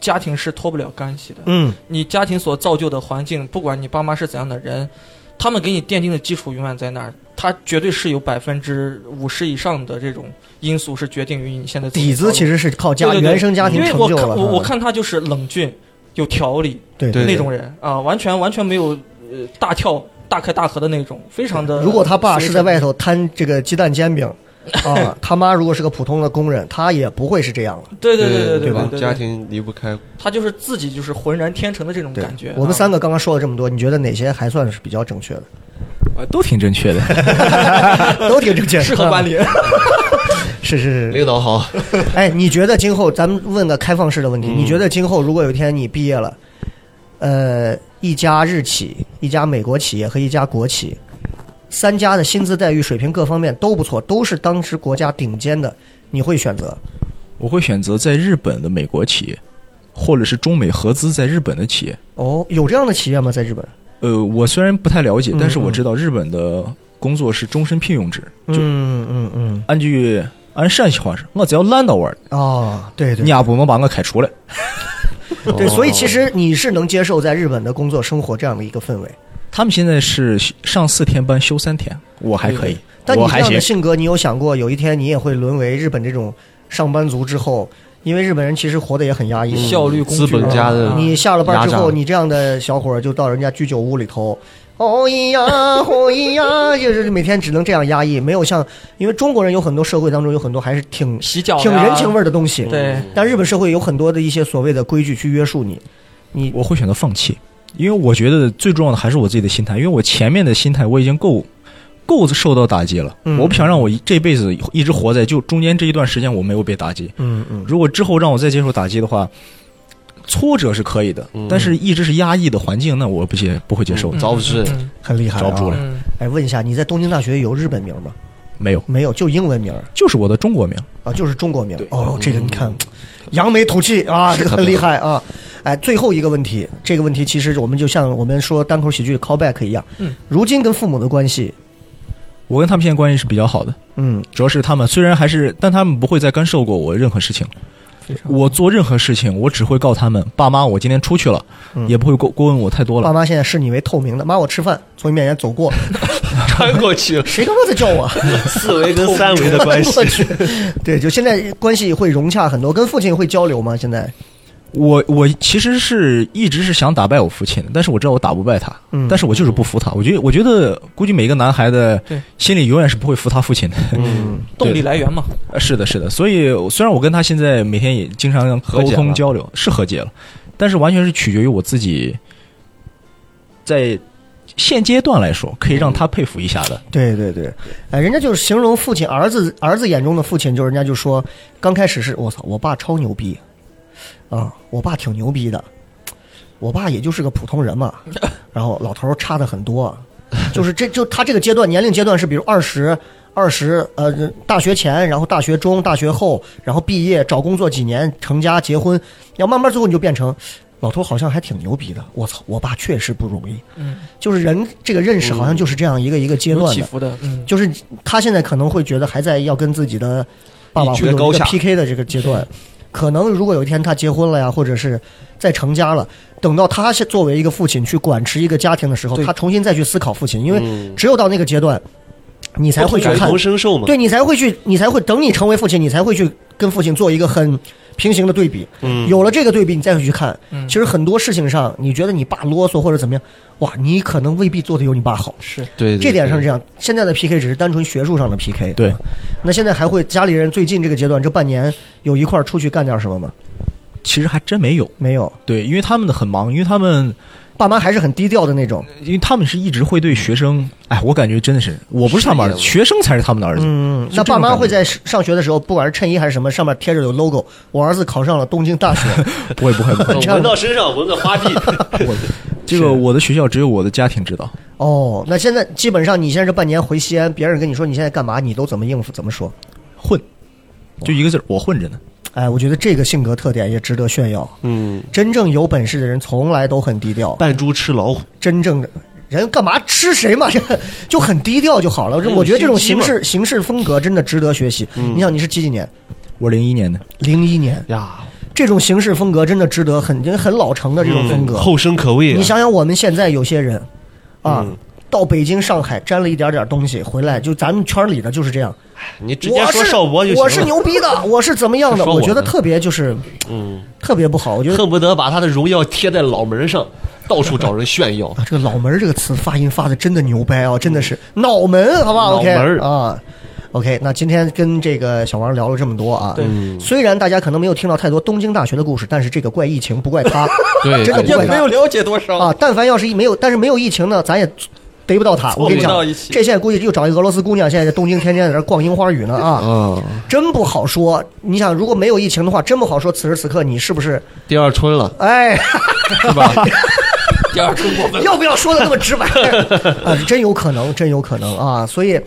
Speaker 4: 家庭是脱不了干系的。
Speaker 3: 嗯，
Speaker 4: 你家庭所造就的环境，不管你爸妈是怎样的人，他们给你奠定的基础永远在那儿。他绝对是有百分之五十以上的这种因素是决定于你现在
Speaker 3: 底子其
Speaker 4: 实
Speaker 3: 实是靠家
Speaker 4: 对对对
Speaker 3: 原生家庭
Speaker 4: 因为
Speaker 3: 成
Speaker 4: 我
Speaker 3: 就
Speaker 4: 看
Speaker 3: 了。
Speaker 4: 我我看他就是冷峻、有条理
Speaker 3: 对
Speaker 5: 对
Speaker 4: 那种人啊，完全完全没有呃大跳大开大合的那种，非常的。
Speaker 3: 嗯如果他爸是在外头摊这个鸡蛋煎 饼，啊，他妈如果是个普通的工人，他也不会是这样了。
Speaker 4: 对对对对
Speaker 5: 对
Speaker 4: 对对，
Speaker 5: 家庭离不开，
Speaker 4: 他就是自己就是浑然天成的这种
Speaker 3: 对
Speaker 4: 感觉。
Speaker 3: 我们
Speaker 4: 啊
Speaker 3: 三个刚刚说了这么多，你觉得哪些还算是比较正确的？
Speaker 6: 啊，都挺正 确的。
Speaker 3: 都挺正确，
Speaker 4: 适合管理。
Speaker 3: 是是是。
Speaker 5: 领导好，
Speaker 3: 哎，你觉得今后咱们问个开放式的
Speaker 4: 嗯
Speaker 3: 问题，你觉得今后如果有一天你毕业了，呃，一家日企、一家美国企业和一家国企，三家的薪资待遇水平各方面都不错，都是当时国家顶尖的，你会选择？
Speaker 6: 我会选择在日本的美国企业，或者是中美合资在日本的企业。
Speaker 3: 哦，有这样的企业吗？在日本？
Speaker 6: 呃，我虽然不太了解，
Speaker 3: 嗯
Speaker 6: 但是我知道日本的工作是终身聘用制，就
Speaker 3: 嗯嗯嗯。
Speaker 6: 按句按陕西话说，我只要懒到玩儿，
Speaker 3: 哦，对对
Speaker 6: 你也不能把我开除了。
Speaker 3: 对，所以其实你是能接受在日本的工作生活这样的一个氛围，
Speaker 6: 他们现在是上四天班休三天，我还可以，
Speaker 3: 但你
Speaker 6: 我
Speaker 3: 这
Speaker 6: 还
Speaker 3: 样的
Speaker 6: 行。
Speaker 3: 性格，你有想过有一天你也会沦为日本这种上班族之后？因为日本人其实活得也很压抑，
Speaker 4: 效率工具
Speaker 5: 资本嗯家的
Speaker 4: 啊
Speaker 3: 你下了班之
Speaker 5: 压
Speaker 3: 后，
Speaker 5: 榨
Speaker 3: 你这样的小伙儿就到人家居酒屋里头，哦咿呀，哦咿呀，就是每天只能这样压抑，没有像因为中国人有很多社会当中有很多还是挺
Speaker 4: 洗脚呀
Speaker 3: 挺人情味儿的东啊西，
Speaker 4: 对，
Speaker 3: 但日本社会有很多的一些所谓的规矩去约束你，你
Speaker 6: 我会选择放弃，因为我觉得最重要的还是我自己的心态，因为我前面的心态我已经够够受到打击了，
Speaker 3: 嗯
Speaker 6: 我不想让我一这辈子一直活在就中间这一段时间我没有被打击。
Speaker 3: 嗯嗯，
Speaker 6: 如果之后让我再接受打击的话，挫折是可以的，但是一直是压抑的环境，那我不接不会接受的。
Speaker 5: 遭不是
Speaker 4: 嗯嗯
Speaker 3: 很厉害、啊，
Speaker 6: 抓不住了
Speaker 4: 嗯
Speaker 3: 哎，问一下，你在东京大学有日本名吗？
Speaker 6: 没有，
Speaker 3: 没有，就英文名儿
Speaker 6: 就是我的中国名。
Speaker 3: 啊，就是中国名儿。哦，这个你看，扬眉吐气啊，这个很厉害啊。哎，最后一个问题，这个问题其实我们就像我们说单口喜剧 callback 一样，
Speaker 4: 嗯，
Speaker 3: 如今跟父母的关系，
Speaker 6: 我跟他们现在关系是比较好的，
Speaker 3: 嗯，
Speaker 6: 主要是他们虽然还是，但他们不会再干涉过我任何事情。我做任何事情，我只会告他们爸妈，我今天出去了，
Speaker 4: 嗯
Speaker 6: 也不会过过问我太多
Speaker 3: 爸
Speaker 6: 了。
Speaker 3: 妈现在视你为透明的，妈，我吃饭从你面前走过，
Speaker 5: 穿过去了
Speaker 3: 谁他妈在叫我？
Speaker 5: 四维跟三维的关系
Speaker 3: 我。去，对，就现在关系会融洽很多，跟父亲会交流吗？现在，
Speaker 6: 我我其实是一直是想打败我父亲的，但是我知道我打不败他，
Speaker 3: 嗯
Speaker 6: 但是我就是不服他。我觉得我觉得估计每个男孩的
Speaker 4: 对
Speaker 6: 心里永远是不会服他父亲的。
Speaker 5: 嗯，
Speaker 4: 动力来源嘛，
Speaker 6: 呃是的，是的。所以虽然我跟他现在每天也经常
Speaker 5: 和
Speaker 6: 沟
Speaker 5: 解
Speaker 6: 通
Speaker 5: 了
Speaker 6: 交流，是和解了，但是完全是取决于我自己，在现阶段来说，可以让他佩服一下的。
Speaker 3: 对对对，哎，人家就是形容父亲，儿子儿子眼中的父亲，就是人家就说，刚开始是我操，我爸超牛逼，啊，我爸挺牛逼的，我爸也就是个普通人嘛，然后老头儿差的很多，就是这就他这个阶段年龄阶段是比如二十。二十呃，大学前，然后大学中，大学后，然后毕业找工作几年，成家结婚，要慢慢最后你就变成，老头儿好像还挺牛逼的，我操，我爸确实不容易，
Speaker 4: 嗯，
Speaker 3: 就是人这个认识好像就是这样一个一个阶
Speaker 4: 有
Speaker 3: 段
Speaker 4: 起
Speaker 3: 的，
Speaker 4: 伏的，嗯，
Speaker 3: 就是他现在可能会觉得还在要跟自己的爸爸
Speaker 5: 一
Speaker 3: 会
Speaker 5: 决
Speaker 3: 有一
Speaker 5: 高
Speaker 3: 个
Speaker 5: 下
Speaker 3: PK 的这个阶段，可能如果有一天他结婚了呀，或者是再成家了，等到他是作为一个父亲去管持一个家庭的时候，
Speaker 4: 对
Speaker 3: 他重新再去思考父亲，因为
Speaker 5: 嗯
Speaker 3: 只有到那个阶段，你才会去
Speaker 5: 感
Speaker 3: 看
Speaker 5: 同身受嘛。
Speaker 3: 对你才会去，你才会等你成为父亲，你才会去跟父亲做一个很平行的对比。
Speaker 5: 嗯
Speaker 3: 有了这个对比，你再去看，
Speaker 4: 嗯
Speaker 3: 其实很多事情上，你觉得你爸啰嗦或者怎么样，哇，你可能未必做的有你爸好。
Speaker 4: 是
Speaker 5: 对，对
Speaker 3: 这点上是这样，现在的 PK 只是单纯学术上的 PK。
Speaker 6: 对，
Speaker 3: 那现在还会家里人最近这个阶段这半年有一块儿出去干点什么吗？
Speaker 6: 其实还真没有，
Speaker 3: 没有，
Speaker 6: 对，因为他们的很忙，因为他们
Speaker 3: 爸妈还是很低调的那种。
Speaker 6: 因为他们是一直会对学生，哎，我感觉真的是，我不是他们儿子，
Speaker 5: 是
Speaker 6: 学生才是他们的儿子。
Speaker 3: 嗯，
Speaker 6: 是
Speaker 3: 那
Speaker 6: 这种
Speaker 3: 爸妈
Speaker 6: 感觉
Speaker 3: 会在上学的时候，不管是衬衣还是什么，上面贴着有 logo。我儿子考上了东京大 学，
Speaker 6: 不会不会不
Speaker 3: 哦
Speaker 6: 会，
Speaker 5: 闻到身上，闻到花地，
Speaker 6: 这个我的学校只有我的家庭知道。
Speaker 3: 哦，那现在基本上你现在这半年回西安，别人跟你说你现在干嘛，你都怎么应付，怎么说？
Speaker 6: 混，就一个字儿，我混着呢。
Speaker 3: 哎，我觉得这个性格特点也值得炫耀。
Speaker 5: 嗯，
Speaker 3: 真正有本事的人从来都很低调，
Speaker 5: 扮猪吃老虎，
Speaker 3: 真正的人干嘛吃谁嘛， 这个就很低调就好了。我觉得这种
Speaker 5: 心机
Speaker 3: 行
Speaker 5: 嘛
Speaker 3: 事行事风格真的值得学习。你想你是几几年？
Speaker 6: 我零一年的，
Speaker 3: 零一年，
Speaker 5: 呀，
Speaker 3: 这种行事风格真的值得很很老成的这种风格。
Speaker 5: 嗯后生可畏啊。
Speaker 3: 你想想我们现在有些人，啊。
Speaker 5: 嗯
Speaker 3: 到北京、上海沾了一点点东西回来，就咱们圈里的就是这样。
Speaker 5: 你直接
Speaker 3: 我
Speaker 5: 说
Speaker 3: 是
Speaker 5: 邵博就行了。
Speaker 3: 我是牛逼的，我是怎么样的？
Speaker 5: 说
Speaker 3: 我
Speaker 5: 我
Speaker 3: 觉得
Speaker 5: 呢
Speaker 3: 特别就是
Speaker 5: 嗯，
Speaker 3: 特别不好。我觉得
Speaker 5: 恨不得把他的荣耀贴在脑门上，到处找人炫耀。
Speaker 3: 啊，这个“脑门”儿这个词发音发的真的牛掰啊，真的是
Speaker 4: 嗯
Speaker 3: 脑门，好吧
Speaker 5: 脑
Speaker 3: ？OK
Speaker 5: 门儿
Speaker 3: 啊，OK。那今天跟这个小王聊了这么多啊，
Speaker 4: 对
Speaker 5: 嗯
Speaker 3: 虽然大家可能没有听到太多东京大学的故事，但是这个怪疫情，不怪 他
Speaker 5: 对
Speaker 3: 真的不
Speaker 4: 也
Speaker 3: 怪
Speaker 4: 哎没
Speaker 3: 他
Speaker 4: 有了解多少，
Speaker 3: 啊。但凡要是一没有，但是没有疫情呢，咱也逮不到他。我跟你
Speaker 4: 凑
Speaker 3: 讲
Speaker 4: 不到一，起
Speaker 3: 这现在估计又找一俄罗斯姑娘，现在在东京天天在那儿逛樱花雨呢
Speaker 4: 嗯
Speaker 3: 啊，
Speaker 5: 啊，
Speaker 3: 真不好说。你想，如果没有疫情的话，真不好说。此时此刻你是不是
Speaker 5: 第二春了，
Speaker 3: 哎？
Speaker 5: 是吧？
Speaker 4: 第二春过 分，
Speaker 3: 要不要说的那么直白啊？真有可能，真有可能啊！所以，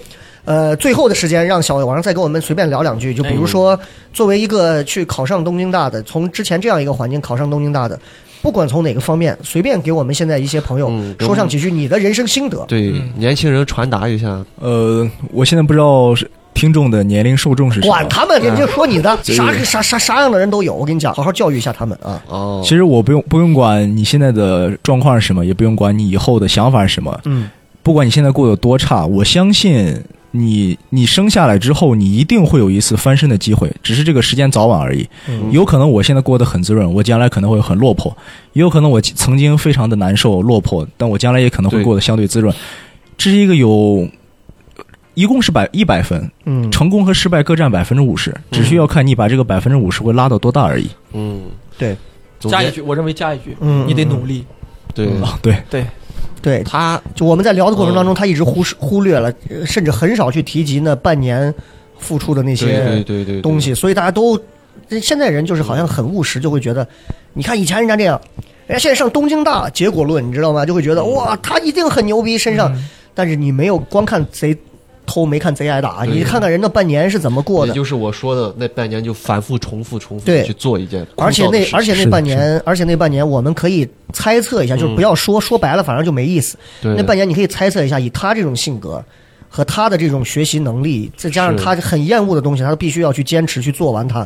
Speaker 3: 呃，最后的时间让小王再跟我们随便聊两句，就比如说，作为一个去考上东京大的，从之前这样一个环境考上东京大的，不管从哪个方面，随便给我们现在一些朋友
Speaker 5: 嗯
Speaker 3: 说上几句你的人生心得。
Speaker 5: 对，年轻人传达一下，
Speaker 6: 呃，我现在不知道是听众的年龄受众是什么啊
Speaker 3: 管。他们，你就说你的，
Speaker 6: 对
Speaker 3: 啥啥啥啥样的人都有。我跟你讲，好好教育一下他们啊！
Speaker 5: 哦，
Speaker 6: 其实我不用不用管你现在的状况是什么，也不用管你以后的想法是什么。
Speaker 3: 嗯，
Speaker 6: 不管你现在过得有多差，我相信你，你生下来之后，你一定会有一次翻身的机会，只是这个时间早晚而已。
Speaker 3: 嗯
Speaker 6: 有可能我现在过得很滋润，我将来可能会很落魄；也有可能我曾经非常的难受落魄，但我将来也可能会
Speaker 5: 对
Speaker 6: 过得相对滋润。这是一个有，一共是百一百分，
Speaker 3: 嗯，
Speaker 6: 成功和失败各占百分之五十，只需要看你把这个百分之五十会拉到多大而已。
Speaker 5: 嗯，
Speaker 3: 对，
Speaker 5: 总
Speaker 4: 加一
Speaker 5: 结
Speaker 4: 句，我认为加一句，
Speaker 3: 嗯
Speaker 4: 你得
Speaker 3: 嗯
Speaker 4: 努力，
Speaker 5: 对
Speaker 6: 嗯啊，对，
Speaker 4: 对，
Speaker 3: 对，
Speaker 5: 他，
Speaker 3: 就我们在聊的过程当中，他一直忽视忽略了，呃甚至很少去提及那半年付出的那
Speaker 5: 对对
Speaker 3: 些
Speaker 5: 对对对，
Speaker 3: 东西，所以大家都现在人就是好像很务实，就会觉得，你看以前人家这样，人家现在上东京大结果论，你知道吗？就会觉得哇，他一定很牛逼，身上，但是你没有光看贼。偷没看贼挨打，
Speaker 5: 对
Speaker 3: 你看看人那半年是怎么过
Speaker 5: 也
Speaker 3: 的。
Speaker 5: 就是我说的那半年就反复重复重复
Speaker 3: 对
Speaker 5: 地去做一件枯燥的
Speaker 3: 而且那
Speaker 5: 事情
Speaker 3: 而且那
Speaker 6: 是的
Speaker 3: 半
Speaker 6: 是的
Speaker 3: 年，而且那半年，我们可以猜测一下，就是不要说、说白了，反正就没意思。
Speaker 5: 嗯对
Speaker 3: 那半年你可以猜测一下，以他这种性格和他的这种学习能力，再加上
Speaker 5: 是
Speaker 3: 他很厌恶的东西，他必须要去坚持去做完它。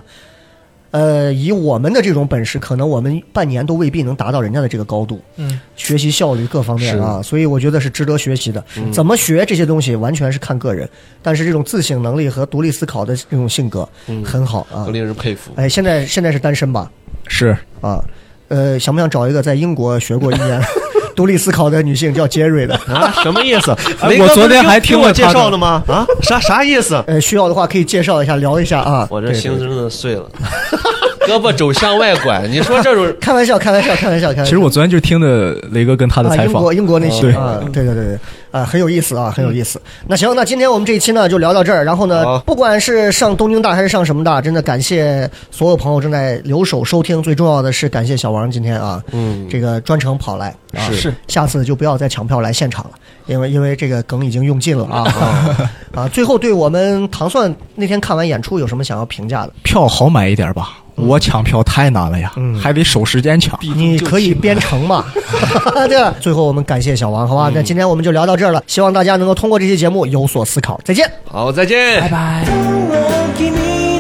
Speaker 3: 呃，以我们的这种本事，可能我们半年都未必能达到人家的这个高度，
Speaker 4: 嗯，
Speaker 3: 学习效率各方面啊，所以我觉得是值得学习的。
Speaker 5: 嗯
Speaker 3: 怎么学这些东西，完全是看个人，但是这种自省能力和独立思考的这种性格、
Speaker 5: 嗯
Speaker 3: 很好啊。
Speaker 5: 令人佩服。
Speaker 3: 哎，现在现在是单身吧？
Speaker 6: 是
Speaker 3: 啊，呃，想不想找一个在英国学过一年 独立思考的女性叫杰瑞的？
Speaker 5: 啊，什么意思？
Speaker 6: 哎
Speaker 5: 雷哥
Speaker 6: 我昨
Speaker 5: 不是
Speaker 6: 天
Speaker 5: 听
Speaker 6: 还
Speaker 5: 听
Speaker 6: 听
Speaker 5: 我
Speaker 6: 了
Speaker 5: 介
Speaker 6: 他的
Speaker 5: 绍的吗？啊，啥啥意思？
Speaker 3: 呃，需要的话可以介绍一下，聊一下啊。
Speaker 5: 我这
Speaker 3: 对对
Speaker 5: 心真的碎了， 胳膊肘向外拐。你说 这种
Speaker 3: 开玩笑，开玩笑，开玩笑，开玩笑。
Speaker 6: 其实我昨天就听的雷哥跟他的
Speaker 3: 啊，
Speaker 6: 采
Speaker 3: 英
Speaker 6: 访嗯
Speaker 3: 国，英国那期
Speaker 6: 对
Speaker 3: 啊，对对对对，啊，很有意思啊，很有意思。那行，那今天我们这一期呢就聊到这儿。然后呢
Speaker 5: 好，
Speaker 3: 不管是上东京大还是上什么大，真的感谢所有朋友正在留守收听。最重要的是感谢小王今天啊，
Speaker 5: 嗯
Speaker 3: 这个专程跑来啊，
Speaker 5: 是
Speaker 3: 下次就不要再抢票来现场了，因为因为这个梗已经用尽了啊 啊！最后对我们糖蒜那天看完演出有什么想要评价的？
Speaker 6: 票好买一点吧，我抢票太难了呀，还得守时间抢。
Speaker 3: 你可以编程嘛？ 对吧，最后我们感谢小王，好吧？那今天我们就聊到这儿了，希望大家能够通过这期节目有所思考。再见。
Speaker 5: 好，再见。
Speaker 2: 君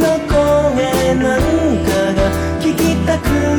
Speaker 2: の声なんかが聞きたく